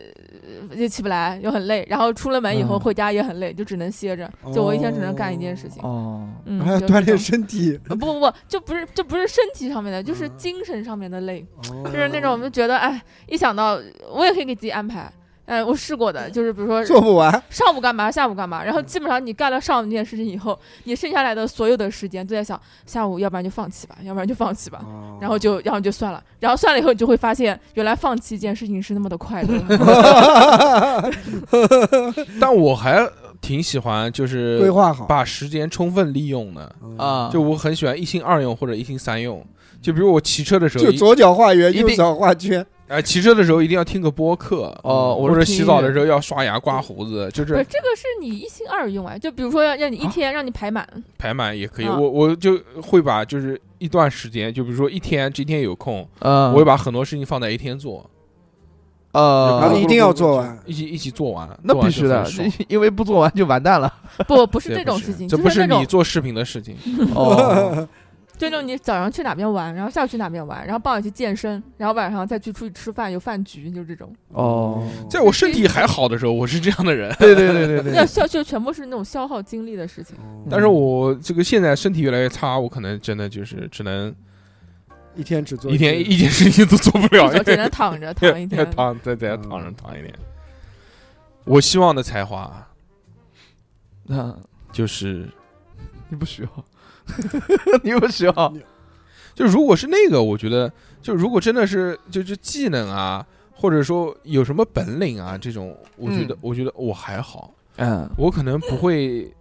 Speaker 2: 也起不来，又很累，然后出了门以后
Speaker 3: 嗯
Speaker 2: 回家也很累，就只能歇着。就我一天只能干一件事情。
Speaker 3: 哦，
Speaker 2: 嗯，
Speaker 4: 还要
Speaker 2: 就
Speaker 4: 锻
Speaker 2: 这
Speaker 4: 炼
Speaker 2: 种
Speaker 4: 身体，
Speaker 2: 呃不不不，就不是就不是身体上面的，就是
Speaker 4: 嗯
Speaker 2: 精神上面的累，
Speaker 4: 就
Speaker 2: 就是那种我
Speaker 1: 嗯
Speaker 2: 们觉得哎，一想到我也可以给自己安排，哎，我试过的，就是比如说
Speaker 4: 做不完，
Speaker 2: 上午干嘛，下午干嘛，
Speaker 1: 嗯
Speaker 2: 然后基本上你干了上午那件事情以后，你剩下来的所有的时间都在想，下午要不然就放弃吧，要不然就放弃吧。
Speaker 1: 哦
Speaker 2: 然后就，然后就算了，然后算了以后，你就会发现，原来放弃一件事情是那么的快乐。
Speaker 1: 但我还挺喜欢，就是
Speaker 4: 规划好
Speaker 1: 把时间充分利用的。
Speaker 3: 啊
Speaker 1: 就我很喜欢一心二用或者一心三用，就比如我骑车的时候
Speaker 4: 就
Speaker 1: 一，
Speaker 4: 左脚画圆，
Speaker 3: 一
Speaker 4: 右
Speaker 3: 定
Speaker 4: 脚画圈，
Speaker 1: 哎，骑车的时候一定要听个播客
Speaker 3: 哦
Speaker 1: 嗯
Speaker 3: 我
Speaker 1: 或者
Speaker 3: 是听
Speaker 1: 洗
Speaker 3: 音
Speaker 1: 澡
Speaker 3: 乐
Speaker 1: 的时候要刷牙刮胡子，就
Speaker 2: 不 是
Speaker 1: 是
Speaker 2: 这个是你一心二用啊，就比如说要让你一
Speaker 1: 啊
Speaker 2: 天让你 排满，
Speaker 1: 排满也可以。
Speaker 2: 啊
Speaker 3: 嗯
Speaker 1: 我我就会把就是一段时间，就比如说一天，这天有空，
Speaker 3: 嗯，
Speaker 1: 我会把很多事情放在一天做，啊
Speaker 4: 然后
Speaker 3: 呃
Speaker 4: 一，定要做完。
Speaker 1: 一起一起做完。
Speaker 3: 那
Speaker 1: 做完
Speaker 3: 必
Speaker 1: 就
Speaker 3: 须的
Speaker 1: 很爽，
Speaker 3: 因为不做完就完 蛋了。
Speaker 2: 不不是
Speaker 1: 对
Speaker 2: 这
Speaker 1: 不
Speaker 2: 种
Speaker 1: 是
Speaker 2: 事情，
Speaker 1: 这
Speaker 2: 就
Speaker 1: 不
Speaker 2: 是
Speaker 1: 是
Speaker 2: 那种
Speaker 1: 你做视频的事情。
Speaker 3: 哦，
Speaker 2: 就那种你早上去哪边玩，然后下午去哪边玩，然后傍晚去健身，然后晚上再去出去吃饭，有饭局，就这种。
Speaker 3: 哦，
Speaker 1: 在我身体还好的时候，我是这样的人，
Speaker 3: 对对对对对
Speaker 2: 要，消就全部是那种消耗精力的事情。
Speaker 3: 嗯
Speaker 1: 但是我这个现在身体越来越差，我可能真的就是只能
Speaker 4: 一天只做
Speaker 1: 一天
Speaker 4: 次
Speaker 1: 一件事情都做
Speaker 4: 啊
Speaker 1: 不了，
Speaker 2: 就
Speaker 1: 因
Speaker 2: 只
Speaker 1: 为
Speaker 2: 能躺着
Speaker 1: 要
Speaker 2: 躺一
Speaker 1: 要
Speaker 2: 天。
Speaker 1: 躺在在
Speaker 4: 嗯
Speaker 1: 躺上躺一天。我希望的才华
Speaker 3: 嗯
Speaker 1: 就是，
Speaker 3: 你不需要， 你不需要。
Speaker 1: 就如果是那个，我觉得就如果真的是就是技能啊，或者说有什么本领啊这种，我觉得、
Speaker 3: 嗯
Speaker 1: 我觉得我还好，
Speaker 3: 嗯，，
Speaker 1: 我可能不会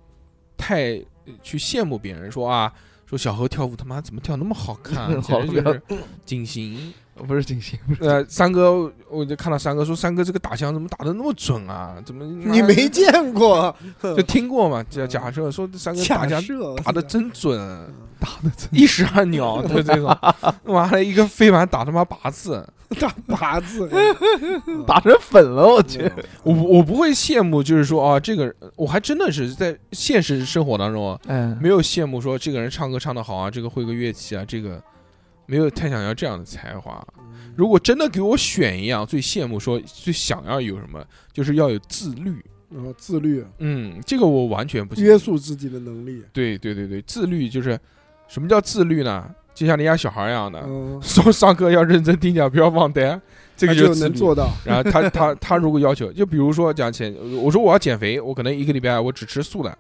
Speaker 1: 太呃去羡慕别人说啊。说小何跳舞他妈怎么跳那么好看、啊 简直
Speaker 3: 好
Speaker 1: 就是景行。
Speaker 3: 不是金星，不是
Speaker 1: 呃，三哥，我就看到三哥说三哥这个打枪怎么打的那么准啊？怎么
Speaker 4: 你没见过，
Speaker 1: 就听过嘛？假假设说三哥打
Speaker 4: 假
Speaker 1: 枪
Speaker 4: 设
Speaker 1: 打的真
Speaker 4: 嗯
Speaker 1: 准，
Speaker 3: 打的真
Speaker 1: 一石二 鸟，就这种，妈的一个飞盘打他妈八次，
Speaker 4: 大 八字，
Speaker 3: 打成粉了，我去。
Speaker 1: 我不我不会羡慕，就是说啊，这个人我还真的是在现实生活当中啊，
Speaker 3: 嗯，
Speaker 1: 没有羡慕说这个人唱歌唱得好啊，这个会个乐器啊，这个没有太想要这样的才华。啊如果真的给我选一样，最羡慕说最想要有什么，就是要有自律。
Speaker 4: 然后自律，
Speaker 1: 嗯，这个我完全不行
Speaker 4: 约束自己的能力，
Speaker 1: 对对对对，自律就是什么叫自律呢？就像人家小孩一样的，
Speaker 4: 嗯，
Speaker 1: 说上课要认真听讲，不要忘 带， 这个
Speaker 4: 那
Speaker 1: 就是
Speaker 4: 就
Speaker 1: 自
Speaker 4: 能
Speaker 1: 律。
Speaker 4: 做到。
Speaker 1: 然后他他他如果要求，就比如说讲前，我说我要减肥，我可能一个礼拜我只吃素的，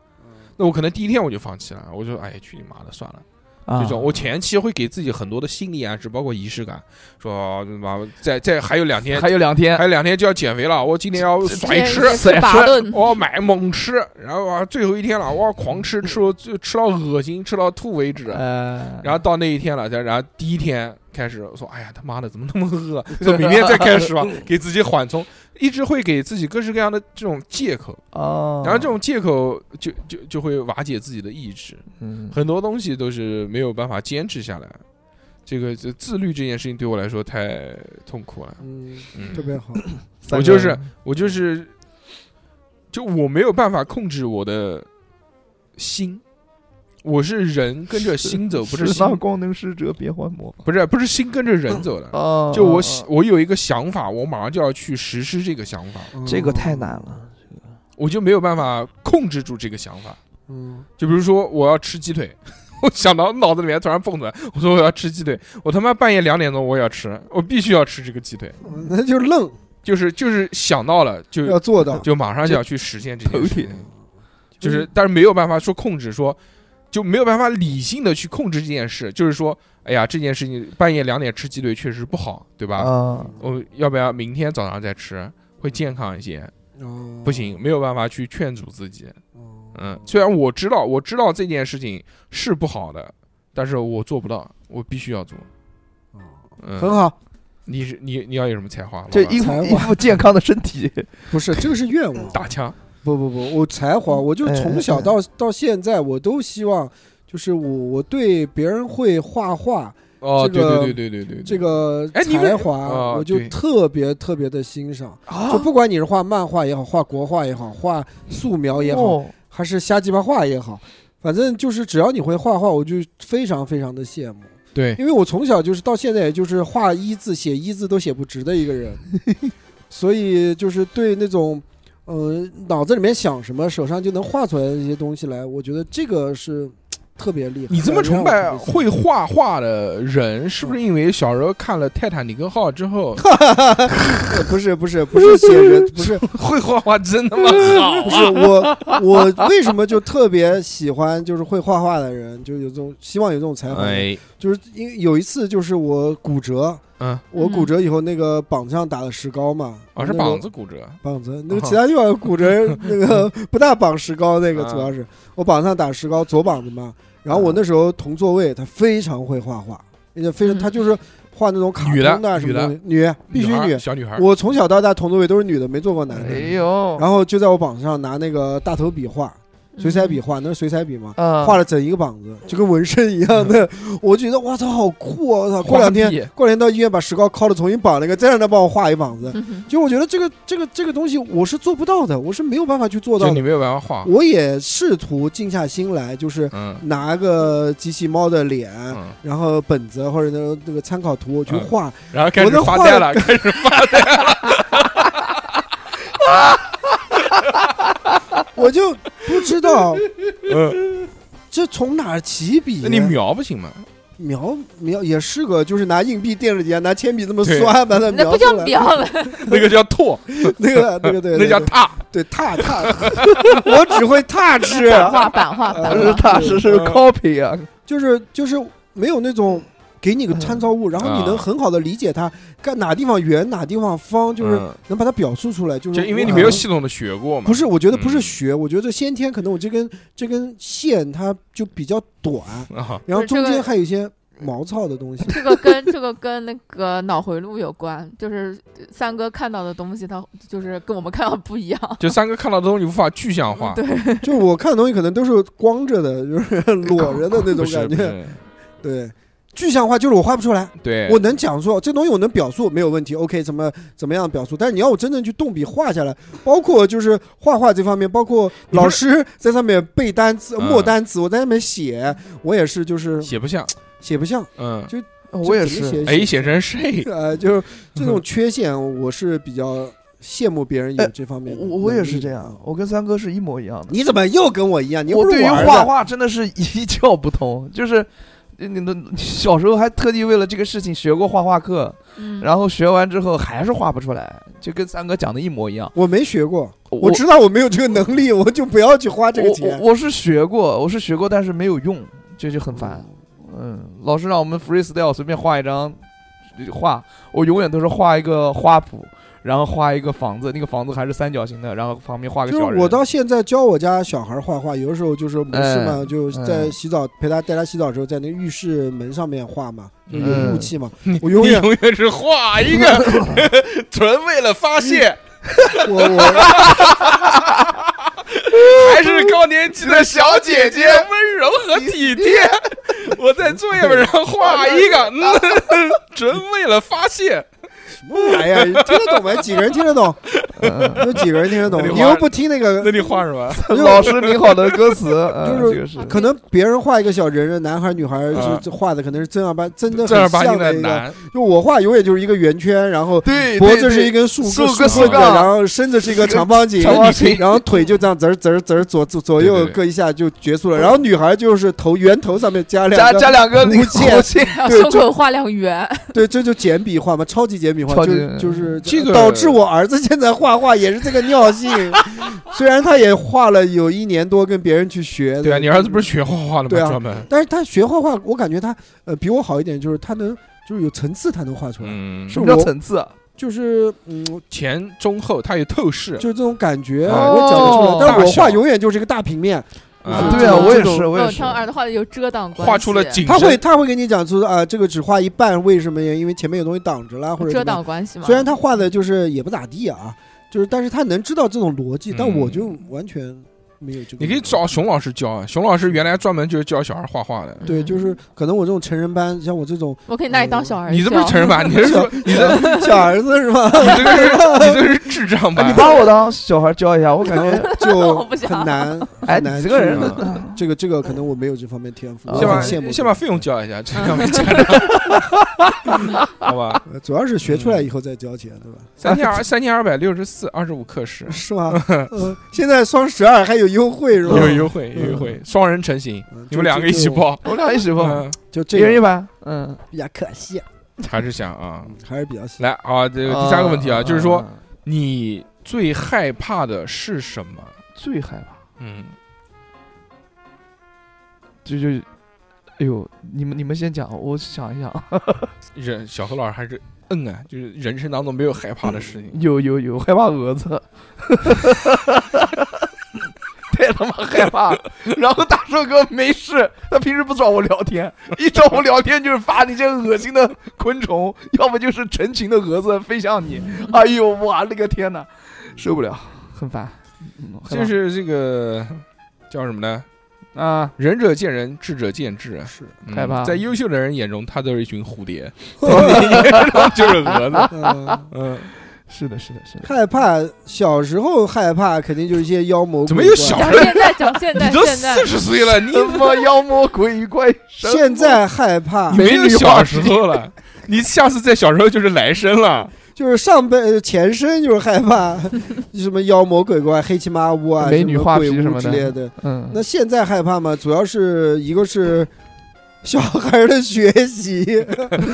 Speaker 1: 那我可能第一天我就放弃了，我就哎去你妈的算了。
Speaker 3: 啊
Speaker 1: 这种我前期会给自己很多的心理暗示，包括仪式感，说他妈再再还有两天，
Speaker 3: 啊还有两天
Speaker 1: 还，有两天就要减肥了，我今天要甩吃。
Speaker 2: 吃
Speaker 3: 甩
Speaker 2: 八
Speaker 3: 吃
Speaker 2: 顿，
Speaker 1: 我要买猛吃，然后啊，最后一天了，我要狂 吃，吃到最吃到恶心，吃到吐为止。
Speaker 3: 呃，
Speaker 1: 然后到那一天了，再然后第一天开始我说，哎呀他妈的怎么那么饿？说明天再开始吧，给自己缓冲，一直会给自己各式各样的这种借口，
Speaker 3: 哦，
Speaker 1: 然后这种借口就就就会瓦解自己的意志，
Speaker 3: 嗯
Speaker 1: 很多东西都是没有办法坚持下来。这个这自律这件事情对我来说太痛苦了，
Speaker 4: 嗯，
Speaker 1: 嗯
Speaker 4: 特，别好，
Speaker 1: 我
Speaker 3: 三个
Speaker 1: 就是我就是，就我没有办法控制我的心，我是人跟着心走，不是
Speaker 3: 世
Speaker 1: 心，
Speaker 3: 上光能施者，别还魔法。
Speaker 1: 不是不是心跟着人走的。
Speaker 4: 啊
Speaker 3: 哦，
Speaker 1: 就我
Speaker 3: 哦
Speaker 1: 喜
Speaker 3: 哦
Speaker 1: 我有一个想法，我马上就要去实施这个想法，
Speaker 4: 嗯
Speaker 3: 这个太难了。
Speaker 1: 我就没有办法控制住这个想法。
Speaker 4: 嗯。
Speaker 1: 就比如说我要吃鸡腿， 我想到脑子里面突然蹦出来，我说我要吃鸡腿，我他妈半夜两点钟我也要吃，我必须要吃这个鸡腿，
Speaker 4: 嗯，那就愣
Speaker 1: 就是就是想到了
Speaker 4: 要
Speaker 1: 就
Speaker 4: 做到，
Speaker 1: 就马上就要去实现这件事
Speaker 3: 头
Speaker 1: 情，就是但是没有办法说控制说。就没有办法理性的去控制这件事，就是说，哎呀，这件事情半夜两点吃鸡腿确实不好，对吧？
Speaker 3: 啊，
Speaker 1: 我要不要明天早上再吃，会健康一些？
Speaker 4: 哦
Speaker 1: 不，行，没有办法去劝阻自己。
Speaker 4: 哦
Speaker 1: 嗯，虽然我知道我知道这件事情是不好的，但是我做不到，我必须要做。嗯，
Speaker 4: 很好，
Speaker 1: 你是你你要有什么才华？
Speaker 3: 这
Speaker 1: 老板
Speaker 3: 一副
Speaker 4: 才
Speaker 3: 一副健康的身 体，
Speaker 4: 不是这个是愿望，
Speaker 1: 打枪，
Speaker 4: 不不不，我才
Speaker 3: 嗯
Speaker 4: 华，我就
Speaker 3: 哎
Speaker 4: 从小到到现在，我都希望，就是我我对别人会画画
Speaker 1: 哦，
Speaker 4: 这
Speaker 1: 对
Speaker 4: 个
Speaker 1: 对对对对对，
Speaker 4: 这个
Speaker 1: 哎你为
Speaker 4: 才华，
Speaker 1: 哦
Speaker 4: 我就
Speaker 1: 对
Speaker 4: 特别特别的欣赏。
Speaker 3: 啊
Speaker 4: 就不管你是画漫画也好，画国画也好，画素描也好，
Speaker 3: 哦
Speaker 4: 还是瞎鸡巴画也好，反正就是只要你会画画，我就非常非常的羡慕。
Speaker 1: 对
Speaker 4: 因为我从小就是到现在，也就是画一字、写一字都写不直的一 个人，所以就是对那种，呃，脑子里面想什么，手上就能画出来的一些东西来，我觉得这个是特别厉害。
Speaker 1: 你这么崇
Speaker 4: 让
Speaker 1: 拜啊
Speaker 4: 我特
Speaker 1: 会
Speaker 4: 别
Speaker 1: 画画的人，是不是因为小时候看了《泰坦尼克号》之 后，
Speaker 4: 羡慕，不是不是不是写人， 不是
Speaker 1: 会画画真他妈好
Speaker 4: 不是我我为什么就特别喜欢就是会画画的人，就有这种希望有这种才华，
Speaker 1: 哎，
Speaker 4: 就是因为有一次就是我骨折，
Speaker 1: 嗯，
Speaker 4: 我
Speaker 2: 嗯
Speaker 4: 骨折以后那个膀子上打的石膏嘛，
Speaker 1: 哦，是
Speaker 4: 那个
Speaker 1: 膀子骨哦折，
Speaker 4: 膀子，那个其他地方骨折，那个不大绑石膏，那个
Speaker 1: 嗯
Speaker 4: 主要是我膀子上打石膏，左膀子嘛。然后我那时候同座位，他非常会画画，而且非常，
Speaker 2: 嗯
Speaker 4: 他就是画那种卡
Speaker 1: 女的
Speaker 4: 通的什么东西，女必须
Speaker 1: 女孩
Speaker 4: 女。
Speaker 1: 小女孩，
Speaker 4: 我从小到大同座位都是女的，没做过男
Speaker 3: 哎
Speaker 4: 的。
Speaker 1: 哦
Speaker 3: 呦，
Speaker 4: 然后就在我膀子上拿那个大头笔画，
Speaker 1: 嗯
Speaker 4: 水彩笔画，那是水彩笔嘛，
Speaker 3: 啊，
Speaker 4: 画了整一个膀子，就跟纹身一样的。我觉得哇操，好酷啊！我操，过两天
Speaker 1: 嗯画壁
Speaker 4: 过两天到医院把石膏敲了，重新绑了一个，再让他帮我画一膀子。
Speaker 2: 嗯，
Speaker 4: 就我觉得这个这个这个东西我是做不到的，我是没有办法去做
Speaker 1: 就
Speaker 4: 到
Speaker 1: 你
Speaker 4: 的。
Speaker 1: 没有办法画，
Speaker 4: 我也试图静下心来，就是
Speaker 1: 嗯
Speaker 4: 拿个机器猫的脸，
Speaker 1: 嗯，
Speaker 4: 然后本子或者那个那个参考图我去
Speaker 1: 嗯
Speaker 4: 画，
Speaker 1: 然后开
Speaker 4: 我
Speaker 1: 始
Speaker 4: 能
Speaker 1: 发
Speaker 4: 画
Speaker 1: 呆
Speaker 4: 得
Speaker 1: 了，开始发呆，
Speaker 4: 我就不知道
Speaker 1: 嗯，
Speaker 4: 这从哪儿起笔
Speaker 1: 那。你描不行吗？
Speaker 4: 描描也是个，就是拿硬币垫着底下，啊拿铅笔这么
Speaker 1: 对
Speaker 4: 刷把它
Speaker 2: 那
Speaker 4: 描
Speaker 2: 不
Speaker 4: 出
Speaker 2: 叫
Speaker 4: 来。
Speaker 2: 描了，
Speaker 1: 那个叫拓，
Speaker 4: 那个那个对，
Speaker 1: 那叫
Speaker 4: 对
Speaker 1: 踏。
Speaker 4: 对踏踏， 我只会踏吃。
Speaker 2: 画版画版
Speaker 4: 呃
Speaker 3: 是
Speaker 2: 画，
Speaker 3: 他是是
Speaker 1: 嗯
Speaker 3: copy 啊，
Speaker 4: 就是就是没有那种给你个参照物，然后你能很好的理解它，干哪地方圆哪地方方，就是
Speaker 1: 嗯
Speaker 4: 能把它表述出来。就是
Speaker 1: 就因为你
Speaker 4: 我
Speaker 1: 没有系统的学过嘛。
Speaker 4: 不是，我觉得不是
Speaker 1: 嗯
Speaker 4: 学，我觉得先天可能我这根这根线它就比较短，
Speaker 1: 啊，
Speaker 4: 然后
Speaker 2: 不是
Speaker 4: 中
Speaker 2: 这
Speaker 4: 间
Speaker 2: 个
Speaker 4: 还有一些毛糙的东西。
Speaker 2: 这个跟这个跟那个脑回路有关，就是三哥看到的东西，他就是跟我们看到不一样。
Speaker 1: 就三哥看到的东西无法具象化，
Speaker 2: 对，
Speaker 4: 就是我看的东西可能都是光着的，就是裸着的那
Speaker 1: 不
Speaker 4: 种
Speaker 1: 是
Speaker 4: 感
Speaker 1: 不
Speaker 4: 觉。
Speaker 1: 是
Speaker 4: 对，具象化就是我画不出来。
Speaker 1: 对，
Speaker 4: 我能讲述这东西，我能表述没有问题。OK，怎么怎么样表述？但是你要我真正去动笔画下来，包括就是画画这方面，包括
Speaker 1: 你不是
Speaker 4: 老师在上面背单词、
Speaker 1: 嗯
Speaker 4: 默单词，我在上面写，我也是就是
Speaker 1: 写不像，
Speaker 4: 写不像，
Speaker 1: 嗯
Speaker 4: 就，
Speaker 3: 我也
Speaker 4: 就只
Speaker 3: 是。
Speaker 4: 能写
Speaker 1: 哎，写成谁？
Speaker 4: 呃，就是这种缺陷，我是比较羡慕别人有这方面的
Speaker 3: 哎我我也是
Speaker 4: 能力
Speaker 3: 这样，。我跟三哥是一模一样的。
Speaker 4: 嗯你怎么又跟我一样？你又
Speaker 3: 我
Speaker 4: 不是
Speaker 3: 对于
Speaker 4: 儿
Speaker 3: 画
Speaker 4: 子
Speaker 3: 画真的是一窍不通，就是你你你 小时候还特地为了这个事情学过画画课，
Speaker 2: 嗯，
Speaker 3: 然后学完之后还是画不出来，就跟三哥讲的一模一样。
Speaker 4: 我没学过，
Speaker 3: 我
Speaker 4: 我知道我没有这个能力，我就不要去花这个钱
Speaker 3: 我。我我是学过，我是学过，但是没有用，这就很
Speaker 4: 哦
Speaker 3: 烦。嗯，老师让我们 freestyle 随便画一张呃画，我永远都是画一个花圃，然后画一个房子，那个房子还是三角形的，然后旁边画个
Speaker 4: 就
Speaker 3: 小
Speaker 4: 是
Speaker 3: 人。
Speaker 4: 我到现在教我家小孩画画，有的时候就是没事
Speaker 1: 哎
Speaker 4: 嘛，就在洗澡陪他带他洗澡的时候，在那浴室门上面画嘛，就有
Speaker 3: 嗯
Speaker 4: 雾气嘛。
Speaker 1: 你
Speaker 4: 我永远
Speaker 1: 你永远是画 一个，纯为了发泄，
Speaker 4: 我我
Speaker 1: 还是高年级的小姐姐温柔和体贴。 我在作业本上画一 个， 嗯纯为了发泄。
Speaker 4: 什么玩意儿？听得懂吗？几个人听得懂？
Speaker 3: 嗯
Speaker 4: 有几个人听得懂
Speaker 1: 那？你
Speaker 4: 你
Speaker 1: 画
Speaker 4: 又不听那个，
Speaker 1: 那你画什么？
Speaker 4: 就
Speaker 3: 老师你好的歌词，嗯
Speaker 4: 就是
Speaker 3: 这个是
Speaker 4: 可能别人画一个小人人，男孩女孩
Speaker 1: 啊
Speaker 4: 就就画的可能是正儿八真的很
Speaker 1: 正儿八经
Speaker 4: 像的一个，
Speaker 1: 男，
Speaker 4: 就我画永远就是一个圆圈，然后
Speaker 3: 对
Speaker 4: 脖子是一根竖
Speaker 3: 竖
Speaker 4: 个
Speaker 3: 个
Speaker 4: 竖
Speaker 1: 竖
Speaker 4: 的，
Speaker 3: 杠
Speaker 4: 然后身子是一个长方形，
Speaker 3: 长方形
Speaker 4: 然后腿就这样滋儿滋儿滋儿左左左
Speaker 1: 对
Speaker 4: 右
Speaker 1: 对对
Speaker 4: 各一下就结束了。然后女孩就是头圆头上面加两
Speaker 3: 加
Speaker 4: 个，
Speaker 3: 加两个那个
Speaker 4: 弧线
Speaker 3: 弧线，
Speaker 2: 然后
Speaker 4: 对
Speaker 2: 胸口画两圆，
Speaker 4: 对，这就简笔画嘛，超级简笔画，
Speaker 3: 超
Speaker 4: 就
Speaker 3: 级
Speaker 4: 是就是
Speaker 1: 这个
Speaker 4: 导致我儿子现在画画也是这个尿性， 虽然他也画了有一年多，跟别人去学。
Speaker 1: 对啊，你儿子不是学画画的
Speaker 4: 对啊
Speaker 1: 吗？专门，
Speaker 4: 但是他学画画，我感觉他呃比我好一点，就是他能就是有层次，他能画出来，
Speaker 1: 嗯，
Speaker 3: 什么叫层次啊？
Speaker 4: 就是嗯，
Speaker 1: 前中后，他有透视，
Speaker 4: 就是这种感觉，
Speaker 1: 哦
Speaker 4: 我讲不出来。但是
Speaker 1: 大
Speaker 4: 我画
Speaker 1: 小
Speaker 4: 永远就是一个大平面，
Speaker 1: 啊
Speaker 4: 就是
Speaker 3: 对啊，
Speaker 4: 这种
Speaker 3: 我也
Speaker 4: 这种
Speaker 3: 是，我也
Speaker 2: 嗯，
Speaker 3: 是
Speaker 2: 他，们耳朵画的有遮挡关系，啊
Speaker 1: 画出了景
Speaker 4: 他
Speaker 1: 深
Speaker 4: 会他会给你讲出啊，这个只画一半，为什么呀？因为前面有东西挡着啦，或者
Speaker 2: 呃遮
Speaker 4: 怎么样
Speaker 2: 挡关系嘛。
Speaker 4: 虽然他画的就是也不咋地啊，就是但是他能知道这种逻辑，但
Speaker 1: 嗯
Speaker 4: 我就完全没有这个。
Speaker 1: 你可以找熊老师教啊，熊老师原来专门就是教小孩画画的。
Speaker 4: 对，
Speaker 2: 嗯
Speaker 4: 就是可能我这种成人班，像我这种
Speaker 2: 我可以拿你当小啊儿子
Speaker 1: 你
Speaker 2: 教，
Speaker 1: 这不是 成人版，你是
Speaker 4: 小
Speaker 1: 你这
Speaker 4: 小儿子是吧？
Speaker 1: 你这个是你 这个是智障啊
Speaker 3: 哎
Speaker 1: 版
Speaker 4: 啊
Speaker 3: 你。把 我当小孩教一下，我感觉，
Speaker 4: 就
Speaker 2: 我不想
Speaker 4: 很难，
Speaker 3: 哎，
Speaker 4: 很难
Speaker 3: 你这个人
Speaker 4: 去
Speaker 1: 呢
Speaker 4: 啊这个这个可能我没有这方面天赋，我
Speaker 1: 先把
Speaker 4: 很羡慕。
Speaker 1: 呃先把费用交一下，这样 没家长， 好吧？
Speaker 4: 呃主要是学出来以后再交钱，对吧？
Speaker 1: 三千 二三千二百六十四，二十五课时，
Speaker 4: 是吗？呃，现在双十二还有优惠是吧？嗯
Speaker 1: 有优惠有优惠，双人成型，
Speaker 4: 嗯，就
Speaker 1: 你们两个一起，报，
Speaker 3: 我俩一起碰，
Speaker 1: 嗯，
Speaker 4: 就就
Speaker 3: 啊一
Speaker 4: 这
Speaker 3: 人一
Speaker 4: 个
Speaker 3: 盘，嗯，
Speaker 4: 比较可惜，
Speaker 1: 还是想啊。
Speaker 4: 嗯还是比较喜
Speaker 1: 来啊，这个第三个问题啊，就是说
Speaker 3: 嗯，嗯嗯
Speaker 1: 你最害怕的是什么？
Speaker 3: 最害怕，
Speaker 1: 嗯，
Speaker 3: 就就，哎呦，你们你们先讲，我想一想，
Speaker 1: 人小何老师还是嗯啊，就是人生当中没有害怕的事情。
Speaker 3: 有有有，害怕蛾子，太他妈害怕了。然后大寿哥没事，他平时不找我聊天，一找我聊天就是发那些恶心的昆虫，要么就是成群的蛾子飞向你。哎呦哇，那个天哪，受不了，很烦。嗯、害怕
Speaker 1: 就是这个叫什么呢？
Speaker 3: 啊，
Speaker 1: 仁者见仁，智者见智。
Speaker 4: 是，
Speaker 1: 嗯
Speaker 3: 害怕
Speaker 1: 在优秀的人眼中，他都是一群蝴 蝶，在你眼中就是蛾子。
Speaker 4: 嗯
Speaker 1: 嗯，
Speaker 3: 是的，是的，是的。
Speaker 4: 害怕小时候害怕，肯定就是一些妖魔鬼怪。
Speaker 1: 怎么又小
Speaker 2: 讲现在，讲现在，
Speaker 1: 你都
Speaker 2: 现在
Speaker 1: 四十岁了，你
Speaker 3: 什么妖魔鬼怪？什么
Speaker 4: 现在害怕
Speaker 1: 你没有
Speaker 3: 美女
Speaker 1: 小
Speaker 3: 话
Speaker 1: 时候了，你下次在小时候就是来生了。
Speaker 4: 就是上辈呃前身就是害怕什么妖魔鬼怪、黑漆麻乌啊、
Speaker 3: 美女
Speaker 4: 什么
Speaker 3: 画
Speaker 4: 鬼
Speaker 3: 皮
Speaker 4: 屋
Speaker 3: 什么
Speaker 4: 之
Speaker 3: 的
Speaker 4: 类的。
Speaker 3: 嗯，
Speaker 4: 那现在害怕嘛，主要是一个是小孩儿的学习，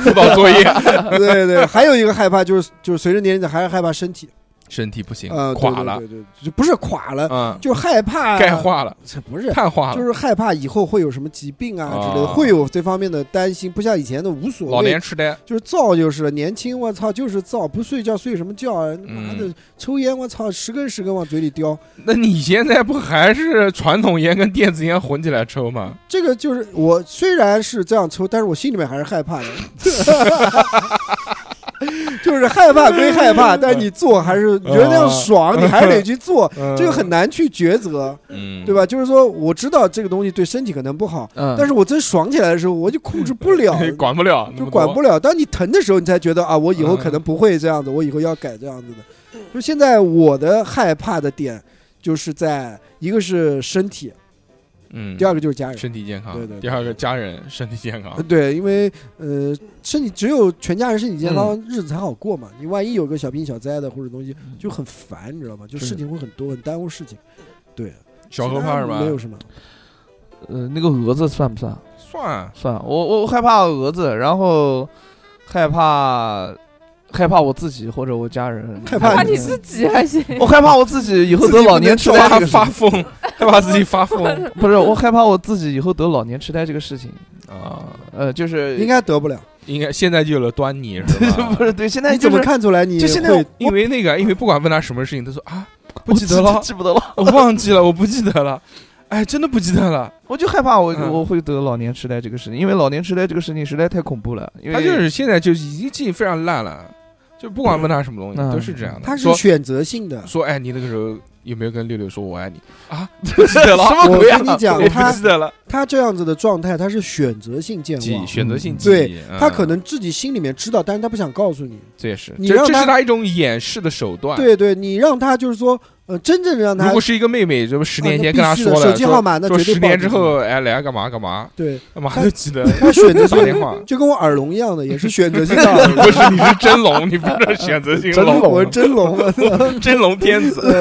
Speaker 1: 辅导作业，
Speaker 4: 对对，还有一个害怕就是就是随着年龄的还是害怕身体
Speaker 1: 身体不行
Speaker 4: 啊、呃，对
Speaker 1: 垮了，
Speaker 4: 对对对，就不是垮了，
Speaker 1: 嗯，
Speaker 4: 就是害怕
Speaker 1: 钙，化了，
Speaker 4: 这不是。
Speaker 1: 碳化
Speaker 4: 就
Speaker 1: 了，
Speaker 4: 是害怕以后会有什么疾病啊之类的，
Speaker 1: 啊
Speaker 4: 会有这方面的担心，不像以前的无所谓。
Speaker 1: 老年痴呆。
Speaker 4: 就是造就是了，年轻我操就是造，不睡觉睡什么觉啊？
Speaker 1: 嗯
Speaker 4: 妈的，抽烟我操十根十根往嘴里叼，
Speaker 1: 那你现在不还是传统烟跟电子烟混起来抽吗？
Speaker 4: 这个就是我虽然是这样抽，但是我心里面还是 害怕的，就是害怕归害 怕，但是你做还是你觉得那样爽，你还是得去做，这个很难去抉择，
Speaker 1: 嗯，。
Speaker 4: 对？吧？就是说我知道这个东西对身体可能不好，
Speaker 3: 嗯，
Speaker 4: 但是我真爽起来的时候，我就控制不了
Speaker 1: 管不了，那
Speaker 4: 就
Speaker 1: 么
Speaker 4: 管
Speaker 1: 多
Speaker 4: 不了。当你疼的时候，你才觉得啊，我以后
Speaker 1: 嗯
Speaker 4: 可能不会这样子，我以后要改这样子
Speaker 3: 嗯
Speaker 4: 的。就现在我的害怕的点，就是在一个是身体，
Speaker 1: 嗯
Speaker 4: 第，二个就是家人。
Speaker 1: 身体健康，
Speaker 4: 对对对
Speaker 1: 第二个家人身体健康
Speaker 4: 呃，对，因为呃，身体只有全家人身体健康，日子才好过嘛。你万一有个小病小灾的或者东西，
Speaker 1: 嗯
Speaker 4: 就很烦，你知道吗？就是事情会很多，很耽误事情。对，
Speaker 1: 小
Speaker 4: 其
Speaker 1: 何
Speaker 4: 他
Speaker 1: 怕什么
Speaker 4: 没？有什么。
Speaker 3: 呃，那个蛾子算不算？
Speaker 1: 算啊
Speaker 3: 算了，我我我害怕蛾子，然后害怕害怕我自己或者我家人，
Speaker 4: 害怕
Speaker 2: 怕
Speaker 4: 你
Speaker 2: 你自己还行。
Speaker 4: 哦
Speaker 3: 我害怕我自己以后得老年痴呆
Speaker 1: 发
Speaker 3: 这个事
Speaker 1: 发
Speaker 3: 情，
Speaker 1: 疯， 害怕自己发疯
Speaker 3: 不是我害怕我自己以后得老年痴呆这个事情，
Speaker 1: 啊！
Speaker 3: 呃，就是
Speaker 4: 应该得不了，
Speaker 1: 应该现在就有了端倪是 吧
Speaker 3: 不？是对，现在
Speaker 4: 你怎
Speaker 3: 就
Speaker 4: 么
Speaker 3: 是
Speaker 4: 看出来你
Speaker 3: 就现在
Speaker 4: 会
Speaker 1: 因为那个，因为不管问他什么事情，他说啊，不
Speaker 3: 我
Speaker 1: 记得了，
Speaker 3: 记不得了，
Speaker 1: 我忘记了，我不记得了，哎，真的不记得了。
Speaker 3: 我就害怕我
Speaker 1: 嗯
Speaker 3: 我会得老年痴呆这个事情，因为老年痴呆这个事情实在太恐怖了，因
Speaker 1: 他
Speaker 3: 为
Speaker 1: 就是现在就已经记忆非常烂了，就不管问他什么东
Speaker 3: 嗯
Speaker 1: 西都是这样的。
Speaker 4: 他是
Speaker 1: 说
Speaker 4: 选择性的。
Speaker 1: 说，哎，你那个时候有没有跟六六说我爱你啊？
Speaker 3: 什么
Speaker 4: 我
Speaker 3: 鬼啊？
Speaker 4: 跟你讲
Speaker 3: 我不
Speaker 4: 他
Speaker 3: 记得了。
Speaker 4: 他这样子的状态，他是选择性健
Speaker 1: 记忆
Speaker 4: 嗯忘，
Speaker 1: 选择性记忆，
Speaker 4: 对
Speaker 1: 嗯
Speaker 4: 他可能自己心里面知道，但是他不想告诉你。
Speaker 1: 这也是，
Speaker 4: 你
Speaker 1: 这
Speaker 4: 让
Speaker 1: 这
Speaker 4: 他
Speaker 1: 是他一种掩饰的手段。，
Speaker 4: 对对，你让他就是说，呃，真正让
Speaker 1: 哎如
Speaker 4: 他
Speaker 1: 果是一个妹妹，这不十
Speaker 4: 啊
Speaker 1: 年
Speaker 4: 那
Speaker 1: 前
Speaker 4: 必
Speaker 1: 跟他
Speaker 4: 须的
Speaker 1: 说
Speaker 4: 手
Speaker 1: 了，
Speaker 4: 机号
Speaker 1: 说
Speaker 4: 码，那
Speaker 1: 说
Speaker 4: 绝对
Speaker 1: 十
Speaker 4: 报
Speaker 1: 年
Speaker 4: 警
Speaker 1: 之后，哎，来干嘛干嘛，
Speaker 4: 对，
Speaker 1: 干嘛
Speaker 4: 他
Speaker 1: 都记得
Speaker 4: 他选择
Speaker 1: 打电
Speaker 4: 性
Speaker 1: 话。
Speaker 4: 就跟我耳聋一样的，也是选择性的。
Speaker 1: 不是，你是真龙，你不是选择性
Speaker 3: 真
Speaker 1: 龙，
Speaker 3: 聋
Speaker 4: 我 真聋了，
Speaker 1: 真龙天 子。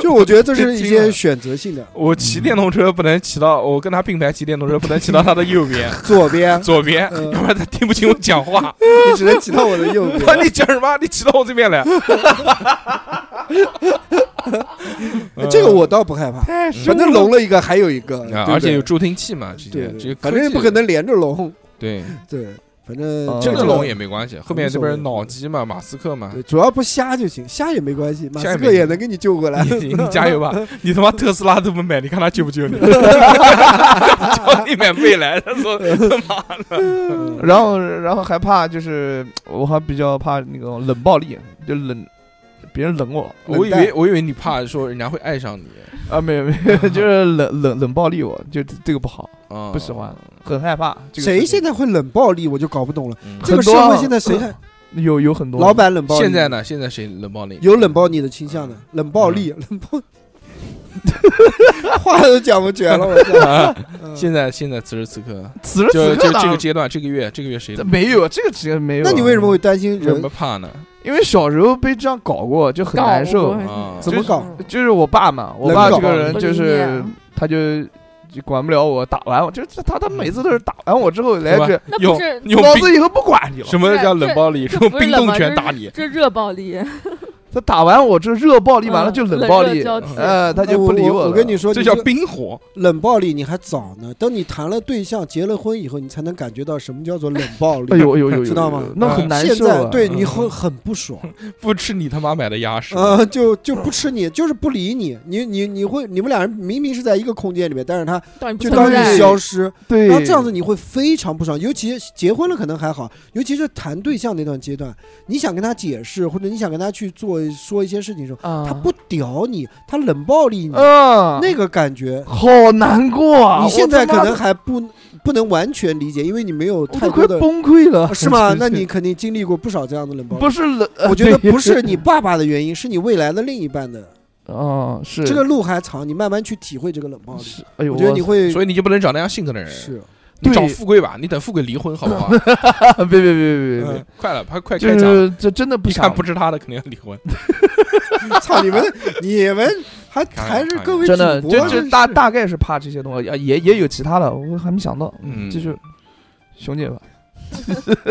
Speaker 4: 就我觉得这是一些选择性的，
Speaker 1: 我骑电动车不能骑到，我跟他并排骑电动车不能骑到他的右 边、
Speaker 4: 左边，
Speaker 1: 左边，
Speaker 4: 嗯
Speaker 1: 要不然他听不清我讲话。
Speaker 4: 你只能骑到我的 右
Speaker 1: 啊，
Speaker 4: 边。。
Speaker 1: 你讲什么？你骑到我这 边来
Speaker 4: 这个我倒不害怕，
Speaker 3: 太
Speaker 4: 反正聋了一个还有一个，对
Speaker 1: 啊，
Speaker 4: 不
Speaker 1: 而且
Speaker 4: 对
Speaker 1: 有助听器嘛，这
Speaker 4: 对
Speaker 1: 些
Speaker 4: 对
Speaker 1: 这些
Speaker 4: 反
Speaker 1: 科
Speaker 4: 正也
Speaker 1: 技
Speaker 4: 不可能连着聋，
Speaker 1: 对，
Speaker 4: 对，反正
Speaker 3: 哦
Speaker 4: 这
Speaker 1: 真的
Speaker 4: 个
Speaker 1: 聋也没关系。后面
Speaker 4: 无
Speaker 1: 这
Speaker 4: 所
Speaker 1: 不是
Speaker 4: 谓
Speaker 1: 脑机嘛，马斯克嘛，
Speaker 4: 对，主要不瞎就行，瞎也没关系，马
Speaker 1: 瞎也
Speaker 4: 斯
Speaker 1: 没
Speaker 4: 克
Speaker 1: 关
Speaker 4: 也
Speaker 1: 系
Speaker 4: 能给你救回来。
Speaker 1: 你你加油吧！你他妈特斯拉都不买，你看他救不救你？ 叫你买未来，他 说
Speaker 3: 然后，然后还怕就是，我还比较怕那种冷暴力，就冷，别人冷我
Speaker 1: 我以为我以为你怕说人家会爱上你
Speaker 3: 啊，没有没 有，就是冷冷冷暴力我，就这个不好，
Speaker 1: 啊，
Speaker 3: 不喜欢，很害怕。这个事
Speaker 4: 谁
Speaker 3: 情
Speaker 4: 现在会冷暴力，我就搞不懂了。
Speaker 1: 嗯
Speaker 4: 这个
Speaker 3: 很
Speaker 4: 社
Speaker 3: 多啊
Speaker 4: 会现在谁还
Speaker 3: 有有很多
Speaker 4: 老板冷暴力？
Speaker 1: 现在呢？现在谁冷暴力？
Speaker 4: 有冷暴力的倾向的，
Speaker 3: 嗯
Speaker 4: 冷暴力，冷暴， 话都讲不全了，我操！
Speaker 1: 啊
Speaker 4: 嗯
Speaker 1: 现在现在此时此刻，
Speaker 3: 此时
Speaker 1: 就
Speaker 3: 此
Speaker 1: 就
Speaker 3: 刻
Speaker 1: 这个
Speaker 3: 呢
Speaker 1: 阶段，这个月这个月谁
Speaker 3: 这
Speaker 1: 冷？
Speaker 3: 没有这个职业没有。啊
Speaker 4: 那你为什么会？担心
Speaker 1: 有什么
Speaker 4: 人？
Speaker 1: 怕呢？
Speaker 3: 因为小时候被这样搞过，就很难受。
Speaker 1: 啊
Speaker 4: 怎么搞
Speaker 3: 就是我爸嘛，我
Speaker 4: 冷
Speaker 3: 爸
Speaker 4: 搞
Speaker 3: 这个人
Speaker 2: 不
Speaker 3: 就
Speaker 2: 理
Speaker 3: 是
Speaker 2: 你啊
Speaker 3: 他就就管不了我，打完我就就他他每次都是打完我之
Speaker 4: 嗯
Speaker 3: 后来一
Speaker 1: 对
Speaker 3: 句
Speaker 1: 吧，
Speaker 2: 那不
Speaker 1: 用
Speaker 2: 是
Speaker 1: 用
Speaker 3: 老
Speaker 1: 冰
Speaker 3: 子以后不管你了。
Speaker 1: 什么叫冷暴力？
Speaker 2: 这
Speaker 1: 用
Speaker 2: 不是
Speaker 1: 冰
Speaker 2: 冷
Speaker 1: 冻
Speaker 2: 吗
Speaker 1: 拳
Speaker 2: 这
Speaker 1: 打
Speaker 2: 是
Speaker 1: 你。
Speaker 2: 这热暴力，
Speaker 3: 他打完我之后热暴力完了
Speaker 2: 嗯
Speaker 3: 就冷
Speaker 2: 冷
Speaker 3: 暴
Speaker 2: 热
Speaker 3: 力
Speaker 2: 交替，
Speaker 3: 呃，他就
Speaker 4: 我
Speaker 3: 不理
Speaker 4: 我。
Speaker 3: 了。
Speaker 4: 我跟你说，
Speaker 1: 这
Speaker 4: 你
Speaker 1: 叫冰火，
Speaker 4: 冷暴力，你还早呢。等你谈了对象、结了婚以后，你才能感觉到什么叫做冷暴力。
Speaker 3: 哎呦，哎呦哎呦，
Speaker 4: 知道吗
Speaker 3: 哎呦那
Speaker 1: 啊
Speaker 3: 很难
Speaker 4: 现
Speaker 3: 受
Speaker 4: 在
Speaker 3: 啊。
Speaker 4: 对
Speaker 3: 嗯
Speaker 4: 你很很不爽，
Speaker 1: 不吃你他妈买的鸭屎！
Speaker 3: 嗯
Speaker 4: 呃，就就不吃你，就是不理你。你你你会，你们俩人明明是在一个空间里面，但是他
Speaker 2: 当你不
Speaker 4: 就
Speaker 3: 当
Speaker 4: 当
Speaker 2: 存
Speaker 4: 你
Speaker 2: 在
Speaker 3: 消，
Speaker 4: 消失，
Speaker 3: 对，
Speaker 4: 然后这样子你会非常不爽，尤其结婚了可能还好，尤其是谈对象那段阶段，你想跟他解释或者你想跟他去做说一些事情的时候，
Speaker 3: 啊，
Speaker 4: 他不屌你，他冷暴力你，
Speaker 3: 嗯，
Speaker 4: 那个感觉，
Speaker 3: 好难过啊！
Speaker 4: 你现在
Speaker 3: 我他
Speaker 4: 可
Speaker 3: 妈
Speaker 4: 能还不不能完全理解，因为你没有
Speaker 3: 我
Speaker 4: 太
Speaker 3: 都
Speaker 4: 多
Speaker 3: 快
Speaker 4: 的啊
Speaker 3: 崩溃了，
Speaker 4: 是 吗？那你肯定经历过不少这样的冷暴力
Speaker 3: 不。是冷？呃
Speaker 4: 我觉得
Speaker 3: 对
Speaker 4: 不 是你爸爸的原因，是你未来的另一半的。
Speaker 3: 哦，是
Speaker 4: 这个路还长，你慢慢去体会这个冷暴力。
Speaker 3: 是，哎呦，
Speaker 4: 我觉得你会
Speaker 1: 所以你就不能找那样性格的人。
Speaker 4: 是
Speaker 1: 你找
Speaker 3: 对
Speaker 1: 富贵吧，你等富贵离婚好不 好？
Speaker 3: 别别别别别别
Speaker 1: 嗯，快了，快快
Speaker 3: 就
Speaker 1: 开讲了！
Speaker 3: 是这真的不
Speaker 1: 一看
Speaker 3: 想
Speaker 1: 不是他的，肯定要离婚。
Speaker 4: 操你们，你们还
Speaker 1: 看
Speaker 4: 还是
Speaker 1: 看
Speaker 4: 各位
Speaker 3: 真的，
Speaker 4: 主播
Speaker 3: 这
Speaker 4: 真
Speaker 3: 这
Speaker 4: 是
Speaker 3: 大大概是怕这些东西，啊，也也有其他的，我还没想到。
Speaker 1: 嗯
Speaker 3: 继续，熊姐吧，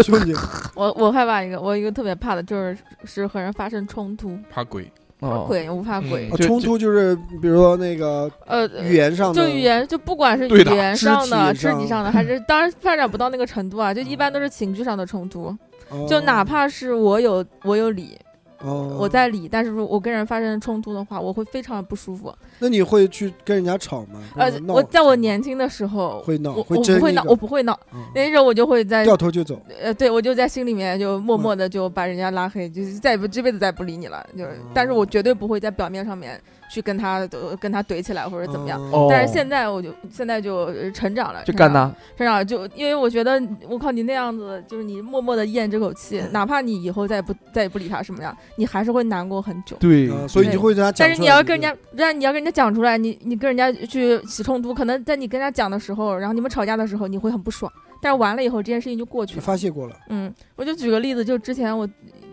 Speaker 4: 兄弟，
Speaker 2: 我我害怕一个，我一个特别怕的就是是和人发生冲突，
Speaker 1: 怕鬼，
Speaker 3: 哦，
Speaker 2: 鬼我怕鬼
Speaker 4: 啊，
Speaker 3: 就
Speaker 4: 冲突就是比如说那个
Speaker 2: 呃，
Speaker 4: 嗯语言上
Speaker 2: 就
Speaker 4: 的，
Speaker 2: 语言就不管是语
Speaker 1: 对的
Speaker 2: 言上的、啊
Speaker 4: 肢体
Speaker 2: 肢
Speaker 4: 上
Speaker 2: 体上的，还是当然发展不到那个程度啊，就一般都是情绪上的冲突，
Speaker 4: 哦
Speaker 2: 就哪怕是我有我有理，
Speaker 4: 哦
Speaker 2: 我，在理，但是如果我跟人发生冲突的话，我会非常不舒服。
Speaker 4: 那你会去跟人家吵吗？
Speaker 2: 呃
Speaker 4: 或者，闹
Speaker 2: 我在我年轻的时候，
Speaker 4: 会闹
Speaker 2: 我
Speaker 4: 会
Speaker 2: 我
Speaker 4: 争
Speaker 2: 不会
Speaker 4: 一
Speaker 2: 闹，
Speaker 4: 个
Speaker 2: 我不会闹，
Speaker 4: 嗯
Speaker 2: 那时候我就会在
Speaker 4: 掉头就走，
Speaker 2: 呃，对我就在心里面就默默的就把人家拉黑，就是再也不这辈子再也不理你了，就是，但是我绝对不会在表面上面去跟他呃跟他怼起来或者怎么样。
Speaker 4: 嗯
Speaker 3: 哦
Speaker 2: 但是现在我就现在就呃成长了，
Speaker 3: 就
Speaker 2: 成
Speaker 3: 干
Speaker 2: 长了
Speaker 3: 他，
Speaker 2: 成长了就因为我觉得我靠你那样子，就是你默默的咽这口气，哪怕你以后再也不再也不理他什么样，你还是会难过很久。
Speaker 3: 对
Speaker 4: 嗯所以你就会跟他讲出来。
Speaker 2: 但是你要跟人家，啊但你要跟人家讲出来，你你跟人家去起冲突，可能在你跟人家讲的时候，然后你们吵架的时候，你会很不爽。但是完了以后，这件事情就过去
Speaker 4: 你
Speaker 2: 了。
Speaker 4: 发泄过了，
Speaker 2: 嗯，我就举个例子，就之前我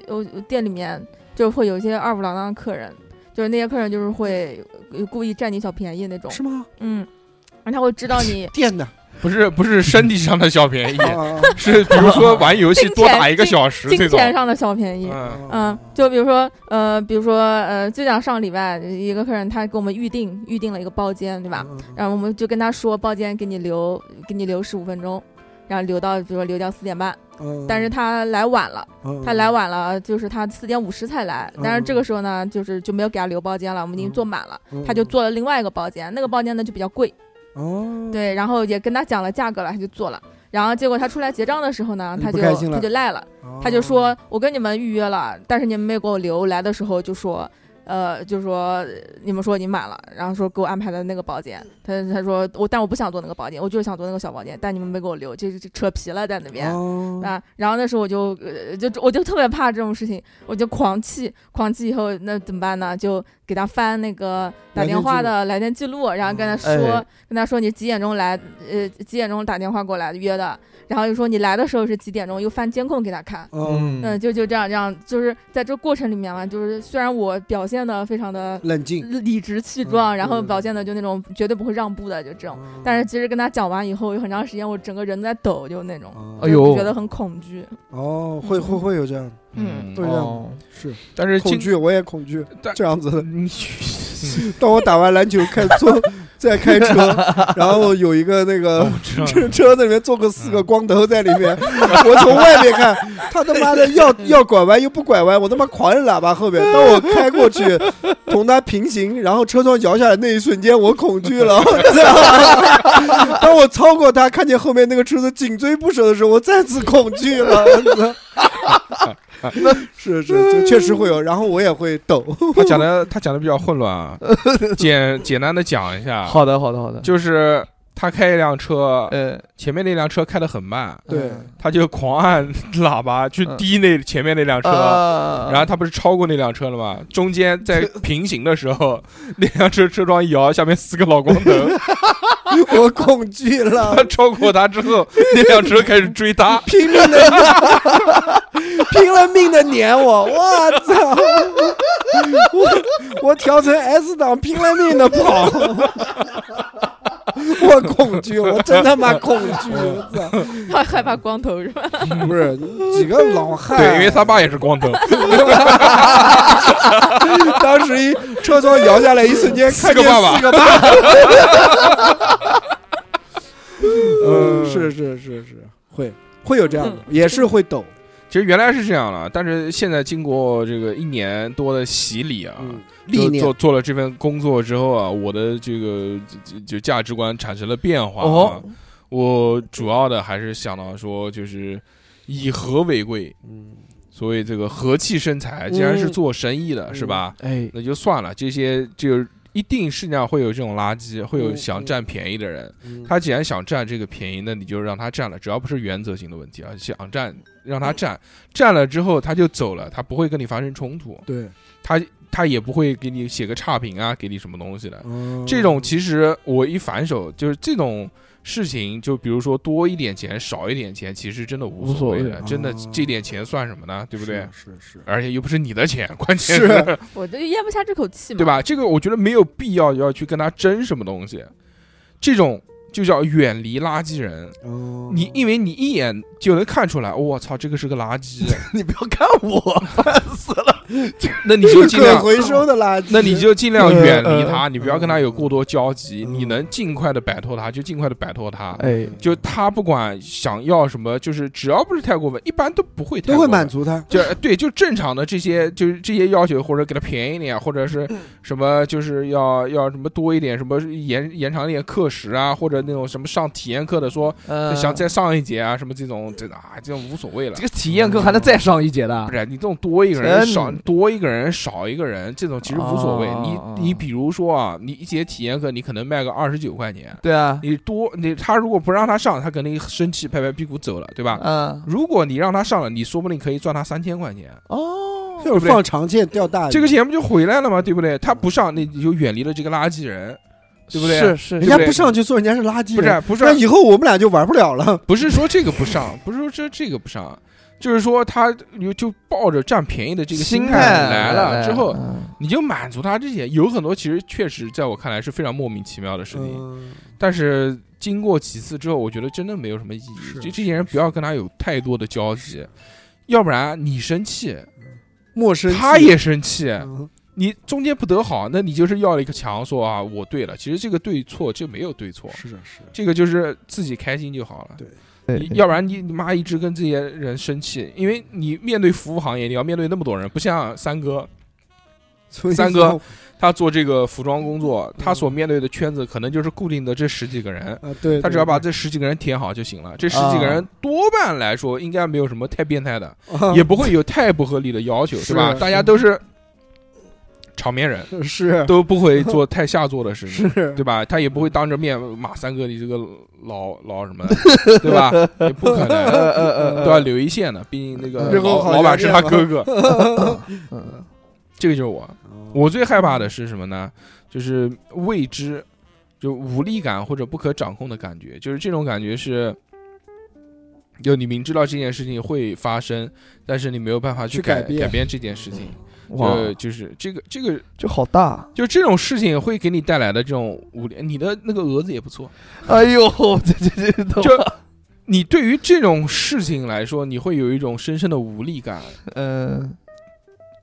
Speaker 2: 我我店里面就会有一些二五郎当的客人，就是那些客人就是会呃故意占你小便宜那种，
Speaker 4: 是吗？
Speaker 2: 嗯，然后他会知道 你
Speaker 4: 电的，
Speaker 1: 不是不是身体上的小便宜，
Speaker 3: 哦
Speaker 4: 啊
Speaker 1: 是比如说玩游戏多打一个小时
Speaker 2: 金
Speaker 1: 这种。
Speaker 2: 钱上的小便宜。
Speaker 4: 哦
Speaker 1: 嗯，
Speaker 2: 嗯，就比如说，呃，比如说，呃，就讲上礼拜一个客人，他给我们预定预定了一个包间，对吧？
Speaker 1: 嗯
Speaker 4: 嗯
Speaker 2: 然后我们就跟他说，包间给你留，给你留十五分钟，然后留到比如说留到四点半，
Speaker 4: 嗯
Speaker 2: 但是他来晚了，他来
Speaker 4: 我
Speaker 2: 晚了，就是他四点五十才来，但是这
Speaker 4: 嗯
Speaker 2: 个时候呢，就是就没有给他留包间了，我们已经坐满了，他
Speaker 4: 嗯
Speaker 2: 就做了另外一个包间，那个包间呢就比较贵，
Speaker 4: 哦，
Speaker 2: 对，然后也跟他讲了价格了，他就做了。然后结果他出来结账的时候呢，
Speaker 4: 你
Speaker 2: 他
Speaker 4: 嗯不
Speaker 2: 就
Speaker 4: 开心了
Speaker 2: 他就赖了，
Speaker 4: 哦
Speaker 2: 他就说我跟你们预约了，但是你们没给我留，来的时候就说。呃，就说呃你们说你满了，然后说给我安排的那个保洁，他他说我，但我不想做那个保洁，我就是想做那个小保洁，但你们没给我留，这这扯皮了在那边。
Speaker 4: 哦，
Speaker 2: 啊，然后那时候我就呃就我就特别怕这种事情，我就狂气，狂气以后那怎么办呢？就给他翻那个打
Speaker 4: 来
Speaker 2: 电
Speaker 4: 电
Speaker 2: 话
Speaker 4: 记录嗯
Speaker 2: 的来电记录，然后跟他
Speaker 3: 哎
Speaker 2: 说，跟他说你几点钟来，呃几点钟打电话过来约的，然后又说你来的时候是几点钟，又翻监控给他看。
Speaker 4: 嗯，
Speaker 2: 嗯，就就这样，这样就是在这过程里面嘛，就是虽然我表现的非常的
Speaker 4: 冷静，
Speaker 2: 理直气壮，
Speaker 4: 嗯
Speaker 2: 然后
Speaker 4: 对
Speaker 2: 表现的就那种绝对不会让步的，就这种。
Speaker 4: 哦
Speaker 2: 但是其实跟他讲完以后，有很长时间我整个人都在抖，就那种，
Speaker 4: 哦
Speaker 3: 哎呦
Speaker 2: 觉得很恐惧。
Speaker 4: 哦，会会会有这样，
Speaker 2: 嗯
Speaker 4: 对呀
Speaker 3: 哦，
Speaker 4: 是
Speaker 1: 但是
Speaker 4: 恐
Speaker 1: 经
Speaker 4: 惧，我也恐惧
Speaker 1: 但
Speaker 4: 这样子的。
Speaker 1: 你
Speaker 4: 当我打完篮球开坐，在开车，然后有一个那个
Speaker 1: 我知道
Speaker 4: 车 车子里面坐个四个光头在里面，我从外面看，他他妈的要要拐弯又不拐弯，我他妈狂摁喇叭后面，当我开过去同他平行，然后车窗摇下来那一瞬间，我恐惧了。当我超过他，看见后面那个车子紧追不舍的时候，我再次恐惧了。 是是，就确实会有，然后我也会抖。
Speaker 1: 他讲的他讲的比较混乱 啊，简简单的讲一下，
Speaker 3: 好的，好的，好的，
Speaker 1: 啊就是他开一辆车，
Speaker 3: 呃，
Speaker 1: 前面那辆车开得很慢，
Speaker 4: 对
Speaker 3: 嗯
Speaker 1: 他就狂按喇
Speaker 4: 嗯
Speaker 1: 叭去滴那前面那辆车。
Speaker 3: 啊
Speaker 1: 呃然后他不是超过那辆车了吗？中间在平行的时 候，那辆车车窗一摇，下面四个老光头，
Speaker 4: 我恐惧了
Speaker 1: 他，超过他之后，那辆车开始追他。
Speaker 4: 拼命的，拼了命的撵我，我操！ 我我调成 S 档，拼了命的跑。 我恐惧，我真他妈恐惧！我操，
Speaker 2: 他害怕光头是吧？
Speaker 4: 不是几个老汉，
Speaker 1: 对，因为他爸也是光头，
Speaker 4: 当时一车窗摇下来，一瞬间
Speaker 1: 四
Speaker 4: 看
Speaker 1: 个
Speaker 4: 见
Speaker 1: 爸爸
Speaker 4: 四个爸爸。
Speaker 1: 嗯
Speaker 4: 嗯，是是是是，会会有这样的，也是会抖。
Speaker 1: 其实原来是这样了，但是现在经过这个一年多的洗礼啊，
Speaker 4: 嗯，
Speaker 1: 就
Speaker 4: 历练
Speaker 1: 做做了这份工作之后啊，我的这个就就价值观产生了变化、啊。
Speaker 3: 哦，
Speaker 1: 我主要的还是想到说，就是以和为贵，
Speaker 4: 嗯
Speaker 1: 所谓这个和气生财。既然是做生意的，
Speaker 4: 嗯
Speaker 1: 是吧？
Speaker 3: 哎，
Speaker 1: 那就算了，这些就一定世界上会有这种垃圾，会有
Speaker 4: 嗯
Speaker 1: 想
Speaker 4: 嗯
Speaker 1: 占便宜的人。
Speaker 4: 嗯
Speaker 1: 他既然想占这个便宜，那你就让他占了，只要不是原则性的问题啊，想占让他占，占了之后他就走了，他不会跟你发生冲突，
Speaker 4: 对
Speaker 1: 他他也不会给你写个差评啊，给你什么东西的。
Speaker 4: 嗯
Speaker 1: 这种其实我一反手就是这种事情，就比如说多一点钱少一点钱，其实真的无
Speaker 3: 无所
Speaker 1: 谓
Speaker 3: 谓
Speaker 1: 的，真的
Speaker 4: 哦
Speaker 1: 这点钱算什么呢？对不对？
Speaker 4: 是是
Speaker 1: 而且又不是你的钱，关键
Speaker 4: 是
Speaker 1: 是
Speaker 2: 我就咽不下这口气嘛，
Speaker 1: 对？吧？这个我觉得没有必要要去跟他争什么东西，这种就叫远离垃圾人。
Speaker 4: 哦
Speaker 1: 你因为你一眼就能看出来，我操，这个是个垃 圾，
Speaker 3: 你不要看我，烦死了。
Speaker 1: 那你就
Speaker 4: 是
Speaker 1: 尽
Speaker 4: 可
Speaker 1: 量，
Speaker 4: 回收的垃圾，
Speaker 1: 那你就尽量远离他，你不要
Speaker 4: 嗯
Speaker 1: 跟他有过多交集，
Speaker 4: 嗯
Speaker 1: 你能尽快的摆脱他就尽快的摆脱他，
Speaker 3: 哎
Speaker 1: 就他不管想要什么，就是只要不是太过分，一般都不会太
Speaker 4: 都
Speaker 1: 过
Speaker 4: 会
Speaker 1: 分
Speaker 4: 满。足他。
Speaker 1: 就对，就正常的这些，就是这些要求，或者给他便宜一点，或者是什么，就是要要什么多一点，什么延延长一点课时啊，或者那种什么上体验课的说
Speaker 4: 嗯
Speaker 3: 呃
Speaker 1: 想再上一节啊，什么这种，这啊这种无所谓了
Speaker 3: 这。个体验课还能再上一节的
Speaker 1: 不，是啊你这种多一个人
Speaker 3: 真
Speaker 1: 少多一个人少一个人，这种其实无所谓。
Speaker 3: 哎哦
Speaker 1: 你你比如说啊，你一节体验课你可能卖个二十九块钱，
Speaker 3: 对啊，
Speaker 1: 你多你他如果不让他上，他肯定生气拍拍屁股走了，对吧？
Speaker 3: 嗯，
Speaker 1: 如果你让他上了，你说不定可以赚他三千块钱，
Speaker 3: 哦，
Speaker 4: 就是放长线钓大鱼，
Speaker 1: 这个节目就回来了嘛，对不对？他不上，那你就远离了这个垃圾人，对不对？
Speaker 3: 是是，
Speaker 4: 人
Speaker 1: 对
Speaker 4: 家
Speaker 1: 不对
Speaker 4: 不上去说人家是垃圾
Speaker 1: 不
Speaker 4: 人，
Speaker 1: 是啊不是
Speaker 4: 那以后我们俩就玩不了了。
Speaker 1: 不是说这个不上，不是说这这个不上，就是说他就就抱着占便宜的这个
Speaker 3: 心
Speaker 1: 态来了之后，
Speaker 3: 嗯
Speaker 1: 你就满足他这些，有很多其实确实在我看来是非常莫名其妙的事情，
Speaker 4: 嗯
Speaker 1: 但是经过几次之后，我觉得真的没有什么意义。
Speaker 4: 是
Speaker 1: 就这些人不要跟他有太多的交集，要不然你生气，
Speaker 4: 陌生气
Speaker 1: 他也生气，
Speaker 4: 嗯
Speaker 1: 你中间不得好，那你就是要了一个强说啊，我对了。其实这个对错这没有对错，
Speaker 4: 是是
Speaker 1: 这个啊就是自己开心就好了。
Speaker 4: 对
Speaker 1: 你要不然你你妈一直跟这些人生气，因为你面对服务行业，你要面对那么多人，不像三哥，
Speaker 4: 所以啊
Speaker 1: 三
Speaker 4: 说
Speaker 1: 哥他做这个服装工作，
Speaker 4: 嗯
Speaker 1: 他所面对的圈子可能就是固定的这十几个人，
Speaker 4: 啊，对，
Speaker 1: 他
Speaker 4: 对
Speaker 1: 只要把
Speaker 4: 对啊
Speaker 1: 这十几个人填好就行了。这十几个人多半来说应该没有什么太变态的，
Speaker 4: 啊
Speaker 1: 也不会有太不合理的要求，
Speaker 4: 是
Speaker 1: 对吧？
Speaker 4: 是
Speaker 1: 大家都是场面 人，
Speaker 4: 是
Speaker 1: 都不会做太下作的事情。
Speaker 4: 是
Speaker 1: 对吧？他也不会当着面骂三哥你这个老老什么， 对吧？也不可
Speaker 3: 呃
Speaker 1: 能，
Speaker 3: 呃呃，
Speaker 1: 都要留一线的。毕竟那个
Speaker 3: 日
Speaker 4: 后
Speaker 1: 老
Speaker 4: 好
Speaker 1: 老板是
Speaker 4: 聊
Speaker 1: 他
Speaker 4: 天
Speaker 1: 哥哥，
Speaker 3: 嗯
Speaker 1: 这个就是我。
Speaker 4: 哦
Speaker 1: 我最害怕的是什么呢？就是未知，就无力感或者不可掌控的感觉，就是这种感觉是，就你明知道这件事情会发生，但是你没有办法去
Speaker 4: 去改
Speaker 1: 改
Speaker 4: 变嗯
Speaker 1: 这件事情。
Speaker 3: 哇，
Speaker 1: 就就是这个这个，
Speaker 3: 就好 大，
Speaker 1: 就这种事情会给你带来的这种无力，你的那个蛾子也不错。
Speaker 3: 哎呦，这这这都，
Speaker 1: 就 你对于这种事情来说，你会有一种深深的无力感，
Speaker 3: 嗯，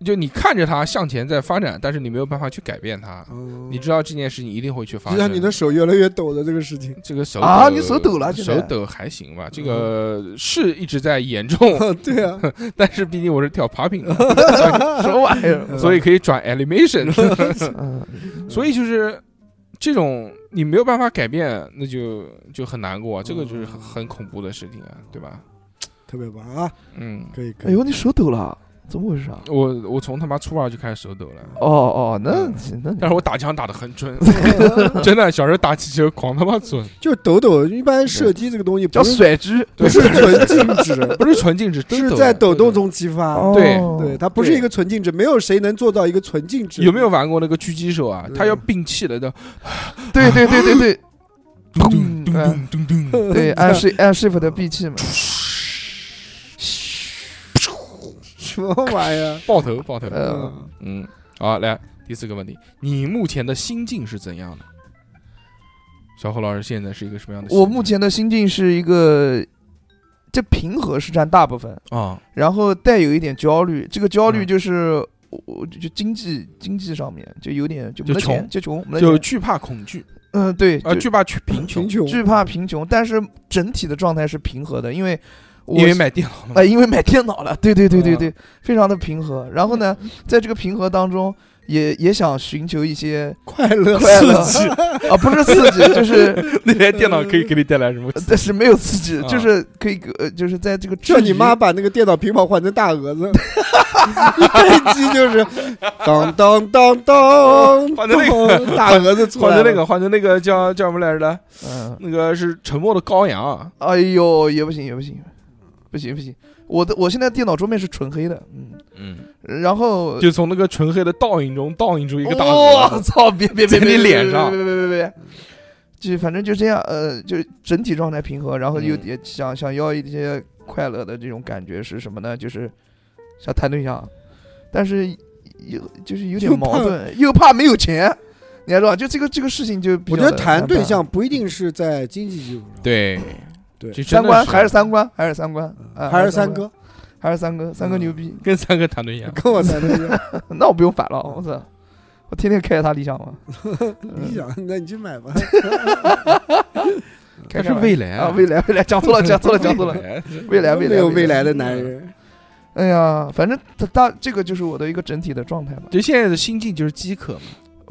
Speaker 1: 就你看着它向前在发展，但是你没有办法去改变它。
Speaker 4: 嗯
Speaker 1: 你知道这件事情一定会去发
Speaker 4: 就
Speaker 1: 生。
Speaker 4: 像你的手越来越抖的这个 事情，
Speaker 1: 这个手
Speaker 3: 啊你手抖了现在
Speaker 1: 手抖还行吧？这
Speaker 4: 嗯
Speaker 1: 个是一直在严 重，
Speaker 4: 对啊，
Speaker 1: 但是毕竟我是跳 popping 的，
Speaker 3: 什么玩意儿？
Speaker 1: 所
Speaker 4: 嗯
Speaker 1: 以可以转 animation，
Speaker 3: 嗯，
Speaker 1: 所以就是这种你没有办法改变，那就就很难过，这个就是
Speaker 4: 嗯
Speaker 1: 很很恐怖的事情啊，对吧？
Speaker 4: 特别棒啊，
Speaker 1: 嗯，
Speaker 4: 可以可
Speaker 3: 哎
Speaker 4: 以，
Speaker 3: 呦，你手抖了，怎么回事啊？
Speaker 1: 我我从他妈初二就开始手抖
Speaker 4: 嗯
Speaker 1: 了。
Speaker 3: 哦哦，那那
Speaker 1: 嗯但是我打枪打得很准，真的，小时候打气球狂他妈准，
Speaker 4: 就抖抖，一般射击这个东西
Speaker 3: 叫
Speaker 4: 不是
Speaker 3: 甩狙，
Speaker 4: 不是纯静止，
Speaker 1: 不是纯静止， 真
Speaker 4: 是
Speaker 1: 抖
Speaker 4: 在抖动。中激
Speaker 3: 哦
Speaker 4: 发，对，
Speaker 3: 对，
Speaker 4: 它不是一个纯静止，没有谁能做到一个纯静止。
Speaker 1: 哦有 没有玩过那个狙击手啊？
Speaker 4: 嗯
Speaker 1: 他要摒弃了的，
Speaker 3: 对对对对对，
Speaker 1: 咚
Speaker 3: 嗯
Speaker 1: 咚咚咚咚咚，
Speaker 3: 对，按 shift 按 shift 的 B 器嘛，
Speaker 4: 什么玩 意儿？
Speaker 1: 爆头爆头。
Speaker 3: 呃，
Speaker 1: 嗯，好，来第四个问题，你目前的心境是怎样的？小何老师现在是一个什么样的心境？
Speaker 3: 我目前的心境是一个，这平和是占大部分，
Speaker 1: 啊，
Speaker 3: 然后带有一点焦虑，这个焦虑
Speaker 1: 嗯
Speaker 3: 就是我我就就经济经济上面就有点就
Speaker 1: 就
Speaker 3: 没
Speaker 1: 穷
Speaker 3: 钱就穷，没
Speaker 1: 就
Speaker 3: 钱
Speaker 1: 惧怕恐惧
Speaker 3: 嗯对，
Speaker 1: 啊，
Speaker 3: 就
Speaker 1: 惧怕去贫穷
Speaker 4: 贫，穷，
Speaker 3: 惧怕贫穷，但是整体的状态是平和的，因为我
Speaker 1: 因为买电嗯脑了嘛
Speaker 3: 哎，因为买电脑了，对对对对对，非常的平和。然后呢，
Speaker 1: 嗯
Speaker 3: 在这个平和当中，也也想寻求一 些
Speaker 4: 快乐，
Speaker 3: 快乐 啊，不是刺激，就是
Speaker 1: 那台电脑可以给你带来 什么？
Speaker 3: 但是没有刺激，
Speaker 1: 啊
Speaker 3: 就是可以给呃，就是在这个
Speaker 4: 叫
Speaker 3: 之
Speaker 4: 你
Speaker 3: 余
Speaker 4: 妈把那个电脑屏保换成大蛾子，一开机就是当当当当，
Speaker 1: 换成那
Speaker 4: 个大蛾子出
Speaker 1: 换
Speaker 4: 来
Speaker 1: 成
Speaker 4: 了，
Speaker 1: 那个，换成那个叫叫什么来着的？
Speaker 3: 嗯，
Speaker 1: 那个是沉默的羔羊啊，
Speaker 3: 哎呦，也不行，也不行，不行不行，我的我现在电脑桌面是纯黑的，嗯，
Speaker 1: 嗯。
Speaker 3: 然后
Speaker 1: 就从那个纯黑的倒影中倒影出一个大
Speaker 3: 我
Speaker 1: 鹅。
Speaker 3: 操，别别别
Speaker 1: 在
Speaker 3: 别，
Speaker 1: 你脸上
Speaker 3: 别别别别别，就反正就这样，呃，就整体状态平和，然后又
Speaker 1: 嗯
Speaker 3: 也想想要一些快乐的这种感觉是什么呢？就是想谈对象，但是又就是有点
Speaker 4: 又
Speaker 3: 矛
Speaker 4: 怕
Speaker 3: 盾，又怕没有钱，你还知道，就这个这个事情就比
Speaker 4: 我觉
Speaker 3: 较
Speaker 4: 得谈
Speaker 3: 难
Speaker 4: 对
Speaker 3: 办
Speaker 4: 象不一定是在经济基础上，
Speaker 1: 对
Speaker 4: 对
Speaker 1: 这真
Speaker 3: 三
Speaker 1: 的
Speaker 3: 观还是三观还是三观，
Speaker 1: 呃
Speaker 3: 啊
Speaker 4: 还是
Speaker 3: 三
Speaker 4: 三
Speaker 3: 观
Speaker 4: 哥
Speaker 3: 还是三哥，三哥
Speaker 4: 嗯
Speaker 3: 牛逼。
Speaker 1: 跟三哥谈对象，
Speaker 4: 跟我谈对 象，
Speaker 3: 那我不用反了，我操！我天天开着他理想 嘛，嗯
Speaker 4: 你想，那你去买吧。
Speaker 3: 开
Speaker 1: 但
Speaker 3: 开
Speaker 1: 是
Speaker 3: 玩
Speaker 1: 未来
Speaker 3: 啊，未来未来讲错了，讲错了，讲错 了，
Speaker 1: 来
Speaker 3: 未来
Speaker 4: 都
Speaker 3: 未来
Speaker 4: 没有未来的男。 人，
Speaker 3: 哎呀，反正他大这个就是我的一个整体的状态吧，
Speaker 1: 就现在的心境就是饥渴嘛，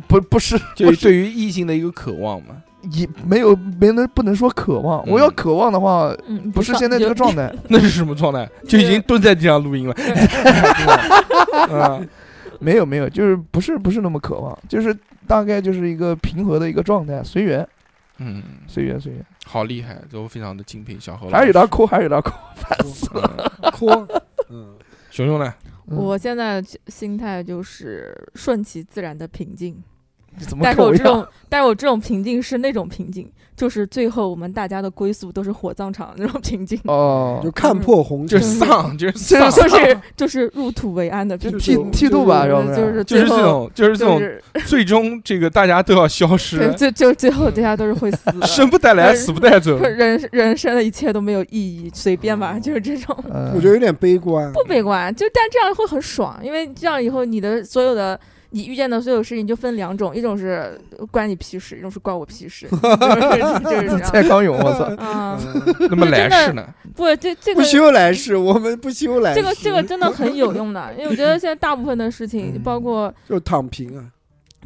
Speaker 3: 不不是
Speaker 1: 就
Speaker 3: 不
Speaker 1: 是
Speaker 3: 是
Speaker 1: 对于异性的一个渴望嘛。
Speaker 3: 也没有没能不能说渴望，
Speaker 1: 嗯
Speaker 3: 我要渴望的话，
Speaker 2: 嗯，
Speaker 3: 不是现在这个状态，
Speaker 1: 那是什么状态？就已经蹲在地上录音了。 啊，
Speaker 3: 没有没有，就是不是不是那么渴望，就是大概就是一个平和的一个状态，随缘
Speaker 1: 嗯，
Speaker 3: 随缘随缘，
Speaker 1: 好厉害，都非常的敬佩小何老师。
Speaker 3: 还是有点抠，还是有点抠，
Speaker 1: 嗯
Speaker 4: 阔，嗯，
Speaker 1: 熊熊呢？
Speaker 3: 嗯
Speaker 2: 我现在心态就是顺其自然的平静，
Speaker 3: 你怎么啊
Speaker 2: 但是
Speaker 3: 跟
Speaker 2: 我
Speaker 3: 一
Speaker 2: 这
Speaker 3: 样？
Speaker 2: 种，但是我这种平静是那种平静，就是最后我们大家的归宿都是火葬场那种平 静，
Speaker 3: 哦
Speaker 4: 就，看破红
Speaker 1: 就
Speaker 4: 尘
Speaker 1: 是，丧，就是丧
Speaker 2: 就是，就是 就是入土为安的平
Speaker 4: 就
Speaker 2: 静，
Speaker 4: 是
Speaker 3: 剃剃度吧，啊要不然
Speaker 2: 就是
Speaker 1: 就
Speaker 2: 最
Speaker 1: 是这
Speaker 2: 后
Speaker 1: 种，就是这
Speaker 2: 就
Speaker 1: 种，
Speaker 2: 是
Speaker 1: 最终这个大家都要消
Speaker 2: 对，
Speaker 1: 失，，
Speaker 2: 就就最后大家都是会死的
Speaker 1: 生不带来，死不带走。
Speaker 2: 人人生的一切都没有意义，随便吧，就是这种。
Speaker 3: 嗯
Speaker 4: 我觉得有点悲观。
Speaker 2: 不悲观，就但这样会很爽，因为这样以后你的所有的你遇见的所有事情就分两种，一种是关你屁事，一种是关我屁事，就是就是这样。！
Speaker 3: 蔡康永，我操
Speaker 2: 啊，
Speaker 1: 那么来世呢？
Speaker 2: 不，这这
Speaker 4: 嗯不
Speaker 2: 个
Speaker 4: 修来世，我们不修来世，
Speaker 2: 这个这个真的很有用的，因为我觉得现在大部分的事情，就包括
Speaker 4: 就躺平啊。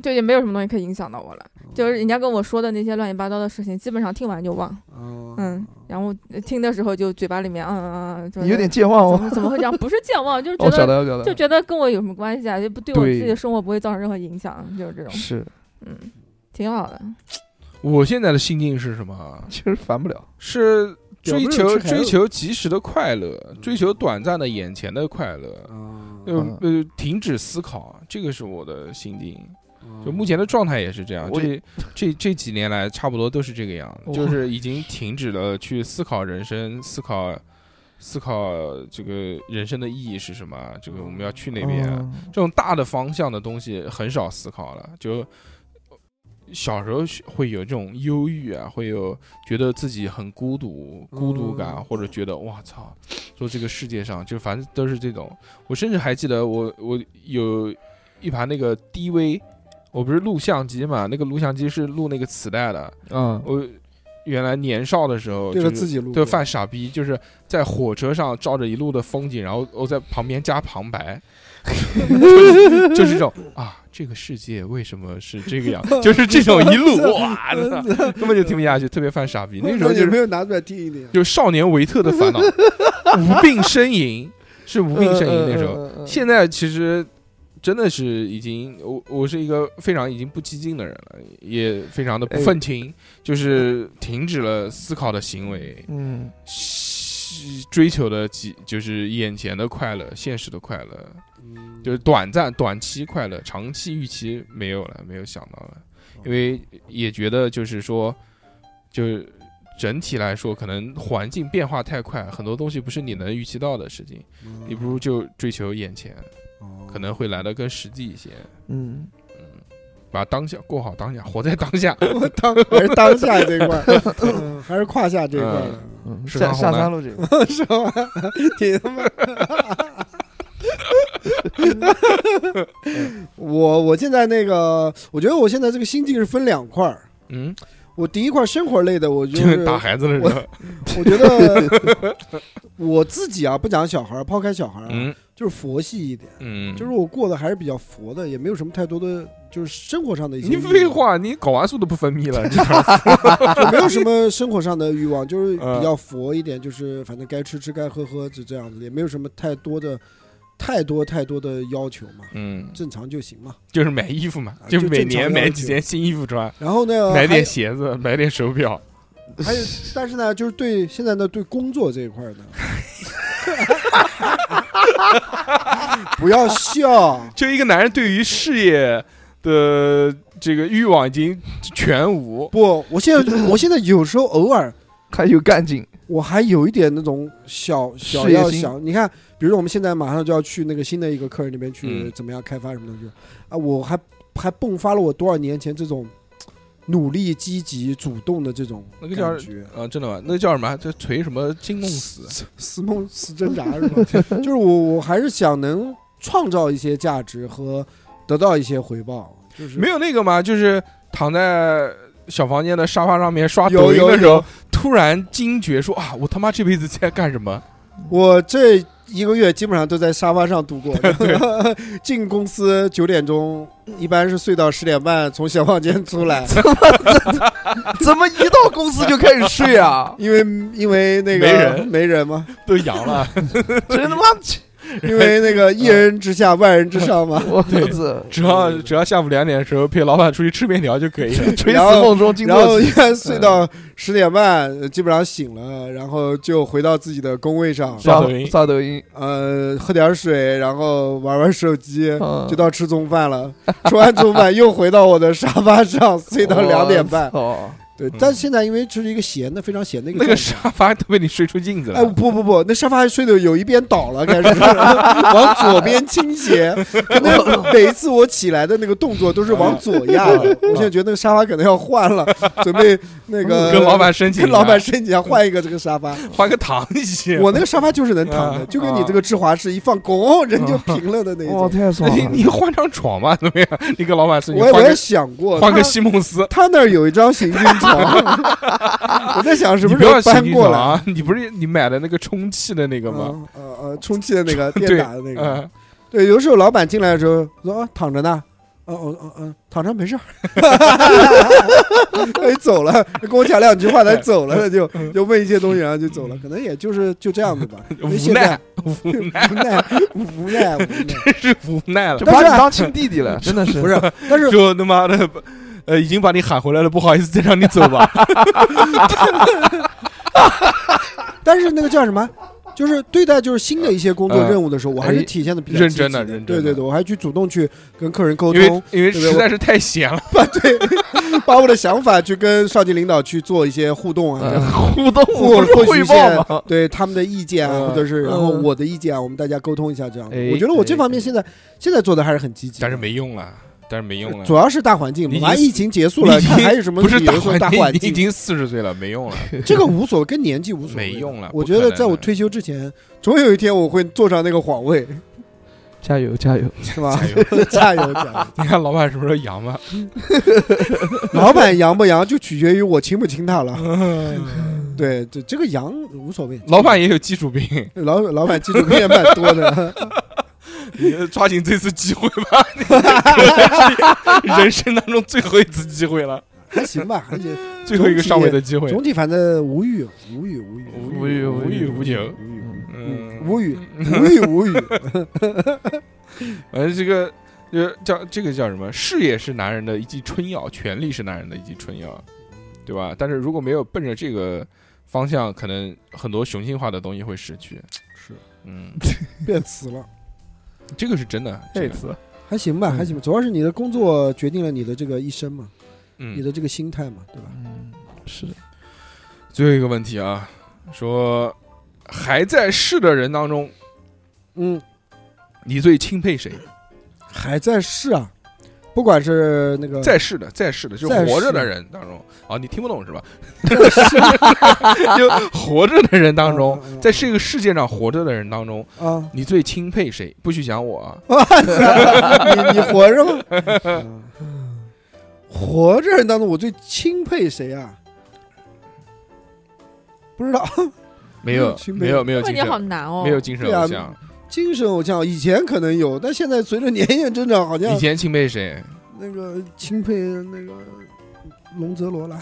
Speaker 2: 对，也没有什么东西可以影响到我了。就是人家跟我说的那些乱七八糟的事情，基本上听完就忘。
Speaker 4: 哦
Speaker 2: 嗯，然后听的时候就嘴巴里面嗯嗯嗯，就
Speaker 3: 你有点哦健忘
Speaker 2: 怎
Speaker 3: 哦。
Speaker 2: 么怎么会这样？不是健忘，就是觉
Speaker 3: 我
Speaker 2: 得
Speaker 3: 晓得，我晓
Speaker 2: 就
Speaker 3: 得，
Speaker 2: 觉得跟我有什么关系啊？就不对我
Speaker 3: 对
Speaker 2: 自己的生活不会造成任何影响，就是 这种，
Speaker 3: 是，
Speaker 2: 嗯，挺好的。
Speaker 1: 我现在的心境是什么啊？
Speaker 3: 其实烦不了。
Speaker 1: 是追
Speaker 4: 有没
Speaker 1: 求
Speaker 4: 有吃海
Speaker 1: 追
Speaker 4: 螺
Speaker 1: 求及时的快乐，追求短暂的眼前的快乐，呃
Speaker 4: 哦
Speaker 1: 呃，停止思考，啊这个是我的心境。
Speaker 4: 哦
Speaker 1: 就目前的状态也是这样，
Speaker 3: 我
Speaker 1: 这这这几年来差不多都是这个样子，
Speaker 3: 我
Speaker 1: 就是已经停止了去思考人生，思考思考这个人生的意义是什么，这个我们要去那
Speaker 4: 啊
Speaker 1: 边、啊
Speaker 3: 嗯
Speaker 1: 这种大的方向的东西很少思考了，就。小时候会有这种忧郁啊，会有觉得自己很孤独、孤独感，
Speaker 4: 嗯
Speaker 1: 或者觉得哇操，说这个世界上就反正都是这种。我甚至还记得我我有一盘那个 DV，我不是录像机嘛，那个录像机是录那个磁带的。
Speaker 3: 嗯，
Speaker 1: 我原来年少的时候
Speaker 4: 对
Speaker 1: 就
Speaker 4: 着
Speaker 1: 是
Speaker 4: 自己录，
Speaker 1: 对犯傻逼，就是在火车上照着一路的风景，然后我在旁边加旁白，就是就是这种啊，这个世界为什么是这个样？就是这种一路哇，真的根本就听不下去，特别犯傻逼。那时候就
Speaker 4: 有没
Speaker 1: 是
Speaker 4: 有拿出来听一听？
Speaker 1: 有少年维特的烦恼，无病呻吟是无
Speaker 3: 无
Speaker 1: 病呻吟那
Speaker 4: 嗯
Speaker 1: 时候。
Speaker 3: 候
Speaker 1: 现在其实真的是已经，我我是一个非常已经不激进的人了，也非常的
Speaker 4: 哎
Speaker 1: 不愤青，就是停止了思考的行为，
Speaker 3: 嗯，
Speaker 1: 是追求的几就是眼前的快乐，现实的快乐，
Speaker 4: 嗯
Speaker 1: 就是短暂短期快乐，长期预期没有了，没有想到了，因为也觉得就是说，就是。整体来说，可能环境变化太快，很多东西不是你能预期到的事情，
Speaker 4: 嗯
Speaker 1: 你不如就追求眼前。
Speaker 4: 哦
Speaker 1: 可能会来的更实际一些。
Speaker 3: 嗯，
Speaker 1: 嗯，把当下过好当下，活在当下。
Speaker 4: 当还是当下这一块，嗯还是胯下这一块，
Speaker 3: 嗯
Speaker 1: 是
Speaker 3: 下
Speaker 1: 吧
Speaker 3: 下
Speaker 1: 红
Speaker 3: 三
Speaker 1: 蓝
Speaker 3: 路这个，
Speaker 4: 是吧？你他 妈！我我现在那个，我觉得我现在这个心境是分两块儿。
Speaker 1: 嗯，
Speaker 4: 我第一块儿生活类的，我就
Speaker 1: 就是是打孩子了是吧？
Speaker 4: 我觉得我自己啊，不讲小孩儿，抛开小孩儿啊，
Speaker 1: 嗯
Speaker 4: 就是佛系一点，
Speaker 1: 嗯，
Speaker 4: 就是我过得还是比较佛的，也没有什么太多的，就是生活上的一些
Speaker 1: 你
Speaker 4: 欲望
Speaker 1: 废，话，你睾丸素都不分泌 了，这
Speaker 4: 就没有什么生活上的欲望，就是
Speaker 1: 嗯
Speaker 4: 比较佛一点，就是反正该吃吃，该喝喝，就这样子，也没有什么太多的、太多太多的要求嘛，
Speaker 1: 嗯，
Speaker 4: 正常就行嘛。
Speaker 1: 就是买衣服嘛，
Speaker 4: 啊
Speaker 1: 就是每
Speaker 4: 就正
Speaker 1: 年
Speaker 4: 常
Speaker 1: 买
Speaker 4: 要
Speaker 1: 几
Speaker 4: 求
Speaker 1: 件新衣服穿，
Speaker 4: 然后呢，
Speaker 1: 买点
Speaker 4: 还
Speaker 1: 鞋子，买点手表。
Speaker 4: 还有，但是呢，就是对现在呢，对工作这一块呢， 不要笑。
Speaker 1: 就一个男人对于事业的这个欲望已经全无。
Speaker 4: 不，我现 在我现在有时候偶尔
Speaker 3: 还有干劲，
Speaker 4: 我还有一点那种小小
Speaker 3: 事业
Speaker 4: 要
Speaker 3: 心
Speaker 4: 想，你看，比如说我们现在马上就要去那个新的一个客人那边去
Speaker 1: 嗯
Speaker 4: 怎么样开发什么东西，啊，我还还迸发了我多少年前这种努力、积极、主动的这种
Speaker 1: 那个叫
Speaker 4: 感觉，
Speaker 1: 啊，真的吗？那叫什么？这锤什么金弄死？
Speaker 4: 死梦死挣扎 是吧？就是我我还是想能创造一些价值和得到一些回报，就是
Speaker 1: 没有那个吗？就是躺在小房间的沙发上面刷抖
Speaker 4: 有
Speaker 1: 音
Speaker 4: 有
Speaker 1: 的时候
Speaker 4: 有，，
Speaker 1: 突然惊觉说啊，我他妈这辈子在干什么？
Speaker 4: 我这一个月基本上都在沙发上 度过。 进公司九点钟，一般是睡到十点半，从小房间 出来，？
Speaker 3: 怎么一到公司就开始睡啊
Speaker 4: 因为因为那个
Speaker 1: 没人
Speaker 4: 没 人嘛，
Speaker 1: 都阳了，
Speaker 3: 真他妈，。
Speaker 4: 因为那个一人之下万人之上嘛
Speaker 3: 我操！
Speaker 1: 只要只要下午两点的时候陪老板出去吃面条就可以 了。
Speaker 3: 垂死
Speaker 4: 然后
Speaker 3: 梦中惊
Speaker 4: 然后
Speaker 3: 坐
Speaker 4: 一
Speaker 3: 起，
Speaker 4: 般睡到十点半，基本上醒了，然后就回到自己的工位上，
Speaker 1: 刷
Speaker 3: 刷
Speaker 1: 抖音
Speaker 3: 刷抖音，
Speaker 4: 呃，喝点水，然后玩玩手机，
Speaker 3: 嗯
Speaker 4: 就到吃中饭了。吃完中饭又回到我的沙发上，睡到两点半。
Speaker 3: 哦，
Speaker 4: 对
Speaker 1: 嗯，
Speaker 4: 但是现在因为这是一个闲的，非常闲的一个
Speaker 1: 那个
Speaker 4: 状态
Speaker 1: 沙发都被你睡出镜子
Speaker 4: 哎，
Speaker 1: 了。
Speaker 4: 不不不，那沙发还睡的有一边倒了，开始 往左边倾斜。可 能每一次我起来的那个动作都是往左压 的。我现在觉得那个沙发可能要换 了，准备那 个
Speaker 1: 跟老板申请一
Speaker 4: 跟
Speaker 1: 下，
Speaker 4: 老板申请一下换一个这个 沙发。
Speaker 1: 换个躺椅。
Speaker 4: 我那个沙发就是能躺的，
Speaker 1: 嗯
Speaker 4: 就跟你这个智华是一放拱人就平了的那一
Speaker 3: 哇，
Speaker 4: 种。
Speaker 3: 太爽
Speaker 1: 你
Speaker 3: 了！
Speaker 1: 哎你换张床吧，怎么样？啊 你跟老板申请
Speaker 4: 我也
Speaker 1: 换
Speaker 4: 我也
Speaker 1: 个
Speaker 4: 想过，
Speaker 1: 换个
Speaker 4: 他
Speaker 1: 西蒙斯，
Speaker 4: 他那儿有一张行军床， 我在想什
Speaker 1: 你
Speaker 4: 么
Speaker 1: 不
Speaker 4: 时
Speaker 1: 要
Speaker 4: 候
Speaker 1: 新
Speaker 4: 搬
Speaker 1: 军
Speaker 4: 过
Speaker 1: 床
Speaker 4: 来。
Speaker 1: 啊！ 你不是你买的那个充气的那个吗？
Speaker 4: 嗯呃呃，充气的那个电
Speaker 1: 对
Speaker 4: 打的那个，
Speaker 1: 嗯
Speaker 4: 对，有时候老板进来的时候说、啊、躺着呢，哦哦哦嗯，躺着没事儿， 他就走了，跟我讲两句话，他走了，他就就问一些东西，然后就走了，可能也就是就这样子吧，因为
Speaker 1: 嗯无
Speaker 4: 现在
Speaker 1: 奈， 无
Speaker 4: 无奈无奈无奈，
Speaker 1: 是无奈了
Speaker 3: 就，
Speaker 4: 但
Speaker 3: 把
Speaker 4: 是
Speaker 3: 你
Speaker 4: 啊
Speaker 3: 当亲弟弟了，真的是
Speaker 4: 不是，但是
Speaker 1: 就他妈的，呃，已经把你喊回来了，不好意思，再让你走 吧。
Speaker 4: 但是那个叫什么？就是对待就是新的一些工作
Speaker 1: 呃
Speaker 4: 任务的时候，我还是体现的比较
Speaker 1: 认真的
Speaker 4: 积极
Speaker 1: 认真的
Speaker 4: 对对对，我还去主动去跟客人沟
Speaker 1: 因为
Speaker 4: 通，
Speaker 1: 因为
Speaker 4: 对不对
Speaker 1: 实在是太闲了，
Speaker 4: 把我的想法去跟上级领导去做一些互动
Speaker 1: 嗯
Speaker 4: 啊，这
Speaker 3: 呃
Speaker 4: 样
Speaker 3: 互动
Speaker 4: 或
Speaker 3: 不是
Speaker 4: 或许
Speaker 3: 汇
Speaker 4: 一
Speaker 3: 报
Speaker 4: 些呃
Speaker 3: 嘛？
Speaker 4: 对他们的意见啊，
Speaker 1: 嗯
Speaker 4: 或者是
Speaker 3: 嗯
Speaker 4: 然后我的意见啊，我们大家沟通一下这样
Speaker 1: 哎。
Speaker 4: 我觉得我这
Speaker 1: 哎
Speaker 4: 方面现在现在做的还是很积极，
Speaker 1: 但是没用了，但是没用了
Speaker 4: 主。要是大环境嘛，
Speaker 1: 你已经
Speaker 4: 完疫情结束了，
Speaker 1: 你已
Speaker 4: 看
Speaker 1: 经
Speaker 4: 还有什么
Speaker 1: 不是
Speaker 4: 理
Speaker 1: 大
Speaker 4: 由说大
Speaker 1: 环
Speaker 4: 环
Speaker 1: 境，你已
Speaker 4: 境
Speaker 1: 经四十岁了，没 用了。
Speaker 4: 这个无所谓，跟年纪无所谓，
Speaker 1: 没用了不
Speaker 4: 我
Speaker 1: 可
Speaker 4: 觉得
Speaker 1: 能
Speaker 4: 在我
Speaker 1: 的
Speaker 4: 退休之前，总有一天我会坐上那个 皇位，
Speaker 3: 加油加油！
Speaker 4: 是吧
Speaker 1: 加油？
Speaker 4: 加油加油！
Speaker 1: 哎你看老板什么时候阳吧？
Speaker 4: 老板阳不阳就取决于我亲不亲 他了。对，这这个阳无所谓。
Speaker 1: 老板也有基础病，
Speaker 4: 老老板基础病也蛮 多的，
Speaker 1: 你抓紧这次机会吧， 你可能是人生当中最后一次机会了，
Speaker 4: 还行吧，还行。
Speaker 1: 最后一个上位的机会。
Speaker 4: 总体反正无语，无语，无语，
Speaker 1: 无欲无欲无求，
Speaker 4: 无语，
Speaker 3: 嗯
Speaker 1: 嗯，
Speaker 4: 无语，无语，无语。
Speaker 1: 反正这个呃叫这个叫什么？事业是男人的一剂春药，权力是男人的一剂春药，对吧？但是如果没有奔着这个方向，可能很多雄性化的东西会失去。
Speaker 4: 是
Speaker 1: 嗯，
Speaker 4: 变词了，
Speaker 1: 这个是真 的。这
Speaker 3: 这
Speaker 1: 个，
Speaker 3: 次
Speaker 4: 还行吧，
Speaker 1: 嗯
Speaker 4: 还行吧。主要是你的工作决定了你的这个一生嘛，你
Speaker 1: 嗯，
Speaker 4: 的这个心态嘛，对吧？
Speaker 3: 嗯是的，
Speaker 1: 最后一个问题啊，说还在世的人当中，
Speaker 4: 嗯，
Speaker 1: 你最钦佩谁？
Speaker 4: 还在试啊，不管是那个
Speaker 1: 在世的，在世的，就是
Speaker 4: 嗯在世
Speaker 1: 活着的人当中啊，你听不懂是吧？ 就活着的人当中
Speaker 4: 嗯嗯，嗯
Speaker 1: 在这个世界上活着的人当中，
Speaker 4: 啊，
Speaker 1: 你最钦佩谁？不许讲我啊！
Speaker 4: 你你活着吗？ 嗯活着人当中，我最钦佩谁啊？不知道，
Speaker 1: 没有，
Speaker 4: 钦佩
Speaker 1: 没有，没有
Speaker 2: 问
Speaker 1: 精
Speaker 2: 题好
Speaker 1: 神，
Speaker 2: 难哦。
Speaker 1: 没有精神
Speaker 4: 对啊
Speaker 1: 偶像。
Speaker 4: 精神偶像以前可能有，但现在随着年 月增长，好像
Speaker 1: 以前钦佩 谁？
Speaker 4: 那个钦佩那个龙泽罗拉。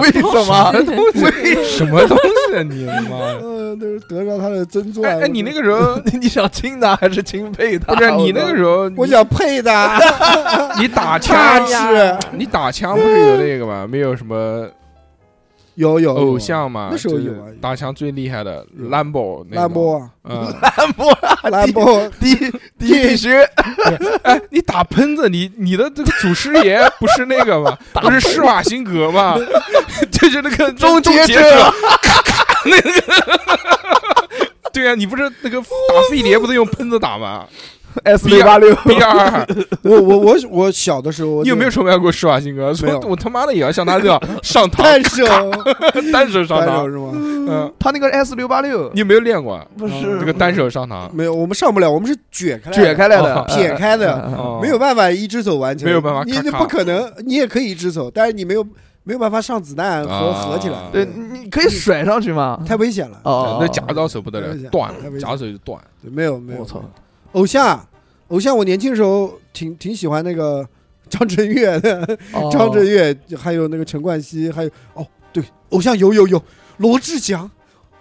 Speaker 3: 为什么？
Speaker 1: 什么东西啊你他 妈的！
Speaker 4: 呃，那是得着他的真传。
Speaker 1: 哎哎，你那个时候
Speaker 3: 你想亲他还是钦佩他？
Speaker 1: 不是你那个时候，
Speaker 4: 我想配啊他，
Speaker 1: 你你打
Speaker 4: 他
Speaker 1: 枪，
Speaker 4: 是
Speaker 1: 你打枪不是有那个吗？没有什么
Speaker 4: 有有
Speaker 1: 偶，像嘛？
Speaker 4: 哦那时候
Speaker 1: 就是
Speaker 4: 有啊有
Speaker 1: 打枪最厉害的
Speaker 4: 有
Speaker 1: 兰博，
Speaker 4: 有兰博，啊，
Speaker 1: 嗯。
Speaker 3: 兰博
Speaker 4: 兰博，
Speaker 3: 第第一学
Speaker 1: 哎，你打喷子，你你的这个祖师爷不是那个吗？不是施瓦辛格吗？ 就是那 个
Speaker 3: 终
Speaker 1: 结
Speaker 3: 结
Speaker 1: 者，
Speaker 3: 者
Speaker 1: 咔咔那个。对啊，你不是那个打飞碟不是用喷子打吗
Speaker 3: S 六八六，
Speaker 1: ？B 二，
Speaker 4: 我我我我小的时候，
Speaker 1: 你有没有崇拜过施瓦辛格？
Speaker 4: 没
Speaker 1: 说
Speaker 4: 有
Speaker 1: 我他妈的也要像他这样上 堂，
Speaker 4: 单手？
Speaker 1: 单手上
Speaker 4: 单手
Speaker 1: 堂。
Speaker 4: 是吗？
Speaker 1: 嗯，
Speaker 3: 他那个 S 六八六
Speaker 1: 你有没有练过
Speaker 3: 不
Speaker 4: 嗯
Speaker 1: 这个单手上堂？
Speaker 4: 没有，我们上不了，我们是卷开来的，
Speaker 3: 卷开来的嗯
Speaker 1: 哦，
Speaker 4: 撇开的，
Speaker 3: 的
Speaker 1: 哦
Speaker 4: 没有办法一只手完成，
Speaker 1: 没有办法
Speaker 4: 你
Speaker 1: 咔
Speaker 4: 你
Speaker 1: 咔
Speaker 4: 不可能，你也可以一只手，但是你没有没有办法上子弹和
Speaker 1: 啊
Speaker 4: 合起来，
Speaker 3: 对，你可以甩上去吗？
Speaker 4: 太危险了。
Speaker 3: 哦，
Speaker 1: 那夹不到手不得
Speaker 4: 太危
Speaker 1: 了，
Speaker 4: 险
Speaker 1: 断
Speaker 4: 太
Speaker 1: 了，
Speaker 4: 危险
Speaker 1: 夹到手就断。
Speaker 4: 对没有没有，
Speaker 3: 我操，
Speaker 4: 偶像，偶像，我年轻时候挺挺喜欢那个 张震岳的，
Speaker 3: 哦
Speaker 4: 张震岳，还有那个陈冠希，还有哦，对，偶像有有有，罗志祥，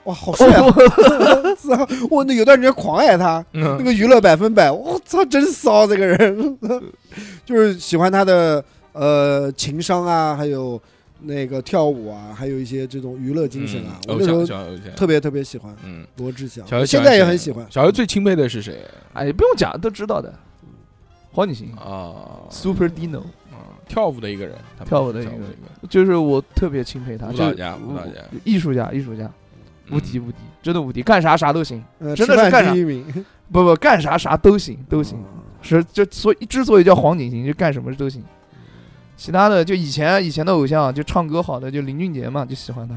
Speaker 4: 哇，好帅啊！ 是啊我那有段时间狂爱他，那
Speaker 1: 嗯，
Speaker 4: 个娱乐百分百，我操，真骚这个人， 就是喜欢他的呃情商啊，还有那个跳舞啊，还有一些这种娱乐精神啊，
Speaker 1: 嗯
Speaker 4: 我
Speaker 1: 偶
Speaker 4: 那时
Speaker 1: 像，
Speaker 4: 候
Speaker 1: 偶像，偶像。
Speaker 4: 特别特别喜欢
Speaker 1: 嗯，
Speaker 4: 罗志祥
Speaker 1: 小，
Speaker 4: 现在也很喜欢。
Speaker 1: 小孩最钦佩的是谁
Speaker 3: 哎，不用讲，都知道的。黄景行
Speaker 1: 啊？
Speaker 4: 嗯哦
Speaker 3: ，Super Dino，
Speaker 1: 啊跳舞的一个人，他们
Speaker 3: 跳舞的一个
Speaker 1: 跳
Speaker 3: 人就是我特别钦佩他，
Speaker 1: 舞
Speaker 3: 就
Speaker 1: 蹈
Speaker 3: 是
Speaker 1: 家舞蹈
Speaker 3: 我
Speaker 1: 家
Speaker 3: 艺术家，艺术家，无敌
Speaker 1: 嗯
Speaker 3: 无敌，真的无敌，干啥啥都行，
Speaker 4: 呃
Speaker 3: 真的是
Speaker 4: 吃饭
Speaker 3: 干啥
Speaker 4: 第一名，
Speaker 3: 不不，干啥啥都行，都行，是就所以之所以叫黄景行，就干什么都行。其他的就以前以前的偶像，就唱歌好的就林俊杰嘛，就喜欢他。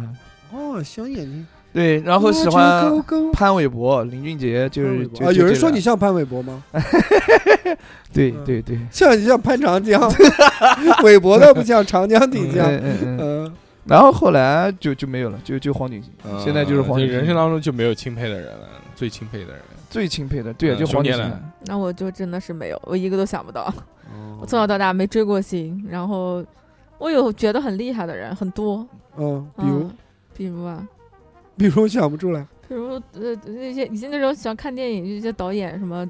Speaker 4: 哦，小眼睛，
Speaker 3: 对，然后喜
Speaker 4: 我
Speaker 3: 欢
Speaker 4: 就勾勾
Speaker 3: 潘玮柏、林俊杰，就是就
Speaker 4: 啊，
Speaker 3: 就
Speaker 4: 有人
Speaker 3: 这
Speaker 4: 说
Speaker 3: 俩
Speaker 4: 你像潘玮柏吗？
Speaker 3: 对
Speaker 4: 嗯
Speaker 3: 对对，
Speaker 4: 像你像潘长江，玮柏倒不像，长江挺像。
Speaker 3: 嗯嗯嗯。
Speaker 4: 嗯，
Speaker 3: 然后后来就就没有了，就就黄景行，现在就是黄景
Speaker 1: 人生
Speaker 3: 行
Speaker 1: 当嗯中就没有钦佩的人了，最钦佩的人。
Speaker 3: 最钦佩的，对，
Speaker 1: 嗯
Speaker 3: 就黄景
Speaker 1: 兄弟
Speaker 3: 行
Speaker 1: 了。
Speaker 2: 那我就真的是没有，我一个都想不到。
Speaker 4: 嗯
Speaker 2: 嗯我从小到大没追过星，然后我有觉得很厉害的人很多，
Speaker 4: 嗯，比
Speaker 2: 嗯
Speaker 4: 如
Speaker 2: 比如啊，
Speaker 4: 比如想不出来，
Speaker 2: 比如呃那些以前那时候喜欢看电影，就一些导演什么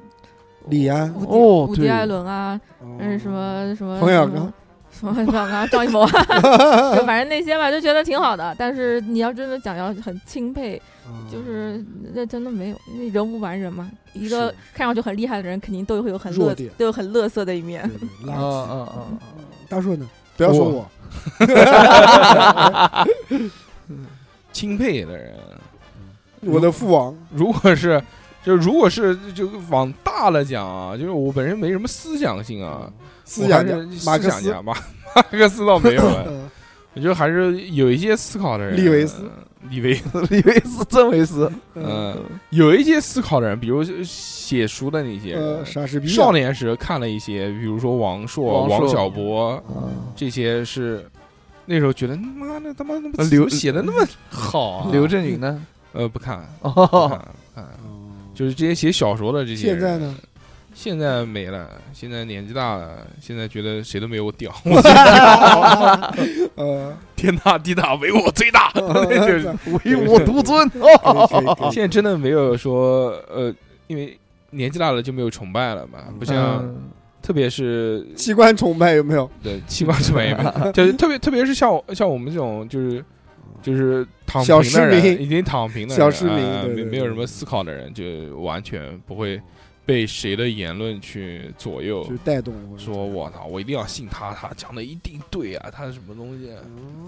Speaker 4: 李安哦
Speaker 2: 伍迪
Speaker 3: 哦
Speaker 2: 伍迪
Speaker 3: 对
Speaker 2: 艾伦啊，嗯什么什么
Speaker 4: 冯小
Speaker 2: 什么
Speaker 4: 刚
Speaker 2: 什么冯小刚、张艺谋，啊 就反正那些吧，就觉得挺好的。但是你要真的讲要很钦佩，
Speaker 4: 哦
Speaker 2: 就是那真的没有，因为人无完人嘛。一个
Speaker 4: 是
Speaker 2: 看上去很厉害的人，肯定都会有很
Speaker 4: 弱
Speaker 2: 乐
Speaker 4: 点
Speaker 2: 都有很乐色的一面。
Speaker 3: 嗯
Speaker 4: 垃圾。
Speaker 3: 嗯嗯嗯，
Speaker 4: 大硕呢？不要说我，
Speaker 1: 钦佩的人，
Speaker 4: 我的父王
Speaker 1: 如果是就如果是就往大了讲啊，就是我本身没什么思想性啊，
Speaker 4: 嗯思想
Speaker 1: 我
Speaker 4: 家
Speaker 1: 还是
Speaker 4: 马克
Speaker 1: 思想
Speaker 4: 思
Speaker 1: 家，马马克思倒没有了，
Speaker 4: 嗯
Speaker 1: 我觉得还是有一些思考的人，
Speaker 4: 利维斯，
Speaker 1: 利维斯，
Speaker 3: 李维斯、真维斯，
Speaker 4: 嗯
Speaker 1: 嗯，有一些思考的人，比如写书的那些人
Speaker 4: 呃，。莎士比亚
Speaker 1: 少年时看了一些，比如说王朔、
Speaker 3: 王朔
Speaker 1: 王小波
Speaker 3: 嗯
Speaker 1: 这些是，那时候觉得妈的他妈他妈
Speaker 3: 呃
Speaker 1: 怎
Speaker 3: 刘
Speaker 1: 么写的那么好啊，
Speaker 3: 刘震云呢？
Speaker 1: 呃不看，不
Speaker 3: 哦，
Speaker 1: 看不看，
Speaker 4: 嗯
Speaker 1: 就是这些写小说的这些
Speaker 4: 现
Speaker 1: 人。
Speaker 4: 在呢？
Speaker 1: 现在没了，现在年纪大了，现在觉得谁都没有我 屌，
Speaker 4: 呃，
Speaker 1: 天大地大唯我最大，就是
Speaker 3: 唯我独尊。哦，
Speaker 1: 现在真的没有说呃，因为年纪大了就没有崇拜了嘛，不像、
Speaker 3: 嗯
Speaker 1: 特别是
Speaker 4: 器官崇拜有没有？
Speaker 1: 对器官是没 有，就是特别特别是像我像我们这种就是就是躺
Speaker 4: 小
Speaker 1: 平的
Speaker 4: 市民
Speaker 1: 人，已经躺平的人，
Speaker 4: 小市民
Speaker 1: 啊
Speaker 4: 对对
Speaker 1: 没
Speaker 4: 对
Speaker 1: 没有什么思考的人，就完全不会被谁的言论去左右
Speaker 4: 就。是带动我
Speaker 1: 说我操，我一定要信他，他讲的一定对啊，他是什么东西啊、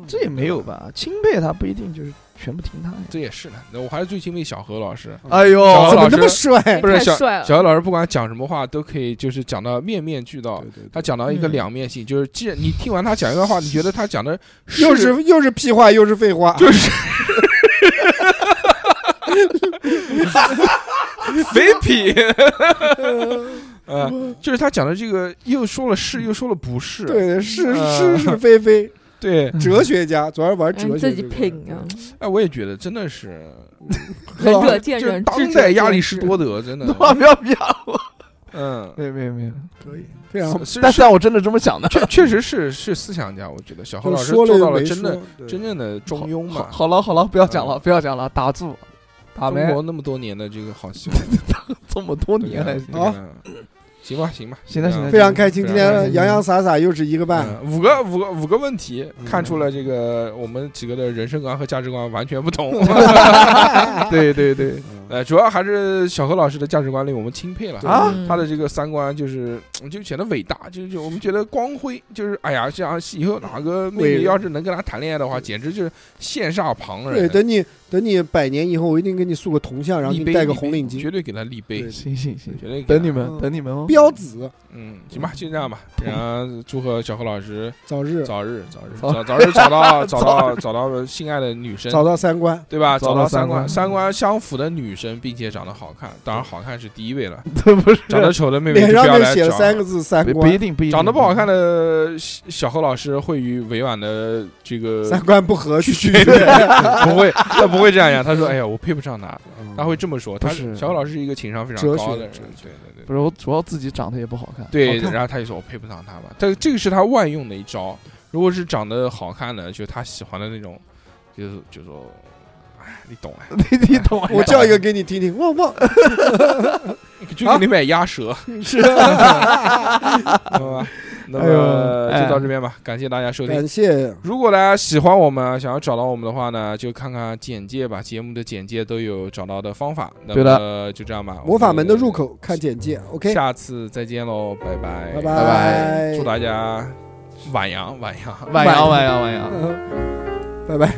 Speaker 3: 这也没有吧？钦佩他不一定就是全部听他呀。
Speaker 1: 这也是呢，那我还是最钦佩小何老师。
Speaker 3: 哎呦，
Speaker 1: 小何
Speaker 4: 哦怎
Speaker 1: 老
Speaker 4: 么
Speaker 1: 师
Speaker 4: 那么帅？
Speaker 1: 不是
Speaker 2: 太
Speaker 1: 小
Speaker 2: 帅了
Speaker 1: 小何老师，不管讲什么话都可以，就是讲到面面俱到
Speaker 4: 对。对对
Speaker 1: 他讲到一个
Speaker 3: 嗯
Speaker 1: 两面性，就是既然你听完他讲一段话，你觉得他讲的
Speaker 4: 又是又是屁话又是废话，
Speaker 1: 就是肥品，嗯，就是他讲的这个又说了是又说了不是，
Speaker 4: 对是是
Speaker 1: 嗯
Speaker 4: 是非非，
Speaker 1: 对，
Speaker 4: 哲学家
Speaker 1: 嗯
Speaker 4: 主要是玩
Speaker 2: 哎
Speaker 4: 哲学，
Speaker 2: 自己品啊，，
Speaker 1: 哎，我也觉得真的是
Speaker 2: 仁者见
Speaker 1: 就是
Speaker 2: 仁，智
Speaker 1: 当
Speaker 2: 者
Speaker 1: 代亚
Speaker 2: 见
Speaker 1: 里
Speaker 2: 智
Speaker 1: 士多德，真的，
Speaker 3: 不要不要！
Speaker 1: 嗯，
Speaker 3: 没有没有没有，
Speaker 4: 可以非常
Speaker 1: 是
Speaker 3: 但
Speaker 1: 是
Speaker 3: 但我真的这么想的。
Speaker 1: 确确实是是思想家，我觉得小何
Speaker 4: 就
Speaker 1: 老
Speaker 4: 是
Speaker 1: 师
Speaker 4: 说了
Speaker 1: 做
Speaker 4: 又
Speaker 1: 到了
Speaker 4: 没
Speaker 1: 真
Speaker 4: 说
Speaker 1: 的，真正的中庸
Speaker 3: 好，
Speaker 1: 嘛。嗯
Speaker 3: 好了好了，不要讲了，不要讲了，打住，打
Speaker 1: 中
Speaker 3: 没
Speaker 1: 国那么多年的这个好习惯，
Speaker 3: 这么多
Speaker 1: 对
Speaker 3: 年
Speaker 1: 啊
Speaker 3: 了，
Speaker 1: 对
Speaker 4: 好
Speaker 1: 啊行吧行吧，
Speaker 3: 行了行了
Speaker 4: 非常开心，
Speaker 1: 非
Speaker 4: 今
Speaker 1: 常
Speaker 3: 开
Speaker 4: 天
Speaker 3: 心
Speaker 4: 洋洋洒洒又是一个半，
Speaker 1: 嗯五个五个五个问题，
Speaker 4: 嗯
Speaker 1: 看出了这个我们几个的人生观和价值观完全不同。 哦
Speaker 3: 对对对，
Speaker 1: 呃，主要还是小何老师的价值观令我们钦佩了
Speaker 3: 啊
Speaker 2: 嗯
Speaker 1: 他的这个三观就是嗯就显得伟大，就就我们觉得光辉，就是哎呀，这样以后哪个妹
Speaker 4: 伟
Speaker 1: 妹
Speaker 4: 人
Speaker 1: 要是能跟他谈恋爱的话，简直就是羡煞旁人。
Speaker 4: 对，等你等你百年以后，我一定给你塑个铜像，然后
Speaker 1: 立
Speaker 4: 给
Speaker 1: 碑
Speaker 4: 你戴个
Speaker 1: 立碑
Speaker 4: 红领
Speaker 1: 绝
Speaker 4: 巾，
Speaker 1: 对给他立碑
Speaker 4: 对，
Speaker 3: 行行行，
Speaker 1: 绝对给他
Speaker 3: 等你们等你们哦。
Speaker 4: 标子
Speaker 1: 嗯，行吧，就这样吧。
Speaker 4: 嗯
Speaker 1: 然后祝贺小何老师
Speaker 4: 早日
Speaker 1: 早日早日
Speaker 3: 早
Speaker 1: 早早日找 到找到找到心爱的女生，
Speaker 4: 找到三观，
Speaker 1: 对吧？
Speaker 3: 找
Speaker 1: 找
Speaker 3: 到
Speaker 1: 到
Speaker 3: 三
Speaker 1: 三
Speaker 3: 观
Speaker 1: 观三观相符的女生，并且长得好看，当然好看是第一位 了。
Speaker 3: 这 不是
Speaker 1: 长得丑的妹妹
Speaker 4: 脸
Speaker 1: 就
Speaker 4: 上
Speaker 1: 不要
Speaker 4: 面
Speaker 1: 来
Speaker 4: 写了
Speaker 1: 找。
Speaker 4: 三个字三
Speaker 3: 不不一
Speaker 4: 观，
Speaker 3: 定不一定，
Speaker 1: 长得不好看的小小何老师会与委婉的这 个
Speaker 4: 三观不合去
Speaker 1: 对对，不会，他不会这样呀。他说：“哎呀，我配不上他。”他会这么说。他
Speaker 3: 嗯不是
Speaker 1: 小何老师是一个情商非常
Speaker 4: 哲学
Speaker 1: 高的人
Speaker 4: 哲，学
Speaker 1: 对对对。
Speaker 3: 不是我主要自己长得也不好看。
Speaker 1: 对，
Speaker 4: 好看
Speaker 1: 然后他就说我配不上他嘛，但这个是他万用的一招。如果是长得好看的，就是他喜欢的那种，就是就说，哎，你懂哎，
Speaker 3: 你你 懂吗？
Speaker 4: 我叫一个给你听听，旺旺
Speaker 1: 就 给你买鸭
Speaker 3: 啊
Speaker 1: 舌，
Speaker 4: 是，
Speaker 1: 懂 吧？那
Speaker 3: 哎呦
Speaker 1: 么就到这边吧，感谢大家收听。
Speaker 4: 感谢
Speaker 1: 如果大家喜欢我们，想要找到我们的话呢，就看看简介吧，节目的简介都有找到的方法。那
Speaker 3: 对的
Speaker 1: 么就这样吧，我们
Speaker 4: 魔法门的入，口看简介，OK，
Speaker 1: 下次再见喽，拜拜，
Speaker 4: 拜
Speaker 3: 拜
Speaker 1: 祝大家晚阳晚阳。
Speaker 3: 晚阳晚阳晚阳。
Speaker 4: 拜拜。